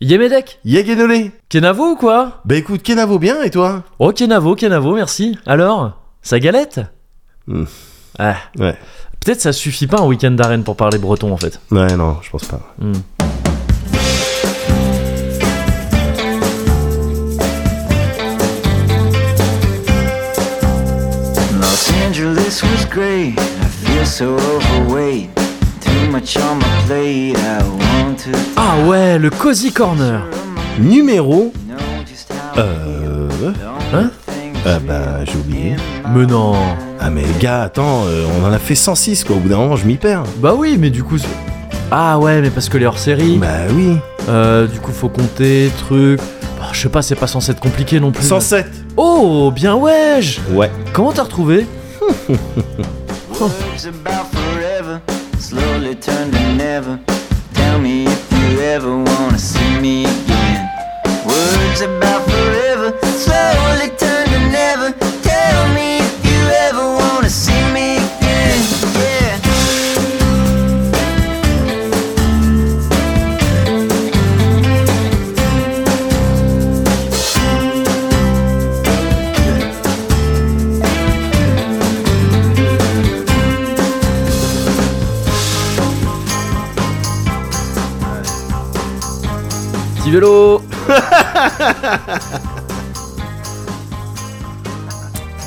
Yemedek Yagedolé Kenavo ou quoi Bah écoute, Kenavo bien et toi Oh, Kenavo, Kenavo, merci. Alors Ça galette Hmm. Ah, Ouais. Peut-être ça suffit pas un week-end d'arène pour parler breton en fait. Ouais, non, je pense pas. Hmm. Los Angeles was great. I feel so overweight. Too much on my plate. I want to Ah ouais, le Cozy Euh. Corner Numéro. know just how. Euh. Hein Ah bah, j'ai oublié. Mais non Ah, mais les gars, attends, euh, on en a fait 106 quoi, au bout d'un moment, je m'y perds. Bah oui, mais du coup. c'est- Ah ouais, mais parce que les hors-séries, Bah oui. euh, du coup faut compter, truc. Bah, je sais pas, c'est pas censé être compliqué non plus. 107 Oh, bien wesh Ouais. Comment t'as retrouvé Words about forever slowly turn to never. Tell me if you ever wanna see me again. Words about forever slowly turn to never. Tell me if you ever wanna see me again. Yeah. Petit vélo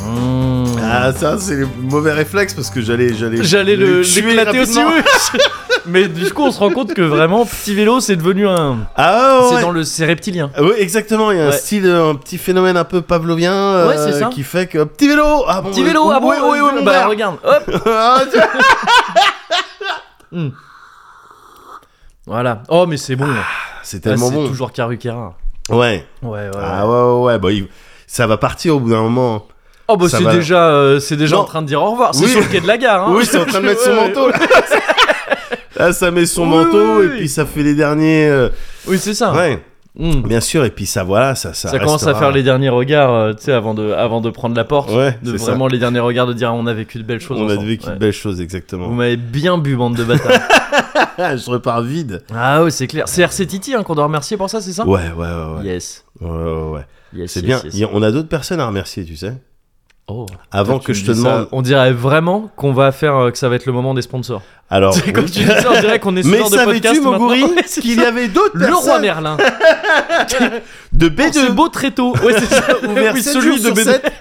Hmm. Ah, ça, c'est le mauvais réflexe parce que j'allais. J'allais, J'allais le tuer l'éclater aussi, rapidement. oui. Mais du coup, on se rend compte que vraiment, petit vélo, c'est devenu un. Ah, ouais, C'est ouais. dans le, c'est reptilien. Ah, Oui, exactement, il y a un Ouais. style, euh, un petit phénomène un peu pavlovien euh, Ouais, c'est ça. qui fait que. Petit vélo Ah bon Petit vélo, ah bon, ouais, ouais, ouais, mon bah père. regarde, hop, Ah, tiens. voilà. Oh mais c'est bon, là. C'est Ah, tellement c'est bon. toujours Karukera. Ouais. Ouais, ouais. ouais. Ah ouais, ouais, ouais. Bah, il- ça va partir au bout d'un moment. oh bah ça c'est va. déjà, euh, c'est déjà Non. en train de dire au revoir. C'est Oui. sur le quai de la gare. Hein. oui, c'est en train de mettre son Ouais, ouais. manteau. Là, Là, ça met son Oui, manteau oui, et oui. puis ça fait les derniers. euh, Oui, c'est ça. Ouais, Mm. bien sûr. Et puis ça, voilà, ça, ça. Ça commence à restera. hein. faire les derniers regards, euh, tu sais, avant de, avant de prendre la porte. Ouais, de c'est ça. vraiment les derniers regards de dire ah, on a vécu de belles choses. On a ensemble. vécu Ouais. de belles choses, Vous exactement. m'avez bien bu, bande de bâtards. je repars vide. ah ouais, c'est clair. C'est RC Titi hein, qu'on doit remercier pour ça, c'est ça Ouais, ouais, ouais, ouais. Yes. Ouais, ouais, ouais. Yes, C'est yes, bien. yes. Il y a- On a d'autres personnes à remercier, tu sais. Oh. Avant Toi, que tu je te dis ça, demande. on dirait vraiment qu'on va faire euh, que ça va être le moment des sponsors. Alors. C'est comme oui. tu dis ça, on dirait qu'on est Mais sur de podcast savais-tu, Moguri, maintenant. Ouais, c'est qu'il y ça. avait d'autres le roi personnes Merlin de et B2 de beau très tôt. Ouais, c'est ça. ouvert Oui, sept celui jours de sur Bénin. sept.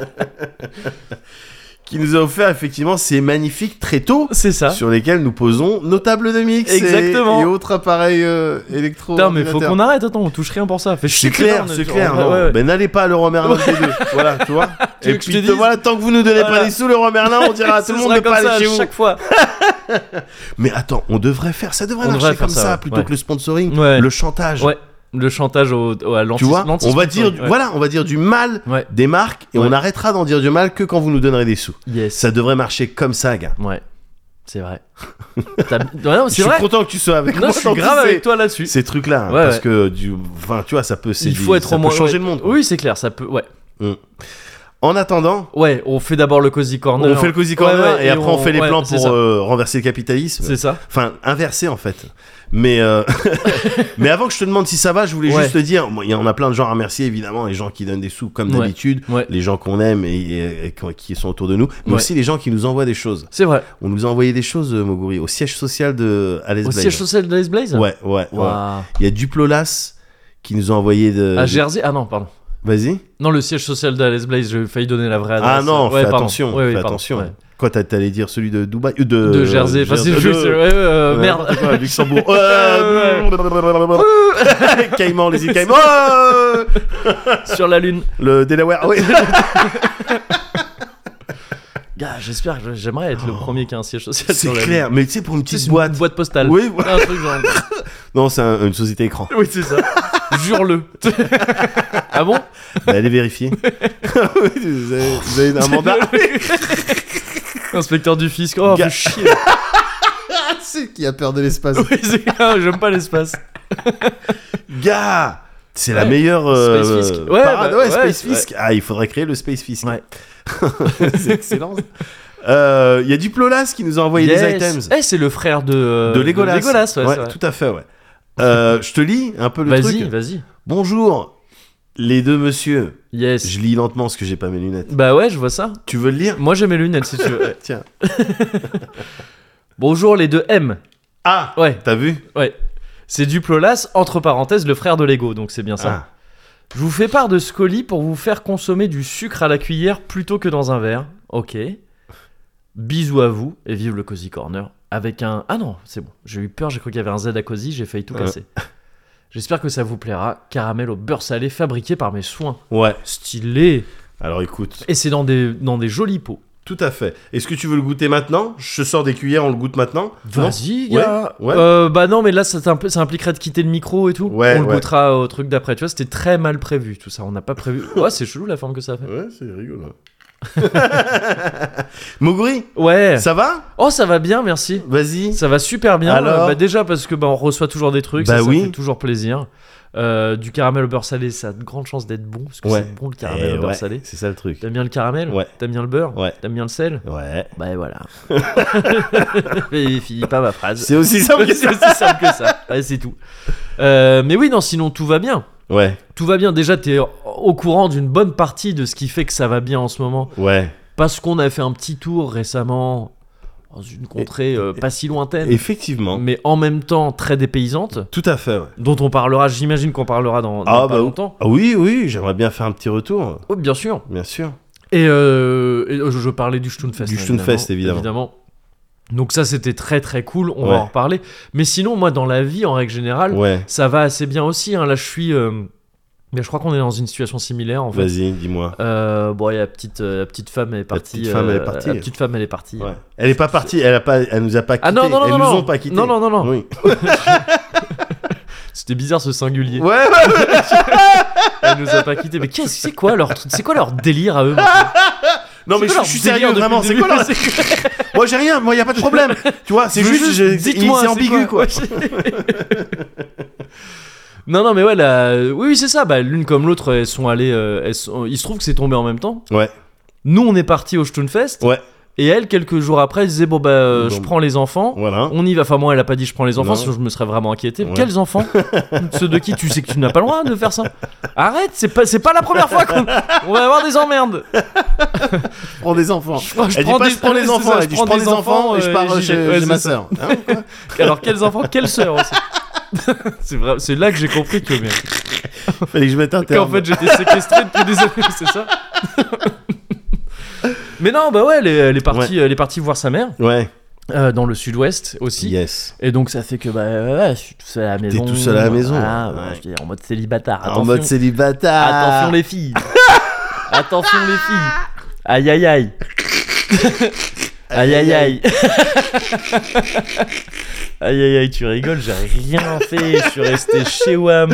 qui nous a offert effectivement ces magnifiques tréteaux C'est ça. sur lesquels nous posons nos tables de mix et- Exactement. Et, autres appareils euh, électro. Putain, mais faut qu'on arrête. Attends, on touche rien pour ça. Fais C'est chier, clair, putain, on est- c'est clair. on va- non. ouais, ouais. Ben n'allez pas à Leroy Merlin de B2. Voilà, tu vois. Tu veux et que puis je te te dise voilà, tant que vous nous donnez Voilà. pas les sous, Leroy Merlin, on dira à tout Ce le sera monde de comme pas ça aller chez à vous. chaque fois. Mais attends, on devrait faire, ça devrait On marcher devrait faire comme ça, ça, ouais. plutôt Ouais. que le sponsoring, Ouais. le chantage. Ouais, le chantage au, au- à l'anti- Tu vois, l'anti- on va dire, ouais. voilà, on va dire du mal Ouais. des marques et Ouais. on arrêtera d'en dire du mal que quand vous nous donnerez des sous. Yes. Ça devrait marcher comme ça, gars. Ouais, c'est vrai. T'as- Ouais, non, Je c'est suis vrai. content que tu sois avec Non, moi. je suis dans grave tous ces- avec toi là-dessus. Ces trucs-là, hein, Ouais, parce ouais. que du, enfin, tu vois, ça peut, c'est Il du- faut être ça au moins peut changer ouais. le monde. Oui, c'est clair, ça peut. Ouais, En attendant, ouais. On fait d'abord le cozy corner. on fait le cozy Ouais, corner ouais, et, après on, fait les ouais, plans c'est pour ça. euh, renverser le capitalisme. C'est ça. Enfin, inverser en fait. Mais, euh, mais avant que je te demande si ça va, je voulais Ouais. juste te dire, bon, il y en a plein de gens à remercier évidemment, les gens qui donnent des sous comme Ouais. d'habitude, Ouais. les gens qu'on aime et, et- et qui- qui sont autour de nous, mais Ouais. aussi les gens qui nous envoient des choses. C'est vrai. On nous a envoyé des choses, euh, Moguri, au siège social de Alice Au siège social de Nice Blaze. Ouais, ouais, ouais. Waouh. Il y a Duplolas qui nous a envoyé de. À Jersey. Ah non, pardon. Vas-y. Non, le siège social d'Alice Blaze, j'ai failli donner la vraie adresse. Ah non, Ouais, fais pardon. attention, Ouais, ouais, fais pardon. attention. Ouais. Quoi, t'a- t'allais dire celui de Dubaï euh, De, De Jersey. Enfin, c'est de- juste. de- ouais, ouais, euh, Ouais, Merde. n'importe quoi, Luxembourg. Ouais. Caïman, les îles Caïmans. Ouais. Sur la lune. Le Delaware. Ah Oui. Gars, j'espère que j'aimerais être le premier qui a un siège social. C'est sur la clair, mais tu sais, pour une lune. C'est petite une boîte. boîte postale. Oui, voilà. Un truc genre. Non, c'est un- une société écran. Oui, c'est ça. Jure-le. ah bon Bah, allez vérifier. vous, avez, vous avez un mandat. Inspecteur du fisc. Oh, Gars. fais chier. c'est qui a peur de l'espace. Oui, c'est grave, j'aime pas l'espace. Gars C'est la Ouais. meilleure. euh, Space Fisk. Ouais, parade. bah, ouais, ouais, Space ouais. Fisk. Ah, il faudrait créer le Space Fisk. Ouais. c'est excellent. Euh, Il y a Duplolas qui nous a envoyé des items. Eh, c'est le frère de, euh, de Legolas. Legolas, ouais, c'est vrai. tout à fait, ouais. Euh, je te lis un peu le Vas-y, truc. vas-y. Bonjour, les deux monsieur. Yes. Je lis lentement parce que j'ai pas mes lunettes. Bah ouais, je vois ça. Tu veux le lire Moi j'ai mes lunettes si tu veux. Ouais. Tiens. Bonjour les deux M. Ah Ouais, T'as vu ouais. C'est Duplolas, entre parenthèses, le frère de Lego, donc c'est bien ça. Ah. Je vous fais part de ce colis pour vous faire consommer du sucre à la cuillère plutôt que dans un verre. Ok. Bisous à vous et vive le Cozy Corner. Avec un. Ah non, c'est bon. J'ai eu peur, j'ai cru qu'il y avait un Z à Cozy, j'ai failli tout Ouais. casser. J'espère que ça vous plaira. Caramel au beurre salé fabriqué par mes soins. Ah, Ouais. Stylé. Alors écoute, Et c'est dans des, dans des jolis pots. tout à fait. Est-ce que tu veux le goûter maintenant Je sors des cuillères, on le goûte maintenant Non Vas-y, Ouais, gars. ouais. Euh, bah non, mais là, ça, t'imp- ça impliquerait de quitter le micro et tout. Ouais, on le ouais. goûtera au truc d'après. Tu vois, c'était très mal prévu tout ça. On n'a pas prévu. Ouais, c'est chelou la forme que ça fait. Ouais, c'est rigolo. Moguri, Ouais. ça va Oh, ça va bien, merci. Vas-y. Ça va super bien. Alors Euh, bah, déjà parce que bah, on reçoit toujours des trucs, Bah ça, ça oui. fait toujours plaisir. Euh, du caramel au beurre salé, ça a de grandes chances d'être bon parce que Ouais. c'est bon le Eh caramel au beurre ouais, salé. C'est ça le truc. T'aimes bien le caramel Ouais. T'aimes bien le beurre Ouais. T'aimes bien le sel Ouais. Bah voilà. Il finit pas ma phrase. C'est aussi simple que C'est ça. aussi simple que ça. Ouais, c'est tout. Euh, mais oui, non, sinon tout va bien. Ouais, Tout va bien. Déjà, t'es au courant d'une bonne partie de ce qui fait que ça va bien en ce moment. ouais. Parce qu'on a fait un petit tour récemment dans une contrée euh, pas si lointaine, Effectivement. mais en même temps très dépaysante, Tout à fait, ouais. dont on parlera, j'imagine qu'on parlera dans, dans Ah, pas bah, longtemps. Ah oui, oui, j'aimerais bien faire un petit retour, Oh, bien sûr. bien sûr. Et, euh, et, euh, je, je parlais du Stunfest. Du Stunfest, évidemment. Donc ça, c'était très très cool, on Ouais. va en reparler. Mais sinon, moi, dans la vie, en règle générale, Ouais, ça va assez bien aussi. hein. Là, je suis. euh, Mais je crois qu'on est dans une situation similaire en fait. vas-y, dis-moi. Euh, bon, il y a la petite, euh, la petite femme, elle est partie. petite femme, elle est euh, partie. La petite femme, elle est partie. Ouais. Elle est pas partie, elle a pas, elle nous a pas quittés. Ah non, non, non, Elles non, nous non. ont pas quittés. Non, non, non, non. Oui. C'était bizarre ce singulier. Ouais, ouais, ouais. Elle nous a pas quitté. Mais qu'est-ce c'est quoi leur, c'est quoi leur délire à eux maintenant Non, C'est quoi mais je, leur je suis délire sérieux, depuis vraiment. le C'est début quoi là Moi, j'ai rien. Moi, y a pas de problème. Tu vois, c'est Je veux juste, je- dites-moi, c'est ambigu, quoi. non, non, mais ouais, la... oui, oui, c'est ça. Bah, l'une comme l'autre, elles sont allées. euh, elles sont- Il se trouve que c'est tombé en même temps. Ouais. Nous, on est parti au Stunfest. Ouais. Et elle, quelques jours après, elle disait Bon, bah, euh, Bon. je prends les enfants. Voilà. On y va. Enfin, moi, elle a pas dit je prends les enfants, Non. sinon je me serais vraiment inquiété. Ouais. Quels enfants Ceux de qui tu sais que tu n'as pas le droit de faire ça Arrête, c'est pas, c'est pas la première fois qu'on on va avoir des emmerdes. Prends des enfants. Je, prends- je Elle dit prends pas, des- ah, je prends c'est les ça, enfants. Elle dit, je prends des enfants et je euh, pars j'y vais. chez Ouais, chez c'est ma ça. sœur. Hein Alors, quels enfants Quelle sœur aussi C'est vrai, c'est là que j'ai compris que mais, Fallait que je mette un Hein. qu'en terme. fait j'étais séquestré depuis des années, c'est ça Mais non, bah ouais, elle est, elle est partie, elle est partie voir sa mère Ouais. euh, dans le sud-ouest aussi. Yes. Et donc ça fait que bah ouais, je suis tout seul à la maison. tout seul à la maison, Voilà, ouais. bah, je veux dire, en mode célibataire. Attention, En mode célibataire. attention les filles. attention les filles. Aïe aïe aïe. aïe aïe aïe. aïe aïe aïe, tu rigoles, j'ai rien fait. Je suis resté chez WAM.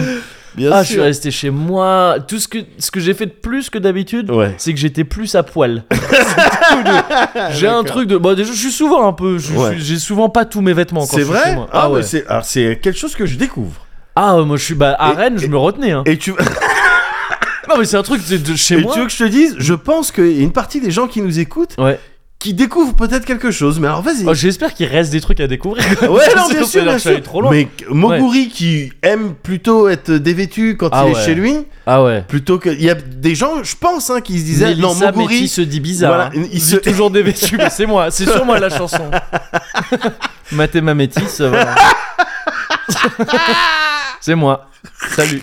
Bien ah, je suis sûr. resté chez moi. Tout ce que, ce que j'ai fait de plus que d'habitude, Ouais. c'est que j'étais plus à poil. C'est tout Ah, de- j'ai un truc de. Bon, déjà, je suis souvent un peu. je- je- J'ai Ouais. souvent pas tous mes vêtements quand C'est je suis chez vrai moi. Ah ouais, c'est alors, c'est quelque chose que je découvre. Ah, euh, moi je suis bah, à Et- Rennes, je me retenais. Hein. Et tu Non, mais c'est un truc de, de chez Et moi. tu veux que je te dise, je pense qu'il y a une partie des gens qui nous écoutent Ouais. qui découvrent peut-être quelque chose. Mais alors vas-y. Oh, J'espère qu'il reste des trucs à découvrir. ouais, non, Sinon, bien ça a sûr, l'air bien que ça aille sûr. trop loin. Mais Moguri qui aime plutôt être dévêtu quand Ah il ouais. est chez lui, Ah ouais. plutôt que il y a des gens, je pense, hein, qui se disaient non Mélissa Métis Moguri. se dit bizarre. Voilà, hein. il Il se se- toujours dévêtu, mais c'est moi. C'est sur moi la chanson. Mathéma Métis, euh, voilà. c'est moi. Salut.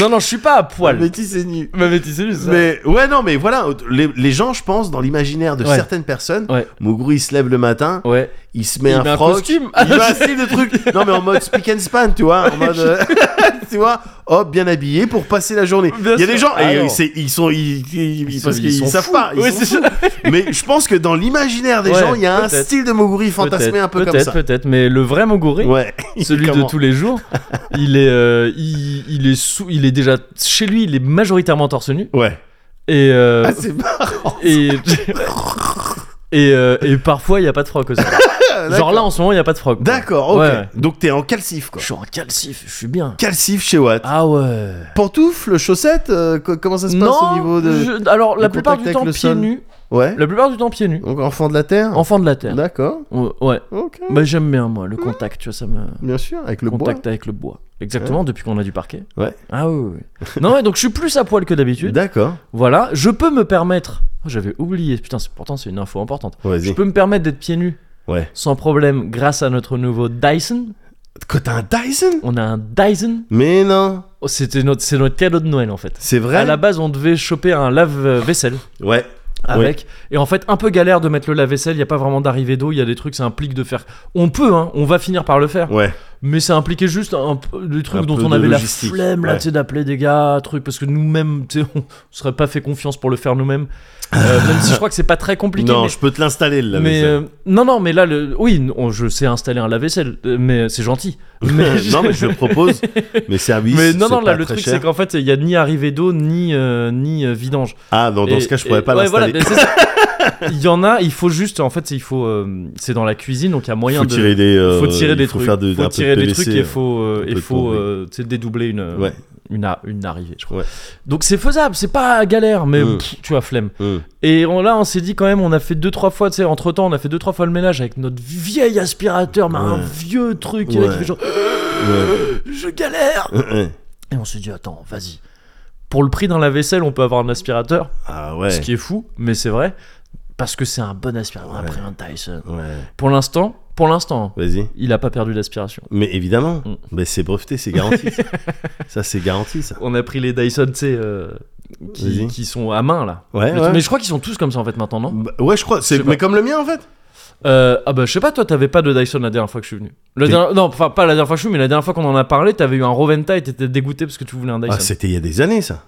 Non, non, je suis pas à poil. Métis c'est nu. Ma Métis, c'est lui, ça. Mais ouais, non, mais voilà, les, les gens, je pense, dans l'imaginaire de Ouais. certaines personnes, Ouais. Moguri il se lève le matin, Ouais. il se met Il un met un froc, costume. il met un style de truc. Non, mais en mode speak and span, tu vois, en mode, euh, tu vois, hop, bien habillé pour passer la journée. Bien il y a des sûr. gens, Ah et, euh, non. c'est- ils sont, ils, ils- Ils parce sont- qu'ils ils sont savent fous. pas. ils Ouais, sont c'est fous. Mais je pense que dans l'imaginaire des Ouais, gens, il y a un peut-être. style de Moguri fantasmé Peut-être, un peu comme peut-être, ça. peut-être, mais le vrai Moguri, Ouais. celui Comment de tous les jours, il est, euh, il, il est sous, il est déjà chez lui, il est majoritairement torse nu Ouais. et euh, Ah, c'est pas. et et, euh, et parfois il y a pas de froc aussi. Genre D'accord. là en ce moment il y a pas de froc. quoi. D'accord, ok. Ouais, ouais. Donc t'es en calcif, quoi. Je suis en calcif, je suis bien. Calcif chez Watt. Ah ouais. Pantoufles, chaussettes, euh, co- comment ça se passe au niveau de. je- alors du la plupart contact du avec temps le pieds sol nus, Ouais. La plupart du temps pieds nus. Donc enfant de la terre. Enfant de la terre. D'accord. Ouais. ouais. Ok. Bah, j'aime bien, moi, le contact, tu vois, ça me. Bien sûr, avec le bois. contact avec le bois. Exactement, depuis qu'on a du parquet. Ouais. Ah oui, oui, oui. non, ouais, donc je suis plus à poil que d'habitude. D'accord. Voilà, je peux me permettre. Oh, J'avais oublié, putain, c'est- pourtant c'est une info importante. Je Vas-y. peux me permettre d'être pieds nus Ouais. sans problème grâce à notre nouveau Dyson. Quoi, t'as un Dyson On a un Dyson. Mais non. Oh, C'était notre, c'est notre cadeau de Noël en fait. C'est vrai. À la base, on devait choper un lave-vaisselle Ouais. avec. Et en fait, un peu galère de mettre le lave-vaisselle. Il n'y a pas vraiment d'arrivée d'eau. Il y a des trucs, ça implique de faire. On peut, hein, on va finir par le faire. Ouais. Mais ça impliquait juste un, p- des trucs Un dont peu on de avait la logistique, flemme là, ouais. tu sais, d'appeler des gars, trucs parce que nous-mêmes, tu sais, on serait pas fait confiance pour le faire nous-mêmes. Euh, même si je crois que c'est pas très compliqué. non, mais- je peux te l'installer le mais, lave-vaisselle. euh, non, non, mais là, le, oui, on- je sais installer un lave-vaisselle, euh, mais c'est gentil. mais- non, mais je le propose. Mais service. mais non, non, c'est là, pas le très truc, cher. c'est qu'en fait, il y a ni arrivée d'eau, ni, euh, ni euh, vidange. Ah, non, dans Et- ce cas, je et- pourrais pas ouais, voilà, mais l'installer. c'est ça. Il y en a, il faut juste, en fait, il faut, euh, c'est dans la cuisine, donc il y a moyen faut de. tirer des. euh, faut tirer des il faut trucs, Faire de, faut un peu tirer de des PVC, trucs et faut, euh, un et peu de faut plomb, oui. euh, tu sais, dédoubler une, euh, Ouais. une, a- une arrivée, je crois. Ouais. Donc c'est faisable, c'est pas galère, mais Mm. pff, tu as flemme. euh, hum. Et on, là, on s'est dit quand même, on a fait deux trois fois, tu sais, entre temps, on a fait deux trois fois le ménage avec notre vieil aspirateur, mais un Ouais. vieux truc, et là, qui Ouais. fait genre, je galère. Ouais. Ouais. Et on s'est dit, attends, vas-y. Pour le prix d'un lave-vaisselle, on peut avoir un aspirateur, Ah ouais. ce qui est fou, mais c'est vrai, parce que c'est un bon aspirateur, Ouais. après un Dyson. Ouais. Pour l'instant, pour l'instant, Vas-y. il a pas perdu d'aspiration. Mais évidemment, Mm. mais c'est breveté, c'est garanti. ça. ça, c'est garanti, ça. On a pris les Dyson, tu sais, euh, qui, Vas-y. qui sont à main là. Ouais, Le truc- ouais. Mais je crois qu'ils sont tous comme ça en fait maintenant, non Bah, ouais, je crois. Je sais C'est pas. mais comme le mien en fait. Euh, Ah bah je sais pas, toi t'avais pas de Dyson la dernière fois que je suis venu. La T'es- dernière- Non, enfin pas la dernière fois que je suis venu, mais la dernière fois qu'on en a parlé, t'avais eu un Roventa et t'étais dégoûté parce que tu voulais un Dyson. Ah, c'était il y a des années ça.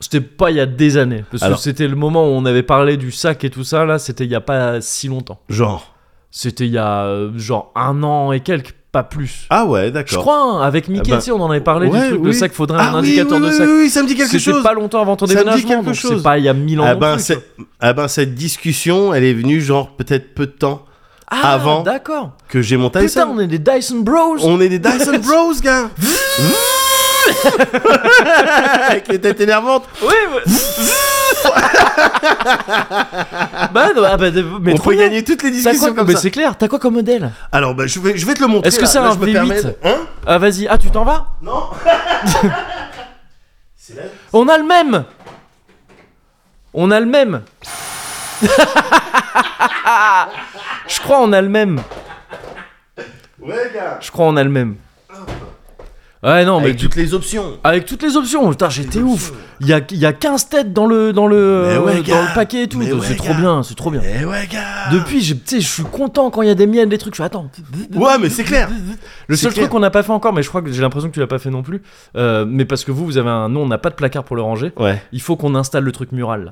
c'était pas il y a des années, parce Alors. que c'était le moment où on avait parlé du sac et tout ça, là c'était il y a pas si longtemps. Genre. C'était il y a euh, genre un an et quelques, pas plus. Ah ouais, je d'accord. crois, hein, avec Mickey, Ah bah, tu sais, on en avait parlé du ouais, truc, le oui. sac, faudrait Ah un oui, indicateur oui, de oui, sac. Oui, oui, ça me dit quelque C'était chose. pas longtemps avant ton Ça me dit déménagement, quelque donc chose. c'est pas il y a mille ans. Ah non ben, plus, hein. c'est- ah ben cette discussion, elle est venue genre peut-être peu de temps Ah, avant. D'accord. que j'ai mon Dyson. Putain, on est des Dyson Bros. on... est des Dyson Bros, gars. Avec les têtes énervantes. Ouais, bah... bah, non, ah bah, de- mais on trop peut bien. gagner toutes les T'as quoi discussions comme comme mais ça. c'est clair, t'as quoi comme modèle Alors, bah, je, vais, je vais te le montrer. Est-ce que là. c'est Là, un je me V8? permets de- Hein Ah vas-y, ah tu t'en vas Non C'est là On a le même On a le même Je crois on a le même, Ouais, gars. je crois on a le même. Ouais non mais Avec tu- toutes les options. avec toutes les options, putain j'étais ouf Il y a, il y a 15 têtes dans le, dans le, Mais ouais, dans le gars. paquet et tout, Mais c'est ouais, trop gars. bien, c'est trop bien. Eh ouais, gars. Depuis, j'ai- tu sais, je suis content quand il y a des miennes, des trucs. Je fais, attends. Ouais, mais c'est clair. Le C'est seul clair. truc qu'on n'a pas fait encore, mais je crois que j'ai l'impression que tu l'as pas fait non plus. euh, mais parce que vous, vous avez un. Nous, on n'a pas de placard pour le ranger. Ouais. Il faut qu'on installe le truc mural. là.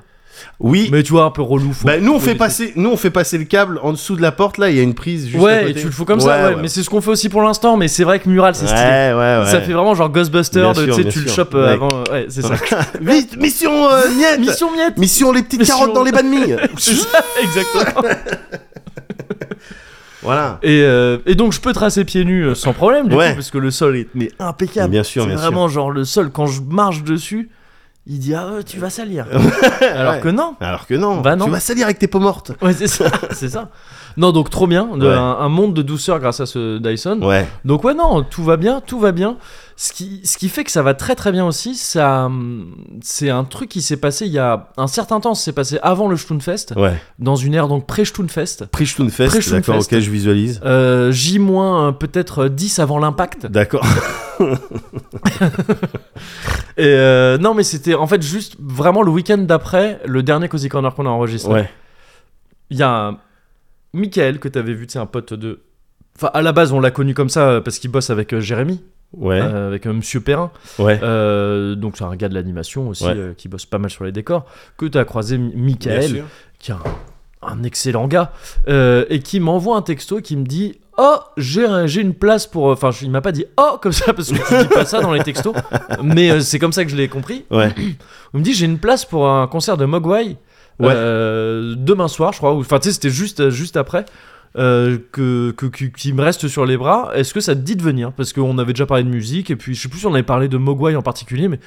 Oui. Mais tu vois, un peu relou. faut- Bah, nous on faut fait des passer, nous on fait passer le câble en dessous de la porte là. Il y a une prise trucs. juste à Ouais, et côté. tu le fous comme ça. Ouais, Mais c'est ce qu'on fait aussi pour l'instant. Mais c'est vrai que mural, c'est ouais, stylé. ouais, ouais. Ça fait vraiment genre Ghostbuster. Bien de, tu sûr, sais, bien tu le sûr. chopes euh, Ouais. avant. euh, ouais, c'est ça. Vite, mission euh, miette. Mission miette. Mission les petites Mission- carottes dans les bas de mie. C'est ça, Exactement. voilà. Et, euh, et donc je peux tracer pieds nus euh, sans problème, du Ouais. coup, parce que le sol est mais impeccable. Bien sûr, C'est bien sûr. vraiment genre le sol quand je marche dessus, il dit ah euh, tu vas salir. Alors Ouais. que non. Alors que non, Bah non. tu vas salir avec tes peaux mortes. Ouais c'est ça, c'est ça. Non donc trop bien, de- Ouais. un, un monde de douceur grâce à ce Dyson. Ouais. Donc ouais non tout va bien, tout va bien. Ce qui ce qui fait que ça va très très bien aussi, ça hum, c'est un truc qui s'est passé il y a un certain temps, c'est passé avant le Stunfest, Ouais. dans une ère donc pré Stunfest. Prichtunfest, Prichtunfest. d'accord, ok, je visualise. Euh, J- euh, peut-être 10 avant l'impact. D'accord. Et euh, non, mais c'était en fait juste vraiment le week-end d'après le dernier Cozy Corner qu'on a enregistré. ouais. Il y a un Michael que t'avais vu, c'est un pote de. Enfin, à la base, on l'a connu comme ça euh, parce qu'il bosse avec euh, Jérémy, Ouais. euh, avec euh, Monsieur Perrin. ouais. Euh, donc, c'est un gars de l'animation aussi Ouais. euh, qui bosse pas mal sur les décors. Que t'as croisé Mi- Michael, qui est un, un excellent gars, euh, et qui m'envoie un texto qui me dit. Oh, j'ai un- j'ai une place pour. euh, Enfin, je- il m'a pas dit oh comme ça parce que tu dis pas ça dans les textos, mais euh, c'est comme ça que je l'ai compris. Ouais. On me dit j'ai une place pour un concert de Mogwai Ouais. euh, demain soir, je crois. ou- Enfin, tu sais, c'était juste, juste après. euh, que, que, que- qui me reste sur les bras, est-ce que ça te dit de venir Parce qu'on avait déjà parlé de musique, et puis je sais plus si on avait parlé de Mogwai en particulier, mais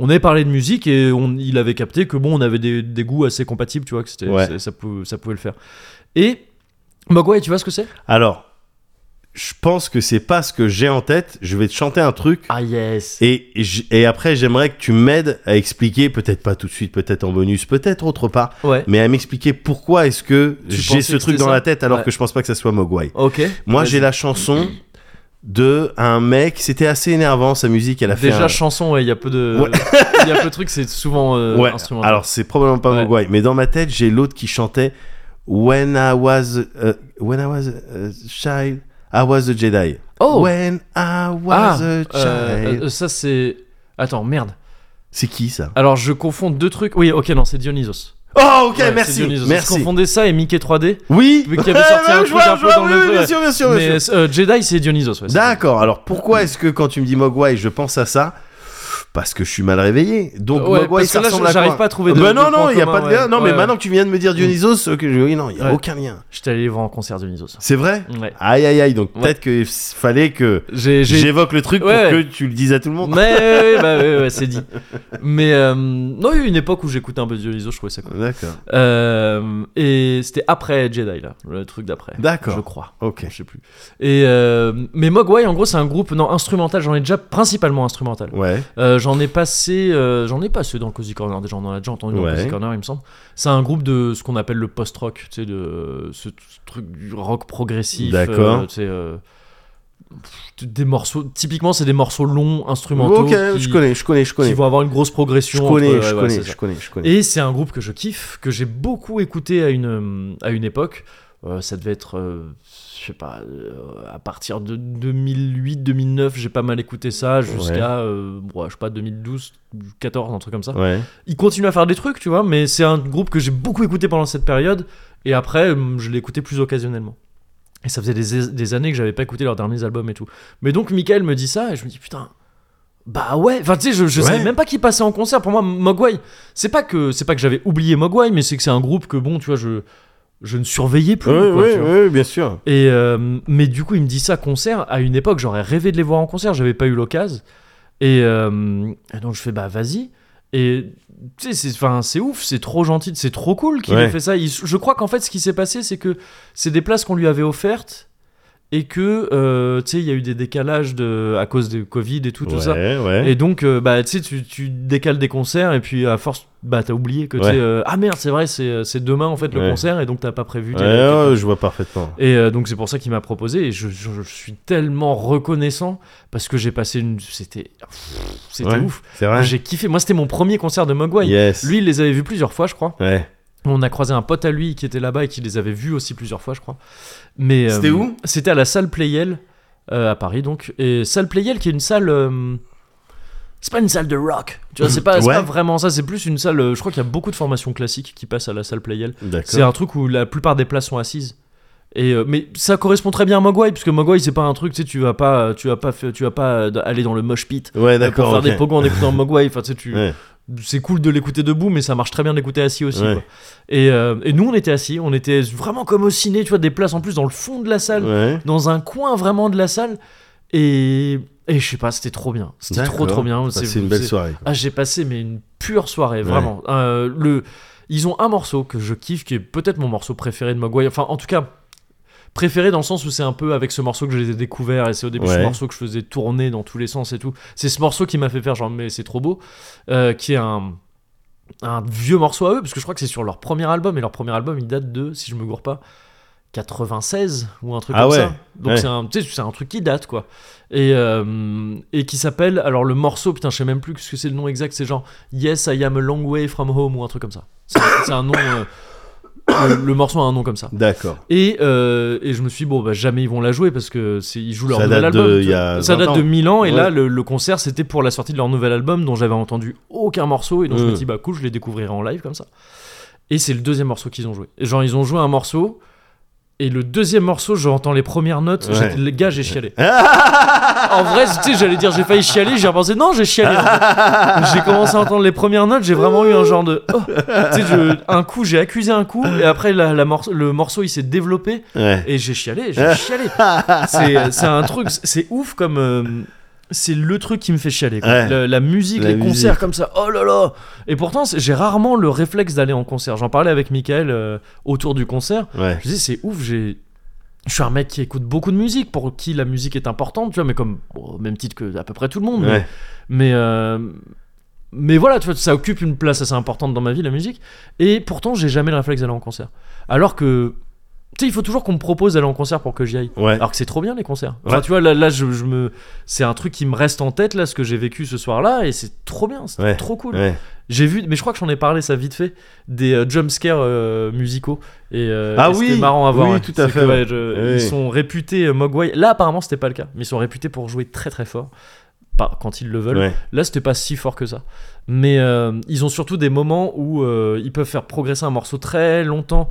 on avait parlé de musique et on, il avait capté que bon, on avait des, des goûts assez compatibles, tu vois, que c'était- Ouais. c'est- ça, pouvait, ça pouvait le faire. Et Mogwai, tu vois ce que c'est Alors, je pense que c'est pas ce que j'ai en tête. Je vais te chanter un truc. Ah yes Et, j- et après, j'aimerais que tu m'aides à expliquer, peut-être pas tout de suite, peut-être en bonus, peut-être autre part, Ouais. mais à m'expliquer pourquoi est-ce que Tu j'ai pensais ce que truc c'était dans ça la tête alors Ouais. que je pense pas que ça soit Mogwai. Ok. Moi, Vas-y. j'ai la chanson de un mec, c'était assez énervant sa musique, elle a fait Déjà un- chanson, ouais, il y a peu de, il Ouais. y a peu de trucs, c'est souvent euh, ouais. instrumental. Alors, c'est probablement pas Ouais. Mogwai, mais dans ma tête, j'ai l'autre qui chantait When I was a- when I was a child, I was a Jedi. oh, When I ah, was a child. euh, euh, ça c'est, attends, merde. C'est qui ça Alors je confonds deux trucs. Oui, ok, non, c'est Dionysos. Oh, ok, Ouais, c'est merci. Dionysos. Je Merci. confondais ça et Mickey 3D. Oui, Vu qu'il avait sorti Ouais, un ouais, truc je vois, un je peu vois, dans oui, le oui, jeu, bien ouais. sûr, bien sûr, bien sûr. Mais euh, Jedi, c'est Dionysos. Ouais, c'est- D'accord, alors pourquoi est-ce que quand tu me dis Mogwai, je pense à ça Parce que je suis mal réveillé. Donc Ouais, Mogwai, parce ça que là, ressemble à j'arrive quoi pas à trouver de. Bah de non, non, point il n'y a commun, pas de ouais. lien. Non, mais Ouais. maintenant que tu viens de me dire Dionysos, ok, je- oui, non, il n'y a Ouais. aucun lien. J'étais allé les voir en concert Dionysos. C'est vrai Ouais. Aïe, aïe, aïe, donc Ouais. peut-être qu'il fallait que J'ai. j'ai- j'évoque le truc Ouais. pour que tu le dises à tout le monde. Mais ouais, ouais, bah, ouais, ouais, c'est dit. Mais euh, non, il y a eu une époque où j'écoutais un peu Dionysos, je trouvais ça cool. D'accord, Euh, et c'était après Jedi, là, le truc d'après. D'accord. Je crois. ok. Je sais plus. Et euh, mais Mogwai, en gros, c'est un groupe non instrumental. J'en ai déjà principalement instrumental. Ouais, Euh, j'en ai passé, euh, j'en ai passé dans le Cozy Corner. Déjà, on en a déjà entendu dans Ouais. le Cozy Corner, il me semble. C'est un groupe de ce qu'on appelle le post-rock, tu sais, de ce t- ce truc du rock progressif. D'accord. euh, tu sais, euh, pff, des morceaux. Typiquement, c'est des morceaux longs, instrumentaux. ok, qui, je connais, je connais, je qui connais. vont avoir une grosse Je progression. entre- connais, ouais, je ouais, connais, c'est ça. je connais, je connais. Et c'est un groupe que je kiffe, que j'ai beaucoup écouté à une, euh, à une époque. Euh, ça devait être, euh, je sais pas, euh, à partir de 2008-2009, j'ai pas mal écouté ça, jusqu'à, euh, ouais, je sais pas, 2012-14, un truc comme ça. Ouais. Il continue à faire des trucs, tu vois, mais c'est un groupe que j'ai beaucoup écouté pendant cette période, et après, hum, je l'ai écouté plus occasionnellement. Et ça faisait des, des années que j'avais pas écouté leurs derniers albums et tout. Mais donc, Michael me dit ça, et je me dis, putain, bah ouais, enfin, tu sais, je, je Ouais. savais même pas qu'ils passaient en concert. Pour moi, Mogwai, c'est pas que, c'est pas que j'avais oublié Mogwai, mais c'est que c'est un groupe que, bon, tu vois, je, je ne surveillais plus. Ouais, quoi, tu ouais, vois. ouais, bien sûr. Et euh, mais du coup, il me dit ça concert. À une époque, j'aurais rêvé de les voir en concert. J'avais pas eu l'occasion. Et, euh, et donc je fais bah vas-y. Et tu sais, c'est enfin, c'est ouf, c'est trop gentil, c'est trop cool qu'il Ouais. ait fait ça. Il- je crois qu'en fait, ce qui s'est passé, c'est que c'est des places qu'on lui avait offertes et que euh, tu sais, il y a eu des décalages de à cause du Covid et tout, tout ça. Ouais, ouais. Et donc, euh, bah, tu sais, tu- tu décales des concerts et puis à force, bah, t'as oublié que tu sais, Ouais. euh, ah merde, c'est vrai, c'est c'est demain en fait le Ouais. concert et donc t'as pas prévu. Ouais, tes- tes- ouais, je vois parfaitement. et euh, donc c'est pour ça qu'il m'a proposé et je, je- je suis tellement reconnaissant parce que j'ai passé une... C'était... pff, C'était Ouais. ouf. C'est vrai J'ai kiffé. Moi c'était mon premier concert de Mogwai. Yes. Lui il les avait vus plusieurs fois je crois. Ouais. On a croisé un pote à lui qui était là-bas et qui les avait vus aussi plusieurs fois je crois. Mais euh, C'était où C'était à la salle Playel euh, à Paris donc. Et salle Playel qui est une salle... euh, c'est pas une salle de rock, tu vois, c'est pas, c'est Ouais. pas vraiment ça, c'est plus une salle, euh, je crois qu'il y a beaucoup de formations classiques qui passent à la salle Playel. C'est D'accord. un truc où la plupart des places sont assises. Et euh, mais ça correspond très bien à Mogwai parce que Mogwai c'est pas un truc tu sais tu vas pas tu vas pas fa- tu vas pas euh, aller dans le mosh pit Ouais, euh, pour d'accord. faire ok. des pogos en écoutant Mogwai enfin tu sais tu Ouais. c'est cool de l'écouter debout mais ça marche très bien d'écouter assis aussi Ouais. quoi. Et, euh, et nous on était assis on était vraiment comme au ciné tu vois des places en plus dans le fond de la salle Ouais. dans un coin vraiment de la salle et et je sais pas c'était trop bien c'était trop D'accord. trop bien Ah, C'est une belle c'est- soirée. quoi. ah, j'ai passé mais une pure soirée, vraiment. Euh, le, ils ont un morceau que je kiffe, qui est peut-être mon morceau préféré de Mogwai. Enfin, en tout cas, préféré dans le sens où c'est un peu avec ce morceau que je les ai découverts et c'est au début ce Ouais. morceau que je faisais tourner dans tous les sens et tout. C'est ce morceau qui m'a fait faire genre mais c'est trop beau, euh, qui est un un vieux morceau à eux parce que je crois que c'est sur leur premier album et leur premier album il date de si je me gourre pas 96 ou un truc Ah comme ouais, ça donc ouais. c'est un tu sais, c'est un truc qui date quoi et euh, et qui s'appelle alors le morceau putain je sais même plus ce que c'est le nom exact c'est genre Yes I am a long way from home ou un truc comme ça c'est c'est un nom euh, le- le morceau a un nom comme ça D'accord. et, euh, et je me suis dit, bon, bah, jamais ils vont la jouer parce que c'est- ils jouent leur Ça nouvel date de- album. tu il y vois. a ça 20 date de ans. 1000 ans, et Ouais. là, le, le concert, c'était pour la sortie de leur nouvel album dont j'avais entendu aucun morceau, et donc je me Mm. suis dit, bah cool, je les découvrirai en live comme ça. Et c'est le deuxième morceau qu'ils ont joué. Et Genre, ils ont joué un morceau, et le deuxième morceau, j'entends les premières notes, Ouais. j'étais- les gars, j'ai chialé. en vrai, tu sais, j'allais dire, j'ai failli chialer, j'ai repensé, non, j'ai chialé. en fait. j'ai commencé à entendre les premières notes, j'ai vraiment eu un genre de. oh. Tu sais, je- un coup, j'ai accusé un coup, et après, la- la morce- le morceau, il s'est développé. Ouais. Et j'ai chialé, j'ai chialé. C'est c'est un truc, c'est ouf comme. euh, c'est le truc qui me fait chialer. quoi. Ouais. Le- la musique, La les concerts musique. comme ça, oh là là Et pourtant, c'est- j'ai rarement le réflexe d'aller en concert. J'en parlais avec Michael euh, autour du concert. Ouais. Je me disais, c'est ouf, j'ai. Je suis un mec qui écoute beaucoup de musique, pour qui la musique est importante, tu vois, mais comme. bon, au même titre que à peu près tout le monde. mais- Ouais. mais, euh, mais voilà, tu vois, ça occupe une place assez importante dans ma vie, la musique. Et pourtant, j'ai jamais le réflexe d'aller en concert. Alors que, tu sais, il faut toujours qu'on me propose d'aller en concert pour que j'y aille. Ouais. Alors que c'est trop bien les concerts. Enfin, Ouais. tu vois, là, là je, je me, c'est un truc qui me reste en tête là, ce que j'ai vécu ce soir-là, et c'est trop bien, c'est Ouais. trop cool. Ouais. J'ai vu, mais je crois que j'en ai parlé ça vite fait, des euh, jumpscares euh, musicaux. Et, euh, Ah et c'était oui, marrant à voir. oui, ouais. tout à C'est fait, que, ouais. ouais, je- Oui. Ils sont réputés euh, Mogwai. Là, apparemment, c'était pas le cas, mais ils sont réputés pour jouer très très fort, pas quand ils Bah, le veulent. Ouais. Là, c'était pas si fort que ça. Mais euh, ils ont surtout des moments où euh, ils peuvent faire progresser un morceau très longtemps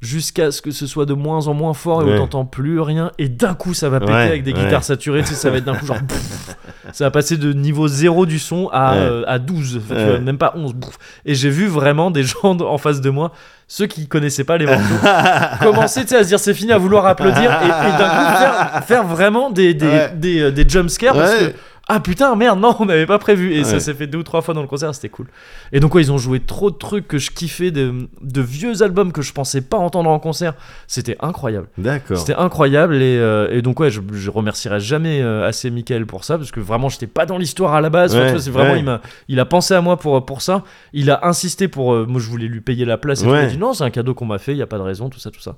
jusqu'à ce que ce soit de moins en moins fort et Ouais. où t'entends plus rien. Et d'un coup, ça va péter Ouais, avec des ouais. guitares saturées. Tu sais, ça va être d'un coup genre. pff, ça va passer de niveau 0 du son à, Ouais. euh, à 12, enfin, tu Ouais. vois, même pas 11. pff. Et j'ai vu vraiment des gens en face de moi, ceux qui connaissaient pas les morceaux, commencer tu sais, à se dire c'est fini, à vouloir applaudir et, et d'un coup faire, faire vraiment des, des, Ouais. des, euh, des jumpscares parce que Ouais. ah putain, merde, non, on n'avait pas prévu. Et ça Ouais. s'est fait deux ou trois fois dans le concert, c'était cool. Et donc, ouais, ils ont joué trop de trucs que je kiffais, de, de vieux albums que je pensais pas entendre en concert. C'était incroyable. D'accord. C'était incroyable. Et, euh, et donc, ouais, je, je remercierai jamais euh, assez Michael pour ça, parce que vraiment, j'étais pas dans l'histoire à la base. Enfin, Ouais, tu vois, c'est vraiment, ouais. il, m'a- il a pensé à moi pour, pour ça. Il a insisté pour. euh, moi, je voulais lui payer la place. Et tout. Ouais. Il a dit non, c'est un cadeau qu'on m'a fait, il y a pas de raison, tout ça, tout ça.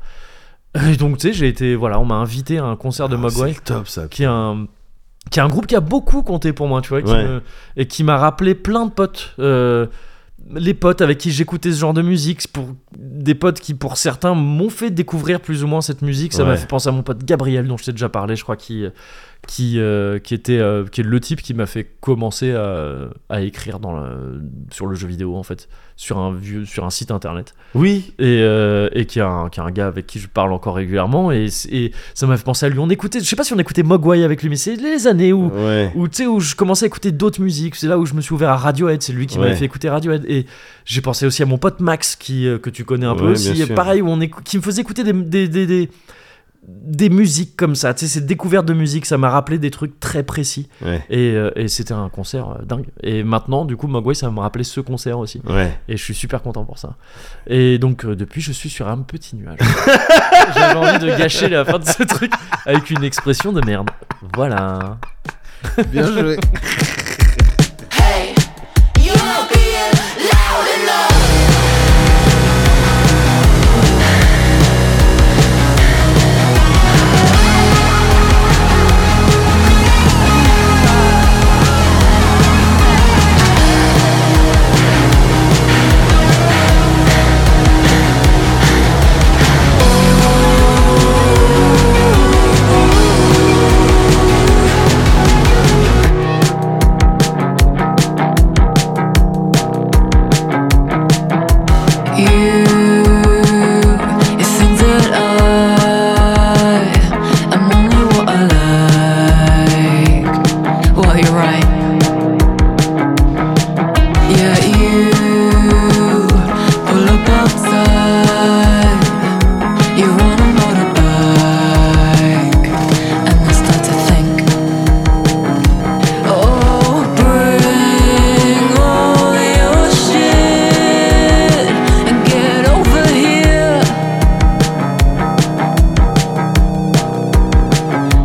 Et donc, tu sais, j'ai été. Voilà, on m'a invité à un concert de Oh, Mogwai C'est le top ça. qui est un qui est un groupe qui a beaucoup compté pour moi, tu vois, qui Ouais. me- et qui m'a rappelé plein de potes, euh, les potes avec qui j'écoutais ce genre de musique, c'est pour des potes qui pour certains m'ont fait découvrir plus ou moins cette musique. Ça m'a Ouais. fait penser à mon pote Gabriel dont je t'ai déjà parlé, je crois, qui qui euh, qui était euh, qui est le type qui m'a fait commencer à, à écrire dans le- sur le jeu vidéo en fait, sur un vieux sur un site internet Oui. et, euh, et qui, est un, qui est un gars avec qui je parle encore régulièrement et, c'est- et ça m'a fait penser à lui on écoutait je sais pas si on écoutait Mogwai avec lui mais c'est les années où Ouais. où, tu sais, où je commençais à écouter d'autres musiques c'est là où je me suis ouvert à Radiohead c'est lui qui Ouais. m'avait fait écouter Radiohead et j'ai pensé aussi à mon pote Max qui euh, que tu connais un peu Ouais, aussi bien sûr. pareil où on écou- qui me faisait écouter des des, des, des- des musiques comme ça tu sais cette découverte de musique ça m'a rappelé des trucs très précis Ouais. et, euh, et c'était un concert euh, dingue et maintenant du coup Mogwai ça me rappelait ce concert aussi Ouais. et je suis super content pour ça. Et donc, euh, depuis, je suis sur un petit nuage. J'avais envie de gâcher la fin de ce truc avec une expression de merde. Voilà. Bien joué. Hey, you're being loud enough. You, you think that I am only what I like. Well, you're right. Yeah, you pull up outside. You want a motorbike, and I start to think. Oh, bring all your shit and get over here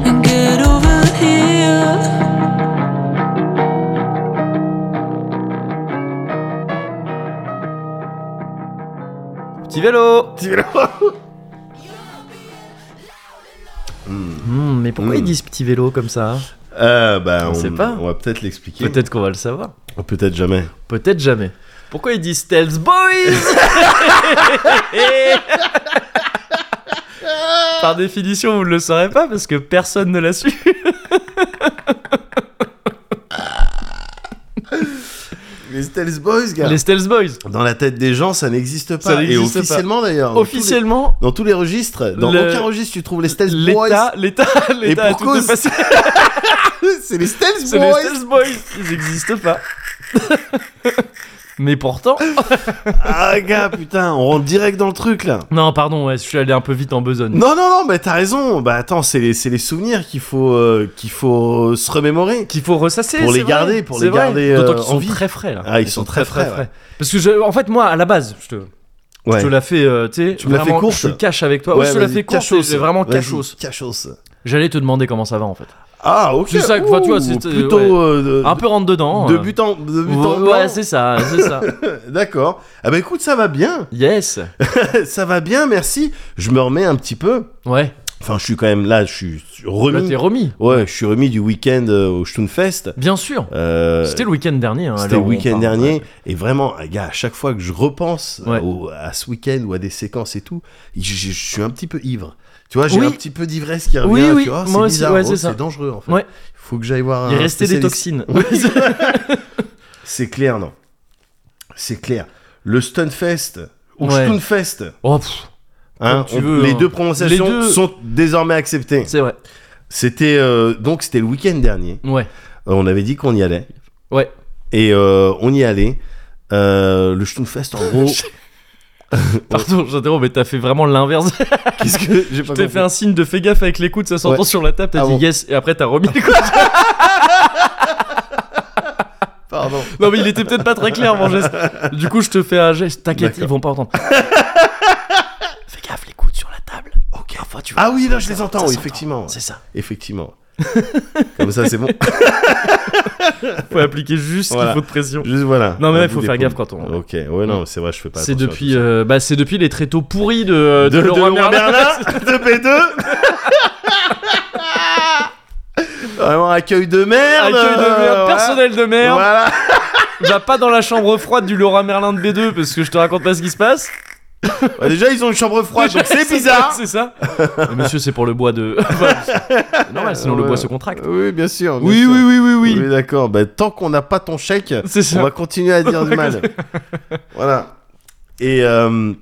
and get over here. Petit vélo Hmm, mais pourquoi Hmm. ils disent petit vélo comme ça Euh, bah, On on, sait pas. on va peut-être l'expliquer. Peut-être qu'on va le savoir. Oh, Peut-être jamais. Peut-être jamais. Pourquoi ils disent Stealth Boys Par définition, vous ne le saurez pas parce que personne ne l'a su. Les Stealth Boys, gars. Les Stealth Boys. Dans la tête des gens, ça n'existe pas. Ça Et n'existe pas. officiellement d'ailleurs. dans tous les- Officiellement, Dans tous les registres, dans Le- aucun registre tu trouves les Stealth Boys. l'État, l'État, l'État a pour tout cause, dépassé. C'est les Stealth C'est les Boys. Stealth Boys, ils n'existent pas. Mais pourtant. Ah, gars, putain, on rentre direct dans le truc là. Non, pardon, ouais, je suis allé un peu vite en besogne. Non, non, non, mais t'as raison. Bah attends, c'est les, c'est les souvenirs qu'il faut, euh, qu'il faut euh, se remémorer. Qu'il faut ressasser. Pour les c'est vrai, garder, pour c'est les vrai. garder, euh, D'autant qu'ils en sont vie. très frais là. Ah, ils sont très frais, ouais. Parce que, je- en fait, moi, à la base, je te, je te la fais, euh, tu sais, Tu me la fais vraiment, courte. Je suis cash avec toi. Ouais, je te la fais courte. cachos. C'est vraiment Vas-y, cachos. Cachos. J'allais te demander comment ça va en fait. Ah, ok. C'est ça que- enfin, tu vois, Ouh, c'est- plutôt ouais. euh, de- Un peu rentre dedans. de euh. but en de but en Ouais, blanc. c'est ça, c'est ça. D'accord. Ah bah écoute, ça va bien. Yes. ça va bien, merci. Je me remets un petit peu. Ouais. Enfin, je suis quand même là, je suis Là, remis. t'es remis. ouais, je suis remis du week-end euh, au Stunfest. Bien sûr. Euh, C'était le week-end dernier. hein, à C'était l'heure le où on week-end parle. dernier. Et vraiment, euh, gars, à chaque fois que je repense Ouais. au- à ce week-end ou à des séquences et tout, je, je- je suis un petit peu ivre. Tu vois, j'ai Oui. un petit peu d'ivresse qui revient. Oui, oui, tu vois, moi c'est aussi, bizarre. ouais, Oh, c'est ça. c'est dangereux, en fait. Ouais. Faut que j'aille voir Il un restait des spécialiste. toxines. C'est clair, non C'est clair. Le Stunfest, ou Ouais. Stunfest, oh, pff, Comme hein, tu on- veux, les hein. deux prononciations Les deux- sont désormais acceptées. c'est vrai. C'était euh, donc c'était le week-end dernier. Ouais. Euh, on avait dit qu'on y allait. Ouais. Et euh, on y allait. Euh, le Stunfest, en gros, Pardon, j'interromps, mais t'as fait vraiment l'inverse. qu'est-ce que j'ai Je pas t'ai compris. fait un signe de fais gaffe avec les coudes, ça s'entend Ouais. sur la table, t'as Ah dit bon. yes, et après t'as remis les coudes. Pardon. Non, mais il était peut-être pas très clair mon geste. Du coup, je te fais un geste, t'inquiète, D'accord. ils vont pas entendre. fais gaffe, les coudes sur la table. Ok, enfin, tu vois. Ah oui, là, je les entends, Ça oui, s'entend. effectivement. C'est ça. Effectivement. Comme ça, c'est bon. Faut appliquer juste ce qu'il Voilà. faut de pression. Juste voilà. Non, mais Un ouais, bout faut faire d'épaule. gaffe quand on. Ok, ouais, non, c'est vrai, je fais pas C'est attention à tout depuis, ça. euh, bah, c'est depuis les tréteaux pourris de, de, de Leroy Leroy Merlin, de P2. Vraiment accueil de merde. Accueil de merde, euh, personnel de Voilà. merde. Voilà. Va pas dans la chambre froide du Laura Merlin de B2 parce que je te raconte pas ce qui se passe. Ouais, Bah, déjà, ils ont une chambre froide, donc c'est bizarre. C'est ça. Mais Monsieur, c'est pour le bois de. Enfin, c'est normal, sinon le Ouais. bois se contracte. Oui, bien sûr. bien Oui, sûr. oui, oui, oui, oui. Oui, d'accord. Bah, tant qu'on n'a pas ton chèque, C'est on ça. va continuer à dire du mal. voilà. Et euh,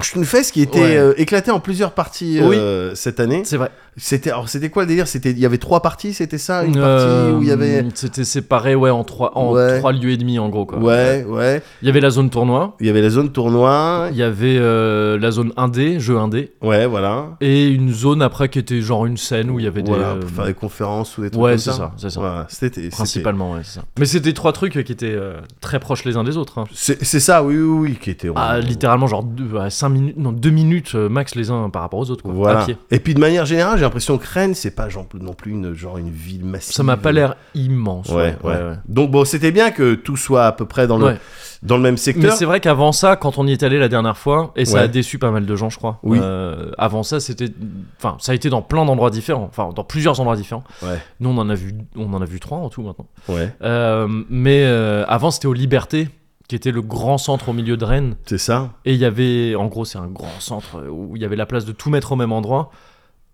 Stunfest qui était Ouais. euh, éclaté en plusieurs parties euh, cette année. C'est vrai. C'était, alors, c'était quoi le délire C'était, il y avait trois parties, c'était ça Ah, Une Euh, partie où il y avait. C'était séparé, ouais, en trois, en Ouais. trois lieux et demi, en gros, quoi. Ouais, ouais. Il y avait la zone tournoi. Il y avait la zone tournoi. Il y avait euh, la zone indé, jeu indé, Ouais, voilà. et une zone après qui était genre une scène où il y avait des. Voilà, euh, pour faire des conférences ou des trucs Ouais, comme c'est ça. ça, c'est ça. Voilà, c'était. c'était- Principalement, ouais, c'est ça. Mais c'était trois trucs qui étaient euh, très proches les uns des autres. hein. C'est c'est ça, oui, oui, oui, qui était. Ah, littéralement, genre 5 minutes, non, 2 minutes euh, max les uns par rapport aux autres, quoi. À Voilà. pied. Et puis de manière générale, j'ai l'impression que Rennes, c'est pas genre, non plus une, genre une ville massive. Ça m'a pas l'air immense. Ouais, ouais. Donc bon, c'était bien que tout soit à peu près dans le, Ouais. dans le même Mais secteur. c'est vrai qu'avant ça, quand on y est allé la dernière fois, et ça a Ouais. déçu pas mal de gens, je crois. Oui. euh, avant ça, c'était, enfin, ça a été dans plein d'endroits différents, enfin, dans plusieurs endroits différents. Ouais. Nous, on en a vu, on en a vu trois en tout maintenant. Ouais, Euh, mais euh, avant, c'était aux Libertés, qui était le grand centre au milieu de Rennes. c'est ça. Et il y avait, en gros, c'est un grand centre euh, où il y avait la place de tout mettre au même endroit.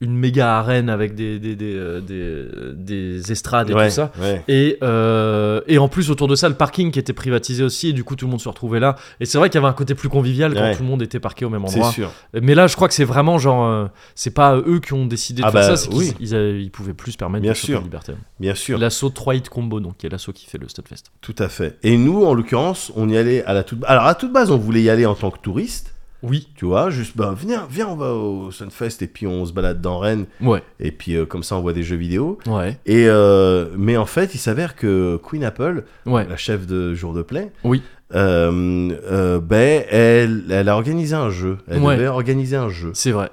Une méga arène avec des, des, des, euh, des, des estrades et ouais, tout ça. ouais. Et, euh, et en plus, autour de ça, le parking qui était privatisé aussi. Et du coup, tout le monde se retrouvait là. Et c'est vrai qu'il y avait un côté plus convivial quand Ouais. tout le monde était parqué au même C'est endroit. sûr. Mais là, je crois que c'est vraiment genre. euh, c'est pas eux qui ont décidé de Ah faire ça. bah, C'est qu'ils oui. ils avaient- ils pouvaient plus se permettre Bien de choper sûr. de liberté. Bien sûr. L'assaut 3 Hit Combo, donc, qui est l'assaut qui fait le Stunfest. Tout à fait. Et nous, en l'occurrence, on y allait à la toute. Alors à toute base, on voulait y aller en tant que touriste. Oui. Tu vois, juste, ben, viens, viens, on va au Sunfest et puis on se balade dans Rennes. Ouais. Et puis euh, comme ça, on voit des jeux vidéo. Ouais. Et euh, mais en fait, il s'avère que Queen Apple, Ouais. la chef de Jour de Play, Oui. euh, euh, ben, elle, elle a organisé un jeu. Elle Ouais. devait organiser un jeu. C'est vrai.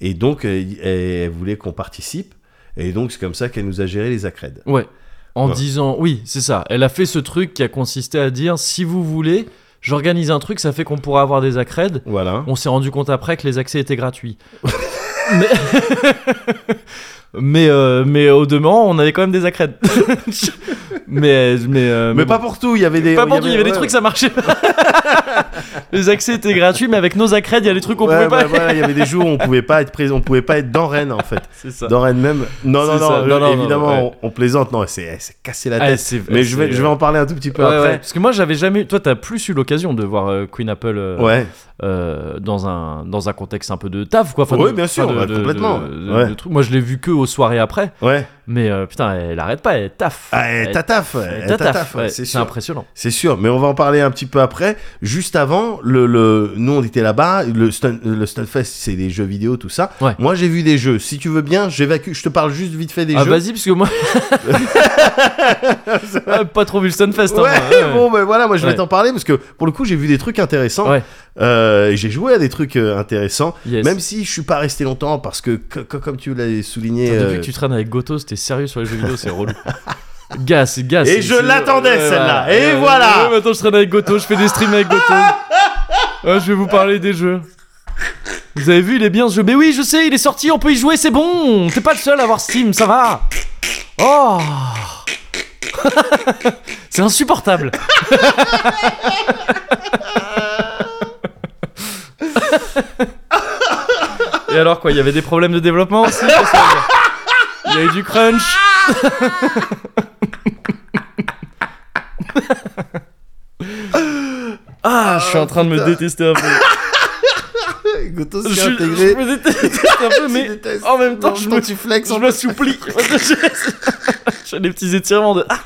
Et donc, elle, elle voulait qu'on participe. Et donc, c'est comme ça qu'elle nous a géré les accrèdes. Ouais. En Ouais. disant, oui, c'est ça. Elle a fait ce truc qui a consisté à dire si vous voulez, j'organise un truc, ça fait qu'on pourra avoir des accrèdes. Voilà. On s'est rendu compte après que les accès étaient gratuits. mais mais, euh, mais au demeurant, on avait quand même des accrèdes. mais mais, euh, Mais bon. pas pour tout, il y avait des. Pas pour tout, il y avait des ouais. trucs, ça marchait pas. les accès étaient gratuits, mais avec nos accrèdes, il y a des trucs qu'on Ouais, pouvait bah, pas. voilà, il y avait des jours où on pouvait pas être présent, on pouvait pas être dans Rennes en fait. C'est ça. Dans Rennes même. Non, non, C'est non, ça. Non, non, évidemment, non, ouais. on, on plaisante. Non, c'est eh, c'est casser la Ah, tête. c'est- Mais je vais, c'est- je vais en parler un tout petit peu Ouais, ouais, après. Parce que moi, j'avais jamais. eu- Toi, t'as plus eu l'occasion de voir euh, Queen Apple. euh, Ouais, euh, dans un dans un contexte un peu de taf quoi. Ouais, de- bien sûr, de- bah, de- complètement. de- de- Ouais. de trucs. Moi, je l'ai vu que aux soirées après, ouais, Mais euh, putain, elle arrête pas, elle taffe. Ah, eh, tataf, eh, tataffe, tataf, ouais, ouais, c'est c'est sûr. impressionnant. C'est sûr, mais on va en parler un petit peu après. Juste avant, le, le- nous on était là-bas, le, Stun- le Stunfest c'est des jeux vidéo, tout ça. Ouais. Moi j'ai vu des jeux, si tu veux bien, j'évacue, je te parle juste vite fait des Ah, jeux. vas-y, parce que moi. Ah, pas trop vu le Stunfest. hein, moi, Ouais, ouais. bon ben voilà, moi je vais Ouais. t'en parler parce que pour le coup j'ai vu des trucs intéressants. Ouais. Euh, j'ai joué à des trucs euh, intéressants, Yes. même si je suis pas resté longtemps parce que co- co- comme tu l'as souligné. Putain, euh, Depuis que tu traînes avec Gotos, t'es sérieux sur les jeux vidéo, c'est relou. Gas, gas. Et c'est- je c'est- l'attendais, celle-là. voilà. Et voilà. ouais, Maintenant, je traîne avec Gotos, je fais des streams avec Gotos. Ouais, je vais vous parler des jeux. Vous avez vu, il est bien ce jeu. Mais oui, je sais, il est sorti, on peut y jouer, c'est bon. T'es pas le seul à avoir Steam, ça va. Oh. c'est insupportable. Et alors quoi, il y avait des problèmes de développement aussi qu'est-ce qu'on veut dire Il y a eu du crunch. Ah, je suis en train de me détester un peu. Je, Gotos s'est suis- intégré. je me déteste un peu, Tu mais détestes. en même temps, Non, je quand me- tu flexes, je m'assouplis. J'ai des petits étirements de. Ah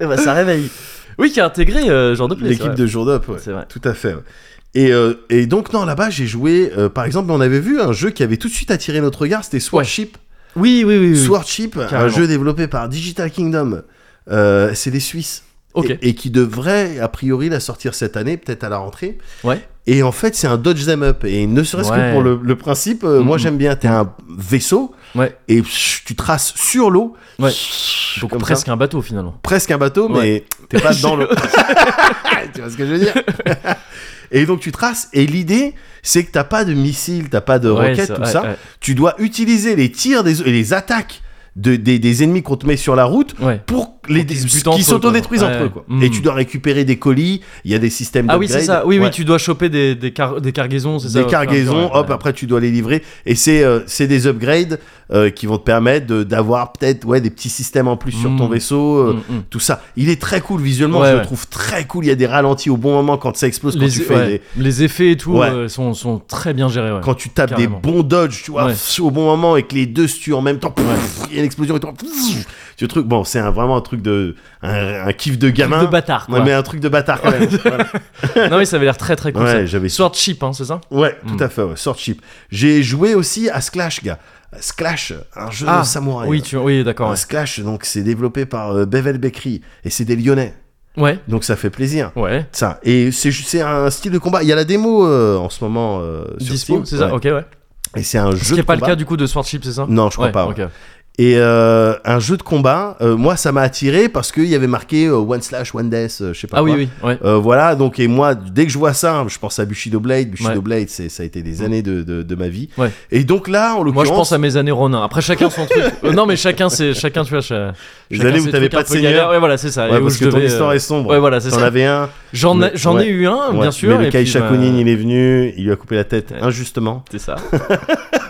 Eh Et bah, ça réveille. Oui, qui a intégré euh, genre de Play, ben, L'équipe c'est vrai. de Jour d'Up, ouais. C'est vrai. Tout à fait. ouais. Et, euh, et donc, non, là-bas, j'ai joué. euh, par exemple, on avait vu un jeu qui avait tout de suite attiré notre regard, c'était Swordship. Oui, oui, oui. oui. Swordship, un Carrément. jeu développé par Digital Kingdom. Euh, c'est des Suisses. Ok. Et, et qui devrait, a priori, la sortir cette année, peut-être à la rentrée. Ouais. Et en fait, c'est un Dodge Them Up. Et ne serait-ce que Ouais. pour le, le principe, euh, Mhm. moi, j'aime bien. T'es un vaisseau Ouais. et pff, tu traces sur l'eau. Ouais. Pff, Donc, comme ça. presque un bateau finalement. presque un bateau, mais Ouais. t'es pas dans l'eau. tu vois ce que je veux dire Et donc tu traces, et l'idée, c'est que t'as pas de missiles, t'as pas de Ouais, roquettes, ça- tout ouais, ça. ouais. Tu dois utiliser les tirs des, et les attaques de, des, des ennemis qu'on te met sur la route Ouais. pour les qu'ils se butent entre eux, qui s'autodétruisent quoi. entre Ouais, eux. Quoi. ouais. Et Mm. tu dois récupérer des colis, il y a des systèmes Ah oui, c'est d'upgrade. ça. Oui, Ouais. oui, tu dois choper des, des, car- des cargaisons, c'est ça Des ouais, cargaisons, ouais, ouais. hop, après tu dois les livrer. Et c'est euh, c'est des upgrades euh, qui vont te permettre de- d'avoir peut-être ouais, des petits systèmes en plus sur ton Mm. vaisseau. euh, Mm, mm. tout ça. Il est très cool visuellement, Ouais, je le ouais. trouve très cool. Il y a des ralentis au bon moment quand ça explose, quand Les, tu fais ouais, des- les effets et tout Ouais. euh, sont, sont très bien gérés. Ouais. Quand tu tapes Carrément. des bons dodge, tu vois, Ouais. pff, au bon moment et que les deux se tuent en même temps, pff, il y a une explosion et toi, pff, ce truc, bon, c'est un- vraiment un truc de, un, un kiff de Truc gamin, de bâtard. Ouais, quoi. mais un truc de bâtard quand même. Voilà. non, mais ça avait l'air très très cool. Ouais, ça. j'avais Sword Chip, hein, c'est ça Ouais, Mm. tout à fait, ouais, sort cheap. J'ai joué aussi à Sklash, gars. Sklash, un jeu de samouraï. Ah, Oui, tu... oui d'accord. Un Sklash, donc c'est développé par euh, Bevel Bakery et c'est des Lyonnais, Ouais. donc ça fait plaisir. Ouais. ouais. Ça. Et c'est ju- c'est un style de combat. Il y a la démo euh, en ce moment euh, sur Dispo, Steam. c'est ça Ouais. Ok, ouais. Et c'est un jeu. Ce qui de n'est pas le combat. cas du coup de Sword Chip, c'est ça Non, je crois ouais, pas. ouais. ok. Et euh, un jeu de combat. euh, moi, ça m'a attiré parce qu'il y avait marqué euh, One Slash One Death, euh, je sais pas Ah quoi. oui, oui. Ouais. Euh, voilà, donc et moi, dès que je vois ça, hein, je pense à Bushido Blade. Bushido Ouais. Mm. Blade, c'est, ça a été des années de, de, de ma vie. Ouais. Et donc là, en l'occurrence, Moi, je pense à mes années Ronin. Après, chacun son truc. Euh, non, mais chacun, c'est chacun, tu vois. cha- Les chacun années où ses t'avais trucs un pas de peu seigneur. galères. Ouais, voilà, c'est ça. ouais, et où parce je que ton devais, euh, histoire est sombre. Ouais, voilà, c'est T'en ça. avais un. J'en ai- Ouais. j'en ai eu un, ouais. bien sûr. Mais et le puis, Kai Shakunin, bah, il est venu, il lui a coupé la tête Ouais. injustement. C'est ça.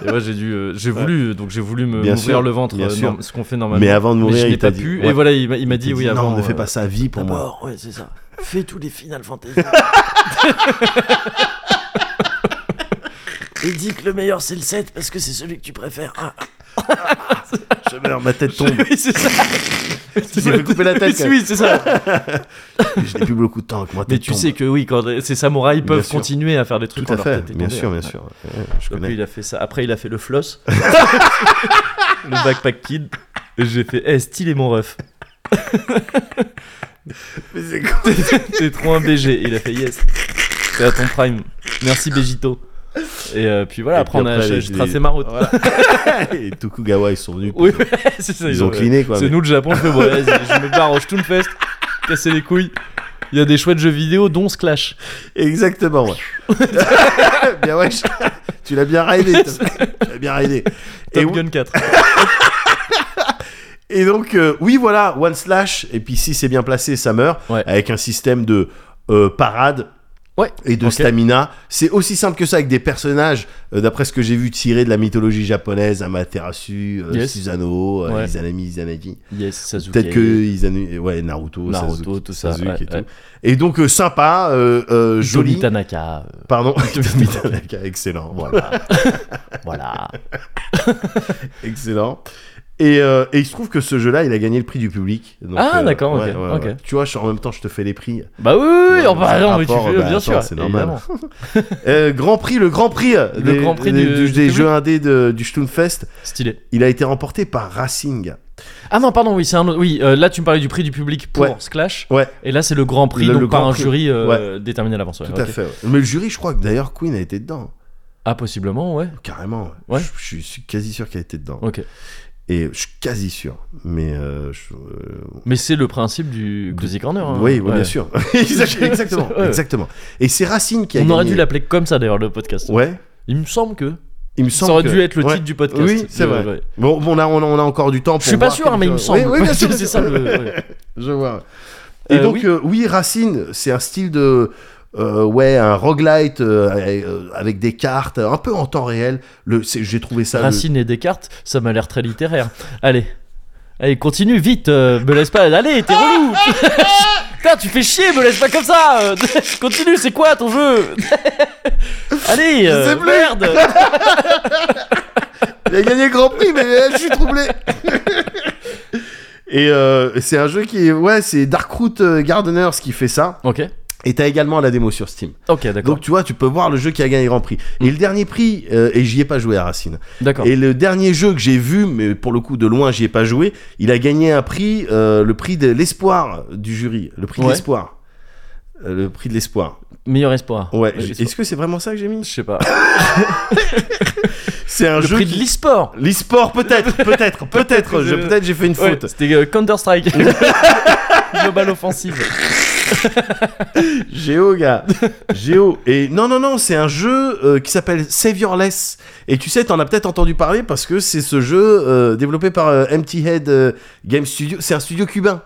et moi, j'ai dû, euh, j'ai voulu, donc j'ai voulu me Bien m'ouvrir sûr, le ventre, bien euh, sûr. norm- ce qu'on fait normalement. Mais avant de Mais mourir, je il n'ai t'a pas dit. pu. ouais. Et voilà, il m'a il m'a dit, Il oui, t'a avant. Non, ne fais euh, pas ça à vie pour moi. ouais, c'est ça. Fais tous les Final Fantasy. Et dis que le meilleur c'est le 7 parce que c'est celui que tu préfères. Ah, Je meurs, ma tête tombe. oui, c'est ça. Tu t'es fait couper la tête, quand même. Oui, c'est ça. Je n'ai plus beaucoup de temps avec moi. Mais tête tu tombe. sais que oui, quand ces samouraïs Bien peuvent sûr. continuer à faire des trucs. Tout à quand leur fait, tête est bien tombée. sûr, bien hein. Ouais. sûr. Ouais, ouais, je Donc connais. lui, il a fait ça. Après, il a fait le floss, le backpack kid. Et J'ai fait, eh, stylé mon ref. T'es trop un BG. Et il a fait, yes. C'est à ton prime. Merci Bégito. Et euh, puis voilà, Et après, puis on a, après, les- Ah. j'ai j'ai tracé les- ma route. Voilà. Et Tokugawa, ils sont venus. Oui, c'est ça. Ils ont cliné, quoi. C'est mais- nous le Japon, je fais, bon, vas-y, je me barre au Stunfest, casser les couilles. Il y a des chouettes jeux vidéo dont on se clash. Exactement, ouais. bien, ouais. je- Tu l'as bien raidé. t'as- Tu l'as bien raidé. Top Et, Gun 4. et donc, euh, oui, voilà, One Slash. Et puis, si c'est bien placé, ça meurt. Ouais. Avec un système de euh, parade. Ouais. Et de Ok. stamina. C'est aussi simple que ça avec des personnages, euh, d'après ce que j'ai vu, tirés de la mythologie japonaise, Amaterasu, euh, Yes. Susanoo, euh, Ouais. Izanami, Izanagi. Yes, Sasuke. Peut-être que Izanami, ouais, Naruto, Naruto, Sasuke, tout ça, Sasuke ouais, et, tout. ouais. et donc euh, sympa, euh, euh, joli. Joli Tanaka. euh, Pardon, Tommy Tanaka, excellent, voilà, voilà. excellent. Et, euh, et il se trouve que ce jeu-là, il a gagné le prix du public. Donc, euh, Ah, d'accord, ok, ouais, ouais, ouais. ok. Tu vois, je- en même temps, je te fais les prix. Bah oui, oui, Ouais, oh, bah c'est non, un mais tu rapport, fais, bah, bien attends, sûr. c'est normal. évidemment. Euh, grand prix, le grand prix, euh, Le grand prix du- du des public. jeux indés de- du Stunfest, Stylé. il a été remporté par Racing. Ah non, pardon, oui, c'est un autre. Oui, euh, là tu me parlais du prix du public pour Ouais. Sklash. Ouais. Et là c'est le grand prix, Le- donc le par grand un prix. jury euh, déterminé à l'avance. ouais, Tout à ok. fait. ouais. Mais le jury, je crois que d'ailleurs Queen a été dedans. Ah, possiblement, ouais. Carrément. Ouais. Je, je suis quasi sûr qu'elle était dedans. Ok. Et je suis quasi sûr. Mais euh, je- euh, Mais c'est le principe du Cozy Corner. hein. oui, oui, Ouais. bien sûr. Exact- exactement. Ouais. Exactement. Et c'est Racing qui a On aurait gagné. dû l'appeler comme ça d'ailleurs, le podcast. Ouais. Il me semble que. Il me Ça semble aurait que- dû être le Ouais. titre du podcast. Oui, c'est De- vrai. ouais. Bon, bon, là, on a, on a encore du temps. Pour Je suis pas voir sûr, hein, mais il me quelques- semble. Oui, oui, bien sûr, c'est bien ça sûr. le. ouais. Je vois. Et Euh, donc, oui. euh, oui, Racine, c'est un style de. euh, ouais, un roguelite euh, euh, avec des cartes, un peu en temps réel. Le, c'est- j'ai trouvé ça. le- Racine et Descartes, ça m'a l'air très littéraire. Allez. Allez, continue, vite, euh, me laisse pas. Allez, t'es relou Putain, tu fais chier, me laisse pas comme ça euh, Continue, c'est quoi ton jeu Allez, euh, sais plus. merde Il a gagné le Grand Prix, mais euh, je suis troublé. Et euh, c'est un jeu qui est. Ouais, c'est Darkroot euh, Gardeners qui fait ça. Ok, Et t'as également la démo sur Steam. ok, d'accord. Donc tu vois, tu peux voir le jeu qui a gagné le Grand Prix. Et le dernier prix, euh, et j'y ai pas joué à Racine. D'accord. Et le dernier jeu que j'ai vu, mais pour le coup de loin, j'y ai pas joué, il a gagné un prix, euh, le prix de l'espoir du jury, le prix de Ouais. l'espoir. Euh, Le prix de l'espoir. Meilleur espoir. Ouais. Meilleur j'ai- espoir. Est-ce que c'est vraiment ça que j'ai Je mis sais pas. C'est un Le jeu. prix qui- de l'e-sport L'e-sport, peut-être, peut-être, peut-être. que je- je- Peut-être j'ai fait une Ouais, faute. C'était euh, Counter-Strike. Global offensive. Géo, gars. Géo. Et non, non, non, c'est un jeu euh, qui s'appelle Saviorless. Et tu sais, t'en as peut-être entendu parler parce que c'est ce jeu euh, développé par euh, Empty Head euh, Game Studio. C'est un studio cubain.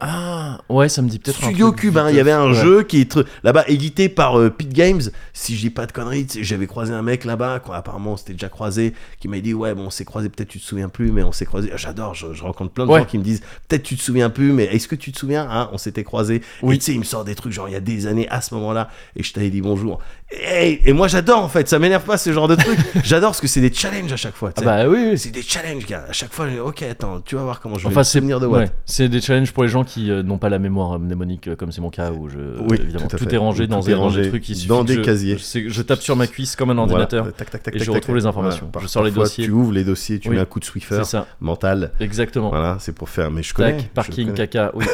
Ah, ouais, ça me dit peut-être. un Studio truc cubain, vite, il y avait un ouais. jeu qui est tr- là-bas édité par euh, Pete Games. Si je dis pas de conneries, tu sais, j'avais croisé un mec là-bas, quoi. Apparemment, on s'était déjà croisé, qui m'a dit ouais, bon, on s'est croisé. Peut-être tu te souviens plus, mais on s'est croisé. J'adore, je, je rencontre plein de Ouais. gens qui me disent peut-être tu te souviens plus, mais est-ce que tu te souviens hein, On s'était croisé. Oui. Et tu sais, il me sort des trucs genre il y a des années à ce moment-là, et je t'avais dit bonjour. Et, et moi, j'adore en fait. Ça m'énerve pas ce genre de trucs. j'adore parce que c'est des challenges à chaque fois. tu Ah sais. bah oui, oui, C'est des challenges, gars. À chaque fois, je- ok, attends, tu vas voir comment je vais Enfin, me c'est souvenir de Watt. ouais, c'est des challenges pour les gens qui euh, n'ont pas la mémoire mnémonique, euh, comme c'est mon cas où je Oui, évidemment tout à tout, fait. est rangé Tout dans, est des, dans des rangé trucs. Il suffit dans que des je- casiers. Je, sais- je tape sur ma cuisse comme un ordinateur. Voilà, bah, tac, tac, tac, et tac, je tac, retrouve tac. les informations. Voilà, Je sors les parfois, dossiers. Tu ouvres les dossiers, tu Oui. mets un coup de Swiffer C'est ça, mental. exactement. Voilà, c'est pour faire. Mais je connais. Tac, je parking, connais. Oh, caca, oui.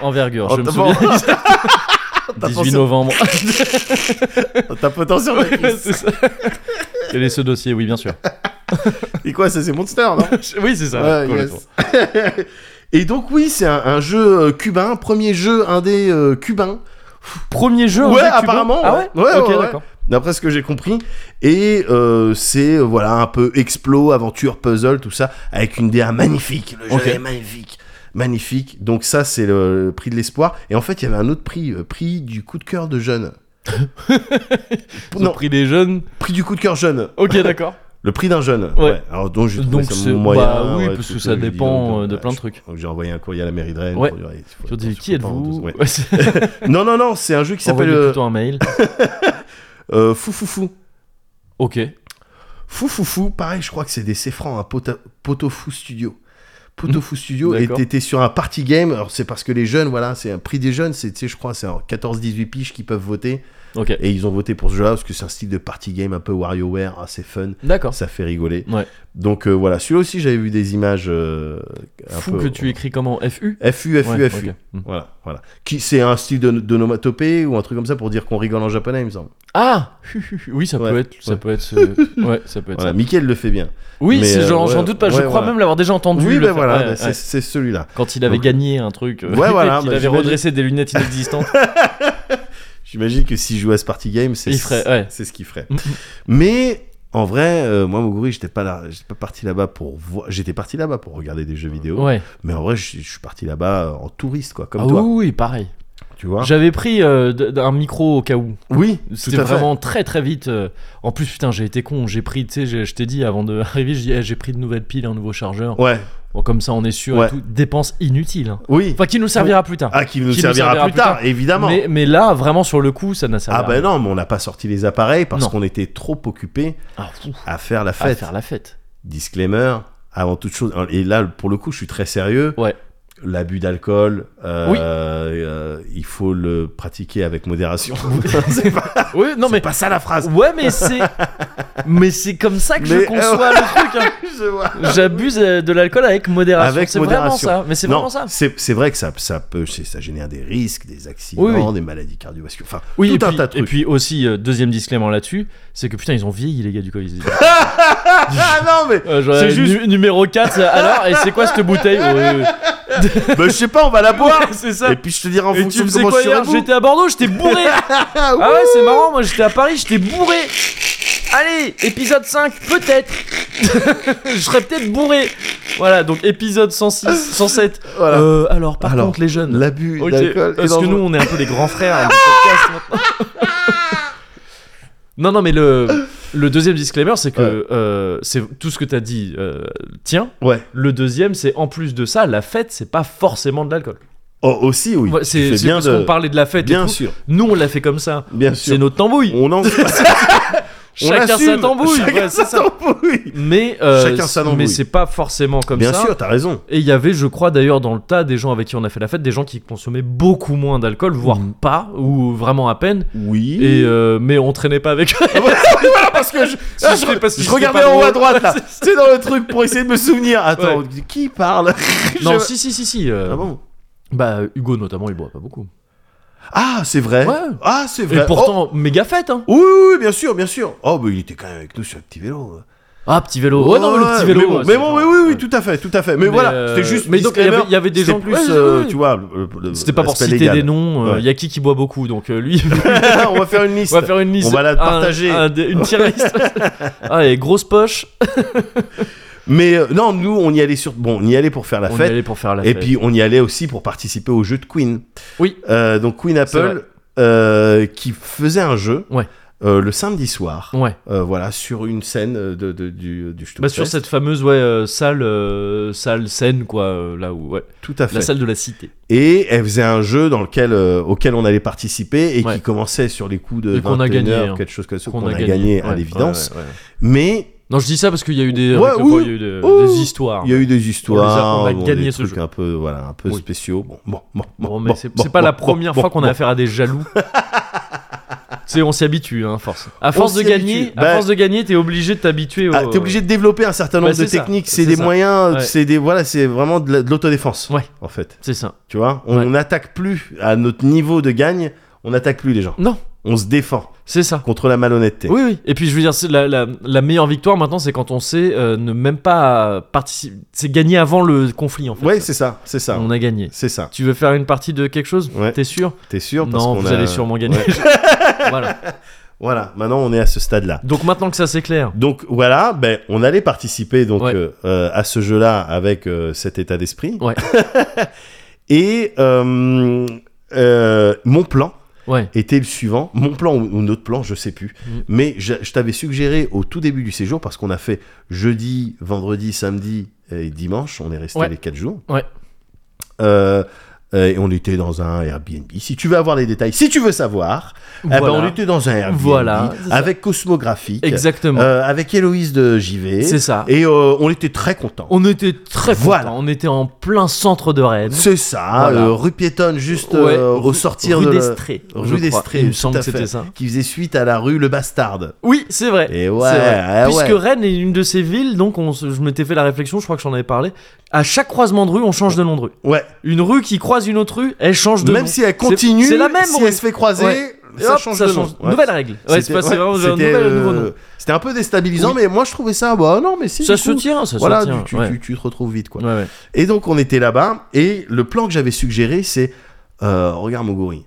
Envergure, En je me tapant- souviens. 18 novembre. T'as potentiel. C'est ça. Quel est ce dossier Oui, bien sûr. Et quoi, ça c'est Monster, non Oui, c'est ça. Ouais, complètement. yes. Et donc oui, c'est un, un jeu euh, cubain, premier jeu indé euh, cubain, Premier jeu. un Ouais, jeu cubain apparemment, Ah ouais. ouais. Ouais, Ok, ouais, ouais. d'accord. d'après ce que j'ai compris. Et euh, c'est euh, voilà un peu explo, aventure, puzzle, tout ça, avec une DA magnifique. Le jeu Ok. est magnifique, magnifique. Donc ça c'est le, le prix de l'espoir. Et en fait, il y avait un autre prix, euh, prix du coup de cœur de jeune. Ils ont pris des jeunes. prix du coup de cœur jeune. Ok, d'accord. Le prix d'un jeune. Ouais. Alors donc j'ai trouvé Donc ça c'est- moyen. bah oui, ouais, parce tout que ça Je lui dis, dépend, donc, euh, de bah, plein de je- trucs. donc j'ai envoyé un courrier à la mairie de Rennes. Ouais. pour dire, il faut- Sur des attention, qui faut pas en êtes-vous deux- ouais. Ouais, c'est- Non non non, c'est un jeu qui s'appelle Envoyez euh, plutôt un mail. euh, Fou Fou Fou. Ok. Fou Fou Fou, pareil, je crois que c'est des Céfrans, un Poto Fou Studio. Poto Fou Studio, Hmm. et D'accord. t'étais sur un party game. Alors, c'est parce que les jeunes, voilà, c'est un prix des jeunes, c'est, tu sais, je crois, c'est en 14-18 piges qui peuvent voter. Ok. Et ils ont voté pour ce jeu-là parce que c'est un style de party game un peu WarioWare, assez fun. D'accord. Ça fait rigoler. Ouais. Donc, euh, voilà, celui-là aussi, j'avais vu des images. euh, un Fou peu- que tu écris comment FU FU, FU, Ouais, FU. ok. Mm. Voilà, voilà. Qui, c'est un style de, d'onomatopée ou un truc comme ça pour dire qu'on rigole en japonais, il me semble. Ah hu, hu, hu. Oui, ça Ouais, peut être. Ça ouais. peut être. ce- Ouais, ça peut être. Voilà, ça. Mickaël le fait bien. Oui, mais, c'est- euh, j'en ouais, j'en doute pas. Je ouais, crois voilà. même l'avoir déjà entendu. oui, le ben faire. voilà, Ouais, ben, ouais. c'est, c'est celui-là. Quand il avait Donc- gagné un truc. euh, Ouais, voilà, qu'il bah, avait j'imagine. redressé des lunettes inexistantes. J'imagine que s'il jouait à ce party game, c'est Il ferait, ouais. c'est ce qu'il ferait. Mm, mm. Mais en vrai, euh, moi Moguri, j'étais pas là, j'étais pas parti là-bas pour voir, j'étais parti là-bas pour regarder des jeux vidéo. ouais. Mais en vrai, je je suis parti là-bas euh, en touriste quoi, comme ah, toi, oui, oui, pareil. tu vois. J'avais pris euh, d- d- un micro au cas où. Oui, C'était tout à fait. vraiment très très vite. euh. En plus, putain, j'ai été con. J'ai pris, tu sais, j'ai- je t'ai dit avant de arriver, j'ai dit, eh, j'ai pris de nouvelles piles, un nouveau chargeur. Ouais, Bon, comme ça, on est sûr. Ouais. Et tout. Dépense inutile. hein. oui. Enfin, qui nous servira plus tard. Ah, qui nous qui nous servira, plus, tard, évidemment. Mais, mais là, vraiment, sur le coup, ça n'a servi Ah à ben rien. non, mais on n'a pas sorti les appareils parce Non. qu'on était trop occupés Ah, fou, à faire la à fête. faire la fête. Disclaimer, avant toute chose. hein, Et là, pour le coup, je suis très sérieux. Ouais. L'abus d'alcool, euh, Oui. euh, il faut le pratiquer avec modération. c'est pas, Oui, non c'est mais. pas ça la phrase. Ouais, mais c'est. mais c'est comme ça que Mais, euh, je conçois le truc. hein. Je vois. J'abuse euh, de l'alcool avec modération. Avec c'est vraiment modération. ça. Mais c'est Non, vraiment ça. C'est, c'est vrai que ça, ça peut, c'est- ça génère des risques, des accidents, Oui, oui. des maladies cardiovasculaires. Enfin, Oui, tout et, un puis, tas de et trucs. puis aussi, euh, deuxième disclaimer là-dessus, c'est que putain, ils ont vieilli les gars du Covid. ah non, mais Euh, genre, C'est euh, juste- nu- numéro 4, alors, et c'est quoi cette bouteille Ouais, ouais. bah, je sais pas, on va la boire. C'est ça. Et puis je te dirai en Et fonction tu de faisais comment quoi je serai hier debout. J'étais à Bordeaux, j'étais bourré Ah ouais, c'est marrant, moi j'étais à Paris, j'étais bourré Allez, épisode 5, peut-être Je serais peut-être bourré Voilà, donc épisode 106, 107. Voilà. Euh, alors, par Alors, contre, les jeunes. L'abus Ok, d'alcool. est Parce que dangereux. nous, on est un peu les grands frères hein, du podcast maintenant. Non, non, mais le, le deuxième disclaimer, c'est que euh, c'est tout ce que t'as dit euh, tient. Ouais. Le deuxième, c'est en plus de ça, la fête, c'est pas forcément de l'alcool. Oh, aussi, oui. Ouais, Tu c'est fais c'est bien parce de. qu'on parlait de la fête. et Bien tout. sûr, Nous, on l'a fait comme ça. bien C'est sûr. notre tambouille. On en. Chacun sa assume. tambouille. Chacun ouais, sa c'est ça. tambouille. Mais, euh, Chacun sa tambouille. mais c'est pas forcément comme Bien ça. sûr, t'as raison. Et il y avait, je crois d'ailleurs, dans le tas des gens avec qui on a fait la fête, des gens qui consommaient beaucoup moins d'alcool, voire pas, ou vraiment à peine. Mm. Oui. Et euh, mais on traînait pas avec eux. voilà, Ah, parce que je, Si là, je je, fais pas- si je je fais regardais pas en haut à drôle. droite là. C'est dans le truc pour essayer de me souvenir. Attends, qui parle Non, Je- si, si, si, si. euh, Ah bon Bah, Hugo notamment, il boit pas beaucoup. Ah, c'est vrai. Ouais. Ah, c'est Et vrai. pourtant, méga fête, hein. Oh, Oui, oui, oui, bien sûr, bien sûr. Oh, bah il était quand même avec nous sur le petit vélo. hein. Ah, petit vélo. Ouais, non, mais le petit ouais, vélo. Mais bon, ouais, mais c'est bon, genre- oui, oui, oui, ouais. tout à fait, tout à fait. Mais, Mais, voilà, euh, c'était juste. mais donc, il y disclaimer, avait- il y avait des c'était gens- plus, ouais, euh, ouais. tu vois. le- le- C'était pas pour l'aspect citer légal. des noms. Il Ouais. y a qui qui boit beaucoup, donc euh, lui. on va faire une liste. On va faire une liste. On va la Un- partager. un- des- une tier list. ah, et grosse poche. Mais euh, non, nous, on y allait sur. Bon, on y allait pour faire la on fête. y allait pour faire la et fête. puis on y allait aussi pour participer au jeu de Queen. Oui. Euh, donc Queen C'est vrai. Apple euh, qui faisait un jeu. Ouais. euh, le samedi soir. Ouais. Euh, voilà, sur une scène euh, de, de- du, du Bah, Stukfest. sur cette fameuse ouais, euh, salle, euh, salle scène, quoi, euh, là où. Ouais. Tout à fait. La salle de la cité. Et elle faisait un jeu dans lequel, euh, auquel on allait participer et Ouais. qui commençait sur les coups de Et qu'on a 21 gagné, heures, hein. quelque chose comme ça, Qu'on qu'on a a gagné, gagné, à ouais, l'évidence. ouais, ouais, ouais. Mais Non, je dis ça parce qu'il y a eu des, Ouais, avec le oui. bois, il y a eu des- Oh. des histoires. il y a eu des histoires, on a bon, gagné des ce trucs jeu. un peu, voilà, un peu Oui. spéciaux. Bon, bon, bon, bon, Bon, mais bon, c'est bon, c'est pas la bon, première bon, fois qu'on bon. a affaire à des jaloux. tu sais, on s'y habitue, hein, force. À force de s'y gagner, habitue. à Bah- force de gagner, t'es obligé de t'habituer. Ah, au- t'es obligé de développer un certain nombre Euh, Bah, de c'est ça, techniques, c'est c'est des ça. moyens, Ouais. c'est des voilà, c'est vraiment de la- de l'autodéfense. Ouais. En fait, C'est ça. tu vois, on n'attaque plus à notre niveau de gagne, on n'attaque plus les gens. Non, On se défend c'est ça. contre la malhonnêteté. Oui, oui. Et puis je veux dire, c'est la, la, la meilleure victoire maintenant, c'est quand on sait euh, ne même pas participer. C'est gagner avant le conflit, en fait. Ouais, c'est ça, c'est ça. on a gagné. C'est ça. Tu veux faire une partie de quelque chose Ouais. T'es sûr T'es sûr parce Non, qu'on vous a- allez sûrement gagner. Ouais. voilà. Voilà, maintenant on est à ce stade-là. Donc maintenant que ça s'éclaire, Donc voilà, ben, on allait participer donc Ouais. euh, euh, à ce jeu-là avec euh, cet état d'esprit. Ouais. Et euh, euh, mon plan ouais. était le suivant, mon plan ou, ou notre plan, je sais plus, Mm. mais je, je t'avais suggéré au tout début du séjour, parce qu'on a fait jeudi, vendredi, samedi et dimanche, on est resté Ouais. les quatre jours. Ouais. Euh, euh, et on était dans un Airbnb. Si tu veux avoir les détails, si tu veux savoir, eh ben, Voilà. on était dans un Airbnb Voilà, c'est ça. avec Cosmographique, Exactement. euh, avec Héloïse de JV. C'est ça. Et euh, on était très contents. On était très Voilà. contents. On était en plein centre de Rennes. C'est ça, Voilà. euh, rue piétonne juste Ouais, euh, au rue- sortir rue de la- d'Estrée, je rue crois. d'Estrée, Il me tout semble à que c'était fait, ça. qui faisait suite à la rue Le Bastarde. Oui, c'est vrai. Et ouais, C'est vrai. eh Puisque ouais. Rennes est une de ces villes, donc on se- je m'étais fait la réflexion, je crois que j'en avais parlé. À chaque croisement de rue, on change de nom de rue. Ouais. Une rue qui croise une autre rue, elle change de Même nom. si elle continue, c'est la même si rue. elle se fait croiser, Ouais. Et ça hop, change ça de change. nom. Ouais. Nouvelle règle. Ouais, c'est C'était- pas- c'est ouais, vraiment un c'était, nouvel, un nouveau euh, nom. C'était un peu déstabilisant, Oui. mais moi je trouvais ça, bah non, mais si. Ça du se coup, tient, ça Voilà, se tient. tu- tu, ouais. tu- tu te retrouves vite, quoi. Ouais, ouais. Et donc on était là-bas, et le plan que j'avais suggéré, c'est euh, regarde Moguri,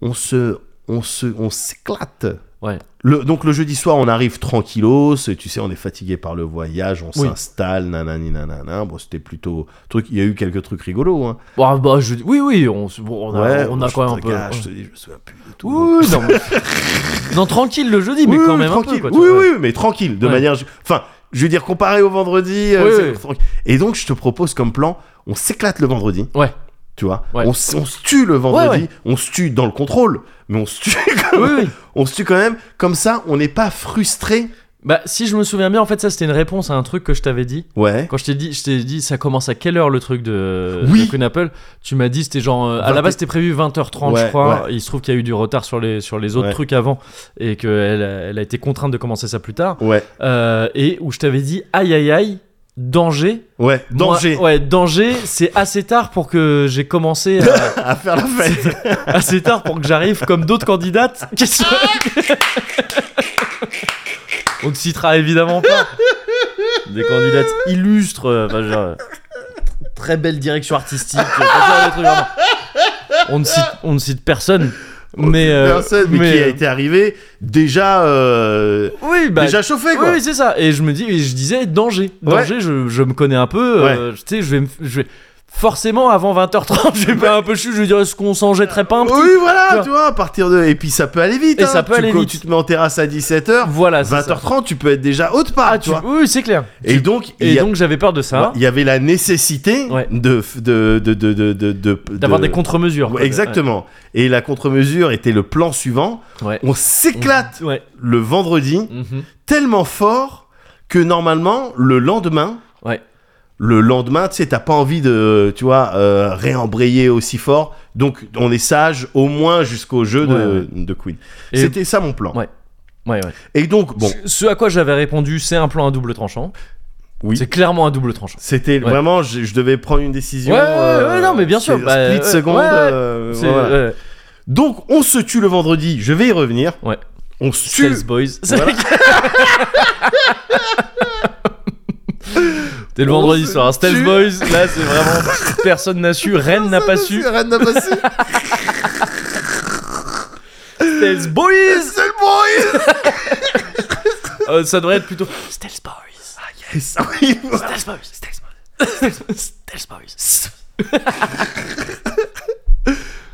on se, on se, on s'éclate. Ouais. Le- donc le jeudi soir, on arrive tranquillos, et tu sais, on est fatigué par le voyage, on Oui. s'installe, nanani nanana. Bon, c'était plutôt truc. Il y a eu quelques trucs rigolos. Hein. Bah, bah, je- Oui, oui, on, se- bon, on a, Ouais, on a je quand même un te peu. gars, Je te dis, je me souviens plus de tout. Oui, oui, non, mais- non, tranquille le jeudi, mais Oui, quand oui, même un peu. tranquille. quoi, tu oui, vois. oui, mais tranquille, de Ouais. manière. Enfin, je veux dire, comparé au vendredi. euh, Oui, c'est oui. tranquille. Et donc, je te propose comme plan, on s'éclate le vendredi. Ouais. Tu vois, Ouais. on, s- on se tue le vendredi, Ouais, ouais. on se tue dans le contrôle, mais on se tue, Oui, oui. on se tue quand même. Comme ça, on n'est pas frustré Bah, si je me souviens bien, en fait, ça c'était une réponse à un truc que je t'avais dit. Ouais. Quand je t'ai dit, je t'ai dit, ça commence à quelle heure le truc de, Oui. de Queen Apple Tu m'as dit, c'était genre. euh, à 20 la base, c'était prévu 20h30, Ouais, je crois. Il se trouve qu'il y a eu du retard sur les, sur les autres Ouais. trucs avant et qu'elle elle a été contrainte de commencer ça plus tard. Ouais. Euh, et où je t'avais dit, aïe aïe aïe, danger. Ouais. Moi- Danger ouais, danger, c'est assez tard pour que j'ai commencé à- à faire la fête. assez tard pour que j'arrive comme d'autres candidates. Qu'est-ce que- On ne citera évidemment pas des candidates illustres, euh, enfin, genre, euh, très belle direction artistique. euh, enfin, genre, des trucs vraiment- on, ne cite, on ne cite personne, mais euh, Personne, mais, qui a euh, été arrivé déjà, euh, oui, bah, déjà chauffé, oui, quoi. oui, c'est ça. Et je me dis, et je disais danger, Ouais. danger. Je, je me connais un peu. euh, tu sais, je vais, me- je vais forcément avant 20h30, je vais pas un peu chou. Je vais dire, est-ce qu'on s'en jetterait pas un petit Oui, voilà, vois. tu vois, à partir de. Et puis ça peut aller vite. Et hein. ça peut Tu aller co- vite. Tu te mets en terrasse à 17h, Voilà, c'est ça. 20h30, tu peux être déjà haute part, Ah, tu- tu vois. oui, c'est clair. Et donc, il Et y, a- donc j'avais peur de ça, il y avait la nécessité Ouais. de, f- de, de, de, de, de- de- d'avoir de- des contre-mesures. Ouais, quoi. Exactement. Et la contre-mesure était le plan suivant. Ouais. Mhm. On s'éclate Ouais. le vendredi Mhm. tellement fort que normalement, le lendemain, Ouais. le lendemain, tu sais, t'as pas envie de, tu vois, euh, réembrayer aussi fort. Donc, on est sage au moins jusqu'au jeu de, de Queen. Et- C'était ça mon plan. Ouais. Ouais, ouais. Et donc, bon, Ce- Ce à quoi j'avais répondu, c'est un plan à double tranchant. Oui. C'est clairement un double tranchant. c'était Ouais. vraiment, je, je devais prendre une décision. euh, Ouais, ouais, ouais, non, mais bien sûr, c'est- bah, split ouais, seconde. ouais, ouais. euh, C'est voilà. ouais. Donc, on se tue le vendredi. Je vais y revenir. Ouais. On se tue. Sales Boys. C'est- Voilà. T'es le On vendredi se soir, hein. Sales tue. Boys. Là, c'est vraiment personne n'a su, Rennes Ah, n'a pas su. Rien n'a pas su. Sales Boys. C'est le bruit. Euh, ça devrait être plutôt Sales Boys. Yes, oui, voilà. Sales Boys. Sales Boys. Sales Boys.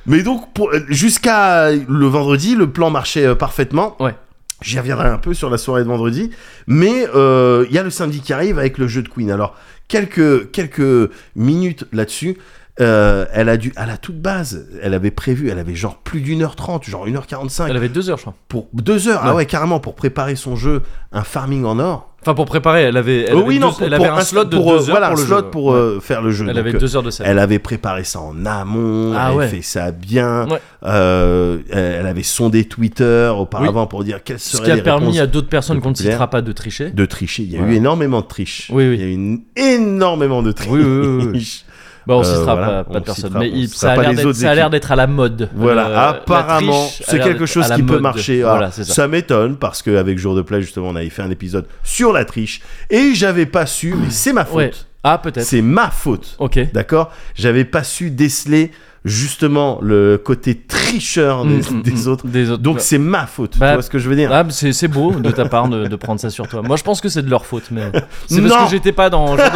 Mais donc, pour- euh, jusqu'à le vendredi, le plan marchait euh, parfaitement. Ouais. J'y reviendrai un peu sur la soirée de vendredi. Mais euh, il y a le samedi qui arrive avec le jeu de Queen. Alors, quelques, quelques minutes là-dessus. euh, elle a dû, à la toute base, elle avait prévu, elle avait genre plus d'une heure trente, genre une heure quarante-cinq, Elle avait deux heures, je crois. pour deux heures, ah Ouais. ouais, carrément, pour préparer son jeu, un farming en or. Enfin, pour préparer, elle avait, elle Oh avait oui, deux- non, pour, elle avait pour un slot de pour, euh, deux heures voilà, pour un le slot jeu. pour Ouais. euh, faire le jeu. Elle Donc, avait euh, deux heures de scène. Elle avait préparé ça en amont, Ah elle ouais. fait ça bien. Ouais. euh, elle avait sondé Twitter auparavant pour dire quelles Ce seraient qui a les permis à réponses d'autres personnes les qu'on ne plus citera pas de tricher. de tricher. Il y a Voilà. eu énormément de triches. Oui, oui. Il y a eu une- énormément de triches. Oui, oui, oui, Bah, on Euh, citera voilà, pas, pas on de personne. citera- mais on il- citera ça, a pas l'air les d'être- autres ça a l'air équipes. d'être à la mode. Voilà, Euh, la apparemment, triche a c'est l'air quelque d'être chose à la qui peut mode. marcher. Alors, Voilà, c'est ça. ça m'étonne parce qu'avec Jour de plage, justement, on avait fait un épisode sur la triche et j'avais pas su, mais c'est ma faute. Ouais. Ah, peut-être. C'est ma faute. Ok. D'accord J'avais pas su déceler justement le côté tricheur des, Mm, mm, des mm. autres. Des autres. Donc c'est ma faute. Bah, tu vois ce que je veux dire Ah, mais c'est c'est beau de ta part de, de prendre ça sur toi. Moi, je pense que c'est de leur faute, mais c'est Non. parce que j'étais pas dans.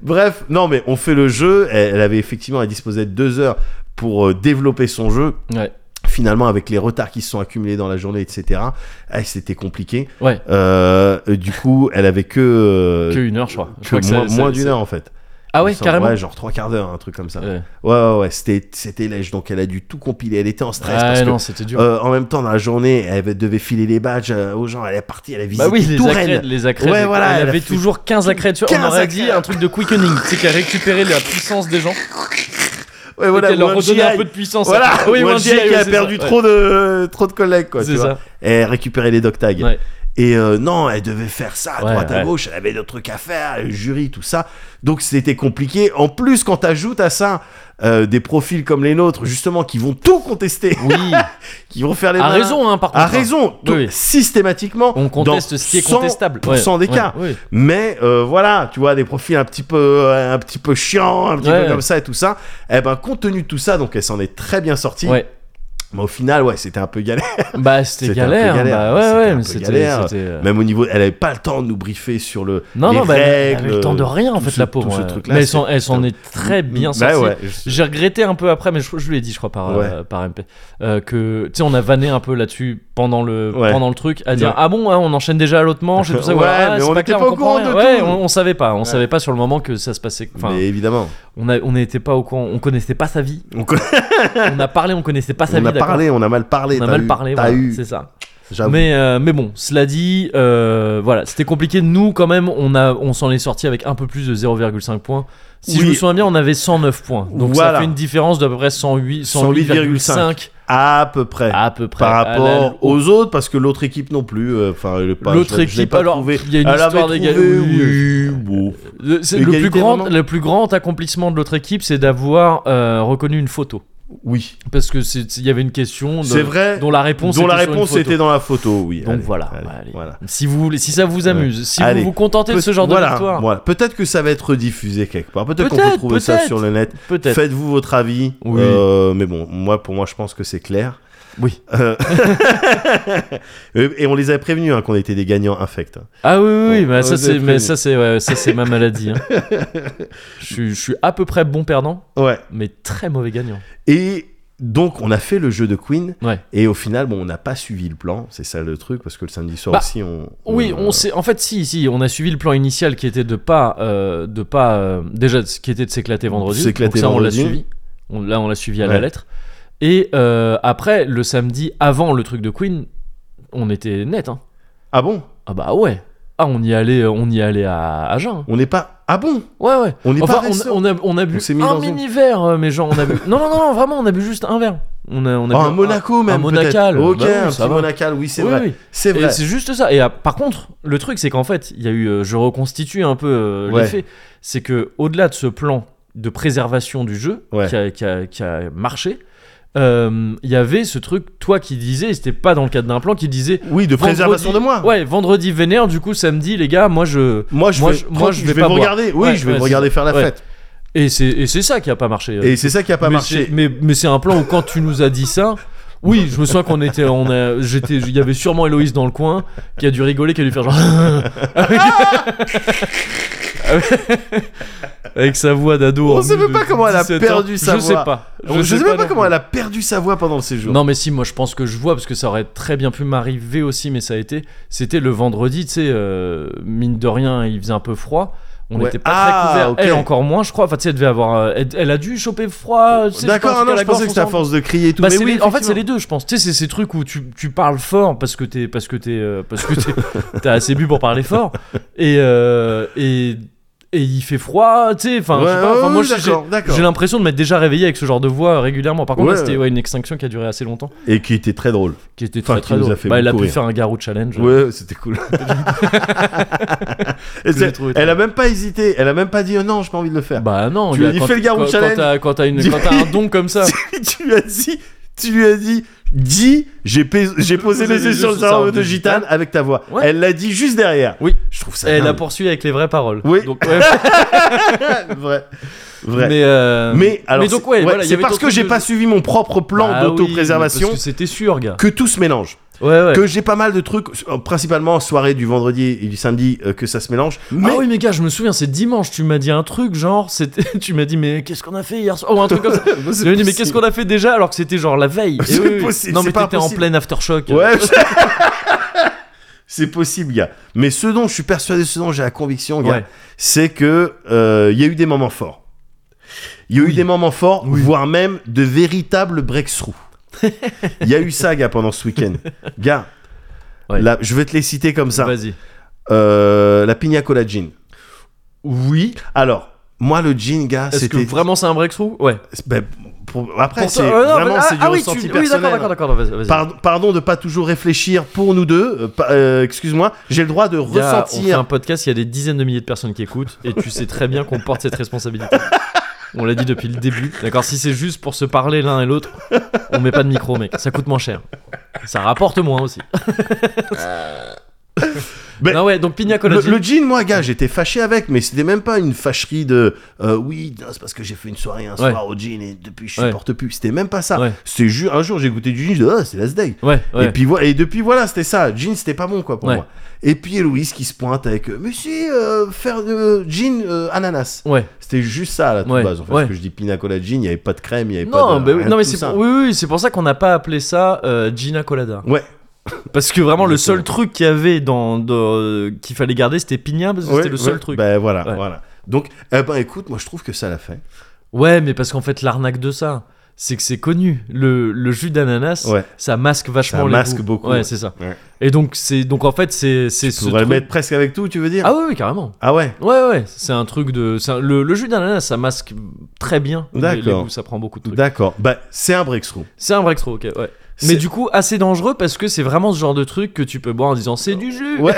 Bref, non mais on fait le jeu. Elle, elle avait effectivement, elle disposait de deux heures pour euh, développer son jeu. Ouais. Finalement, avec les retards qui se sont accumulés dans la journée, etc., ah, c'était compliqué. Ouais. Euh, du coup, elle avait que, euh, Que une heure, je crois. Je que crois que ça- moins, ça- moins ça- d'une heure en fait. Ah ouais, Il me semble, carrément. Ouais, genre trois quarts d'heure, un truc comme ça. Ouais, Ouais. ouais, ouais. C'était, c'était lèche, donc elle a dû tout compiler. Elle était en stress parce Ah que non, c'était dur. Euh, en même temps, dans la journée, elle devait filer les badges euh, aux gens. Elle est partie, elle a visité Bah oui, les tout accrèdes, Rennes. les accrèdes. Ouais, elle- voilà, elle, elle a avait fait toujours 15 accrèdes. sur- 15 On aurait accrèdes. dit un truc de quickening, c'est qu'elle récupérait la puissance des gens Ouais, et qu'elle Wang leur redonnait un Jihai. peu de puissance. Voilà, oui, Wang Wang Jihai Jihai, qui a c'est perdu ça, ouais. trop, de, trop de collègues, quoi. C'est Tu vois. ça. Et elle récupérait les dog tags. Ouais. Et euh, non, elle devait faire ça à Ouais, droite à ouais. gauche. Elle avait d'autres trucs à faire, le jury, tout ça. Donc c'était compliqué. En plus, quand t'ajoutes à ça euh, des profils comme les nôtres, justement, qui vont tout contester, Oui, qui vont faire les à malins. raison, hein, par contre. À raison, Oui, tout- oui. systématiquement. On conteste dans ce qui est contestable. 100% Ouais, des cas. ouais, ouais. Mais euh, voilà, tu vois, des profils un petit peu, euh, un petit peu chiants, un petit Ouais. peu comme ça et tout ça. Eh ben, compte tenu de tout ça, donc elle s'en est très bien sortie. Ouais. Mais au final, ouais, c'était un peu galère. Bah, c'était C'était un peu galère. galère. Bah, ouais, C'était un ouais, peu mais c'était. galère. c'était, euh, Même au niveau, elle avait pas le temps de nous briefer sur le Non, les non, bah, elle règles. avait le temps de rien, en tout fait, ce- la tout pauvre. ce ouais. truc-là, Mais elle s'en- c'est- elle s'en est très bien Bah sortie. ouais, je- J'ai regretté un peu après, mais je, je lui ai dit, je crois, par, euh, par MP, euh, que, tu sais, on a vanné un peu là-dessus pendant le, Ouais. pendant le truc, à dire, Ouais. ah bon, hein, on enchaîne déjà à l'autre manche et tout ça. Ouais, voilà, ah, mais c'est on pas était clair, pas on au comprend courant rien. de Ouais, tout. on, on savait pas, on savait pas sur le moment que ça se passait. Enfin, Mais évidemment, on a- on n'était pas au courant, on connaissait pas sa vie. on, co- on a parlé, on connaissait pas sa on vie. a d'accord parlé, on a mal parlé. on a t'as mal eu- parlé, t'as voilà, eu c'est ça. J'avoue. Mais, euh, mais bon, cela dit, euh, voilà, c'était compliqué. Nous, quand même, on, a, on s'en est sorti avec un peu plus de 0,5 points. Si je Oui. me souviens bien, on avait 109 points. Donc ça Voilà. fait une différence d'à peu près 108, 108,5 à peu près. à peu près. par à la- rapport aux autres, parce que l'autre équipe non plus. euh, Enfin, le pas- L'autre je l'ai- je l'ai équipe, pas alors, trouvé. il y a une Elle avait histoire d'égal- trouvé, oui. oui, bon. Le, c'est- le L'égalité, plus grand, vraiment le plus grand accomplissement de l'autre équipe, c'est d'avoir euh, reconnu une photo. Oui, Parce que c'est- il y avait une question de- c'est vrai. dont la réponse, dont la était, sur une réponse photo. était dans la photo, oui. Donc Allez, voilà, allez, bah, allez. voilà. Si, vous, voulez- si ça vous amuse, si Allez. vous vous contentez de ce genre voilà, de victoire, voilà. Peut-être que ça va être rediffusé quelque part. Peut-être qu'on Peut-être, peut trouver ça peut-être. sur le net. peut-être. Faites-vous votre avis. Oui. Euh, mais bon, moi, pour moi, je pense que c'est clair. Oui. Euh, Et on les avait prévenus hein, qu'on était des gagnants infects. hein. Ah oui, oui, oui, Bon, bah, ça vous c'est, êtes mais prévenus. ça c'est, ouais, ça c'est ma maladie. hein. je, suis- je suis à peu près bon perdant, Ouais. mais très mauvais gagnant. Et donc, on a fait le jeu de Queen. Ouais. Et au final, bon, on n'a pas suivi le plan. C'est ça le truc, parce que le samedi soir Bah, aussi, on. Oui, on s'est, en fait, si, si, on a suivi le plan initial qui était de pas, euh, de pas, euh, déjà, ce qui était de s'éclater vendredi. Donc S'éclater ça, vendredi. on l'a suivi. On, là, on l'a suivi à la Ouais. lettre. Et euh, après, le samedi, avant le truc de Queen, on était net. Hein. Ah bon Ah bah ouais. Ah, on y allait, on y allait à, à jeun. hein. On n'est pas. Ah bon Ouais, ouais. On n'est Enfin, pas resté- on, on a, on a bu s'est mis un dans une- mini verre, euh, mais genre on a bu. non, non, non, non, vraiment, on a bu juste un verre. On a, on a Ah, bu un Monaco même. un peut-être. monacal. Ok, Bah oui, un ça petit va. monacal, oui, c'est Oui, vrai. oui. C'est Et vrai. c'est juste ça. Et ah, par contre, le truc, c'est qu'en fait, il y a eu, euh, je reconstitue un peu euh, Ouais. l'effet, c'est que au-delà de ce plan de préservation du jeu Ouais. qui, a, qui a- qui a marché, euh, il y avait ce truc, toi qui disais, et c'était pas dans le cadre d'un plan, qui disait, Oui, de Vendredi- préservation de moi. ouais, vendredi vénère, du coup samedi, les gars, moi je, Moi, je, Moi, vais, je- moi, je je vais vais pas vous boire. regarder. Oui, Ouais, je vais ouais, vous regarder c'est- faire la ouais. fête. et c'est et c'est ça qui a pas marché. euh, Et c'est ça qui a pas mais marché. c'est- Mais, mais c'est un plan où quand tu nous as dit ça. Oui, je me souviens qu'on était, on a, j'étais, il y avait sûrement Héloïse dans le coin qui a dû rigoler, qui a dû faire genre avec, avec sa voix d'ado. On en sait même pas comment elle a 17 ans. perdu sa Je sais voix. pas. Je, sais même pas, non comment plus. elle a perdu sa voix pendant le séjour. Non mais si, moi je pense que je vois parce que ça aurait très bien pu m'arriver aussi, mais ça a été, c'était le vendredi, tu sais, euh, mine de rien, il faisait un peu froid. On Ouais. n'était pas Ah, très couverts. ok. Elle encore moins, je crois. Enfin, tu sais, elle devait avoir. euh, Elle, elle a dû choper froid. tu sais, pense D'accord, qu'à non, la je pensais gorge, que on c'était à s'en- force de crier et tout. bah, mais c'est oui, les- en fait, c'est effectivement. les deux, je pense. Tu sais, c'est ces trucs où tu, tu parles fort parce que t'es parce que t'es euh, parce que t'es- t'as assez bu pour parler fort et euh, et et il fait froid, tu sais. Enfin, je sais Ouais, pas, enfin, ouais, moi, ouais, j'ai- d'accord, d'accord. j'ai l'impression de m'être déjà réveillé avec ce genre de voix euh, régulièrement. Par contre, Ouais. là, c'était ouais, une extinction qui a duré assez longtemps, Et qui était très drôle. qui était Enfin, très qui très nous a drôle. fait Bah, elle a beaucoup pu rire. faire un Garou challenge. Ouais, c'était cool. Et j'ai c'est- trouvé très elle a même pas hésité. Elle a même pas dit oh, non, j'ai pas envie de le faire. Bah non, Tu il y a- lui quand- fais le Garou quand- quand challenge. t'as- Quand t'as une- Tu- quand t'as un don comme ça. tu lui as dit, tu lui as dit, dis, j'ai pais- j'ai posé les yeux sur le cerveau de gitane avec ta voix. Ouais. Elle l'a dit juste derrière. Oui. Je trouve ça. eh, Elle a dingue. poursuivi avec les vraies paroles. Oui. Donc, ouais, vrai, vrai. Mais, mais, euh, alors, donc c'est- ouais, voilà, il y c'est avait parce ton que truc j'ai de- pas suivi mon propre plan Bah oui, d'autopréservation parce que c'était sûr, gars. que tout se mélange. Ouais, ouais. Que j'ai pas mal de trucs, euh, principalement en soirée du vendredi et du samedi, euh, que ça se mélange. Mais Ah oui, mais gars, je me souviens, c'est dimanche, tu m'as dit un truc, genre, c'était... tu m'as dit, mais qu'est-ce qu'on a fait hier soir Ou un truc comme ça. C'est J'avais dit, mais possible. qu'est-ce qu'on a fait déjà alors que c'était genre la veille Et C'est possible, Non, c'est mais pas t'étais en impossible. plein aftershock. Ouais. c'est possible, gars. Mais ce dont je suis persuadé, ce dont j'ai la conviction, gars, Ouais. c'est que euh, il y a eu des moments forts. Il y a eu des moments forts, voire même de véritables breakthroughs. Il y a eu ça, gars, pendant ce week-end. Gars, Ouais. là, je vais te les citer comme ça. Vas-y. Euh, la pina colada gin. Oui. Alors, moi, le gin, gars, Est-ce que c'était. vraiment c'est un breakthrough Ouais. Ben, pour- Après, Pour c'est toi- euh, non, vraiment mais- c'est ah, du ah oui, ressenti tu- oui, personnel. hein. d'accord, d'accord, d'accord, vas-y. vas-y. Pardon, pardon de pas toujours réfléchir pour nous deux. Euh, pa- euh, Excuse-moi, j'ai le droit Il de y a- On fait ressentir. un podcast, il y a des dizaines de milliers de personnes qui écoutent, et tu sais très bien qu'on porte cette responsabilité. On l'a dit depuis le début. D'accord, si c'est juste pour se parler l'un et l'autre, on met pas de micro, mec. Ça coûte moins cher. Ça rapporte moins aussi. Mais- non ouais, donc Pina Colada. Le, le jean, moi, gars, j'étais fâché avec, mais c'était même pas une fâcherie de euh, oui, non, c'est parce que j'ai fait une soirée un soir au jean et depuis je Ouais. supporte plus. C'était même pas ça. Ouais. C'est juste un jour j'ai goûté du jean, je dis Ah, c'est last day. Ouais, ouais. Et puis voilà, et depuis voilà, c'était ça. Jean, c'était pas bon quoi pour Ouais. moi. Et puis Héloïse qui se pointe avec euh, mais si euh, faire de jean euh, ananas. ouais. C'était juste ça à la toute Ouais. base. En fait, Ouais. parce que je dis pina colada jean, il y avait pas de crème, il y avait pas Non, de bah oui, rien non, de mais tout c'est ça. pour, oui, oui, oui, c'est pour ça qu'on n'a pas appelé ça euh, Gina Colada. Ouais. Parce que vraiment, le seul truc qu'il y avait dans, dans, euh, qu'il fallait garder, c'était Pina, parce que Ouais, c'était le seul ouais. truc. Ben voilà, Ouais. voilà. Donc, eh ben écoute, moi je trouve que ça l'a fait. Ouais, mais parce qu'en fait, l'arnaque de ça, c'est que c'est connu. Le, le jus d'ananas, Ouais. ça masque vachement Ça les masque goûts. beaucoup, Ouais, ouais. c'est ça. Ouais. Et donc, c'est donc en fait, c'est c'est Tu ce pourrais le truc- mettre presque avec tout, tu veux dire Ah oui, oui, carrément. Ah ouais Ouais, ouais, ouais, c'est un truc de. c'est un- le, le jus d'ananas, ça masque très bien. les- les D'accord. goûts, ça prend beaucoup de trucs. D'accord. Bah, c'est un breakthrough. C'est un breakthrough, ok, ouais. C'est- Mais du coup, assez dangereux parce que c'est vraiment ce genre de truc que tu peux boire en disant c'est du jus. Ouais.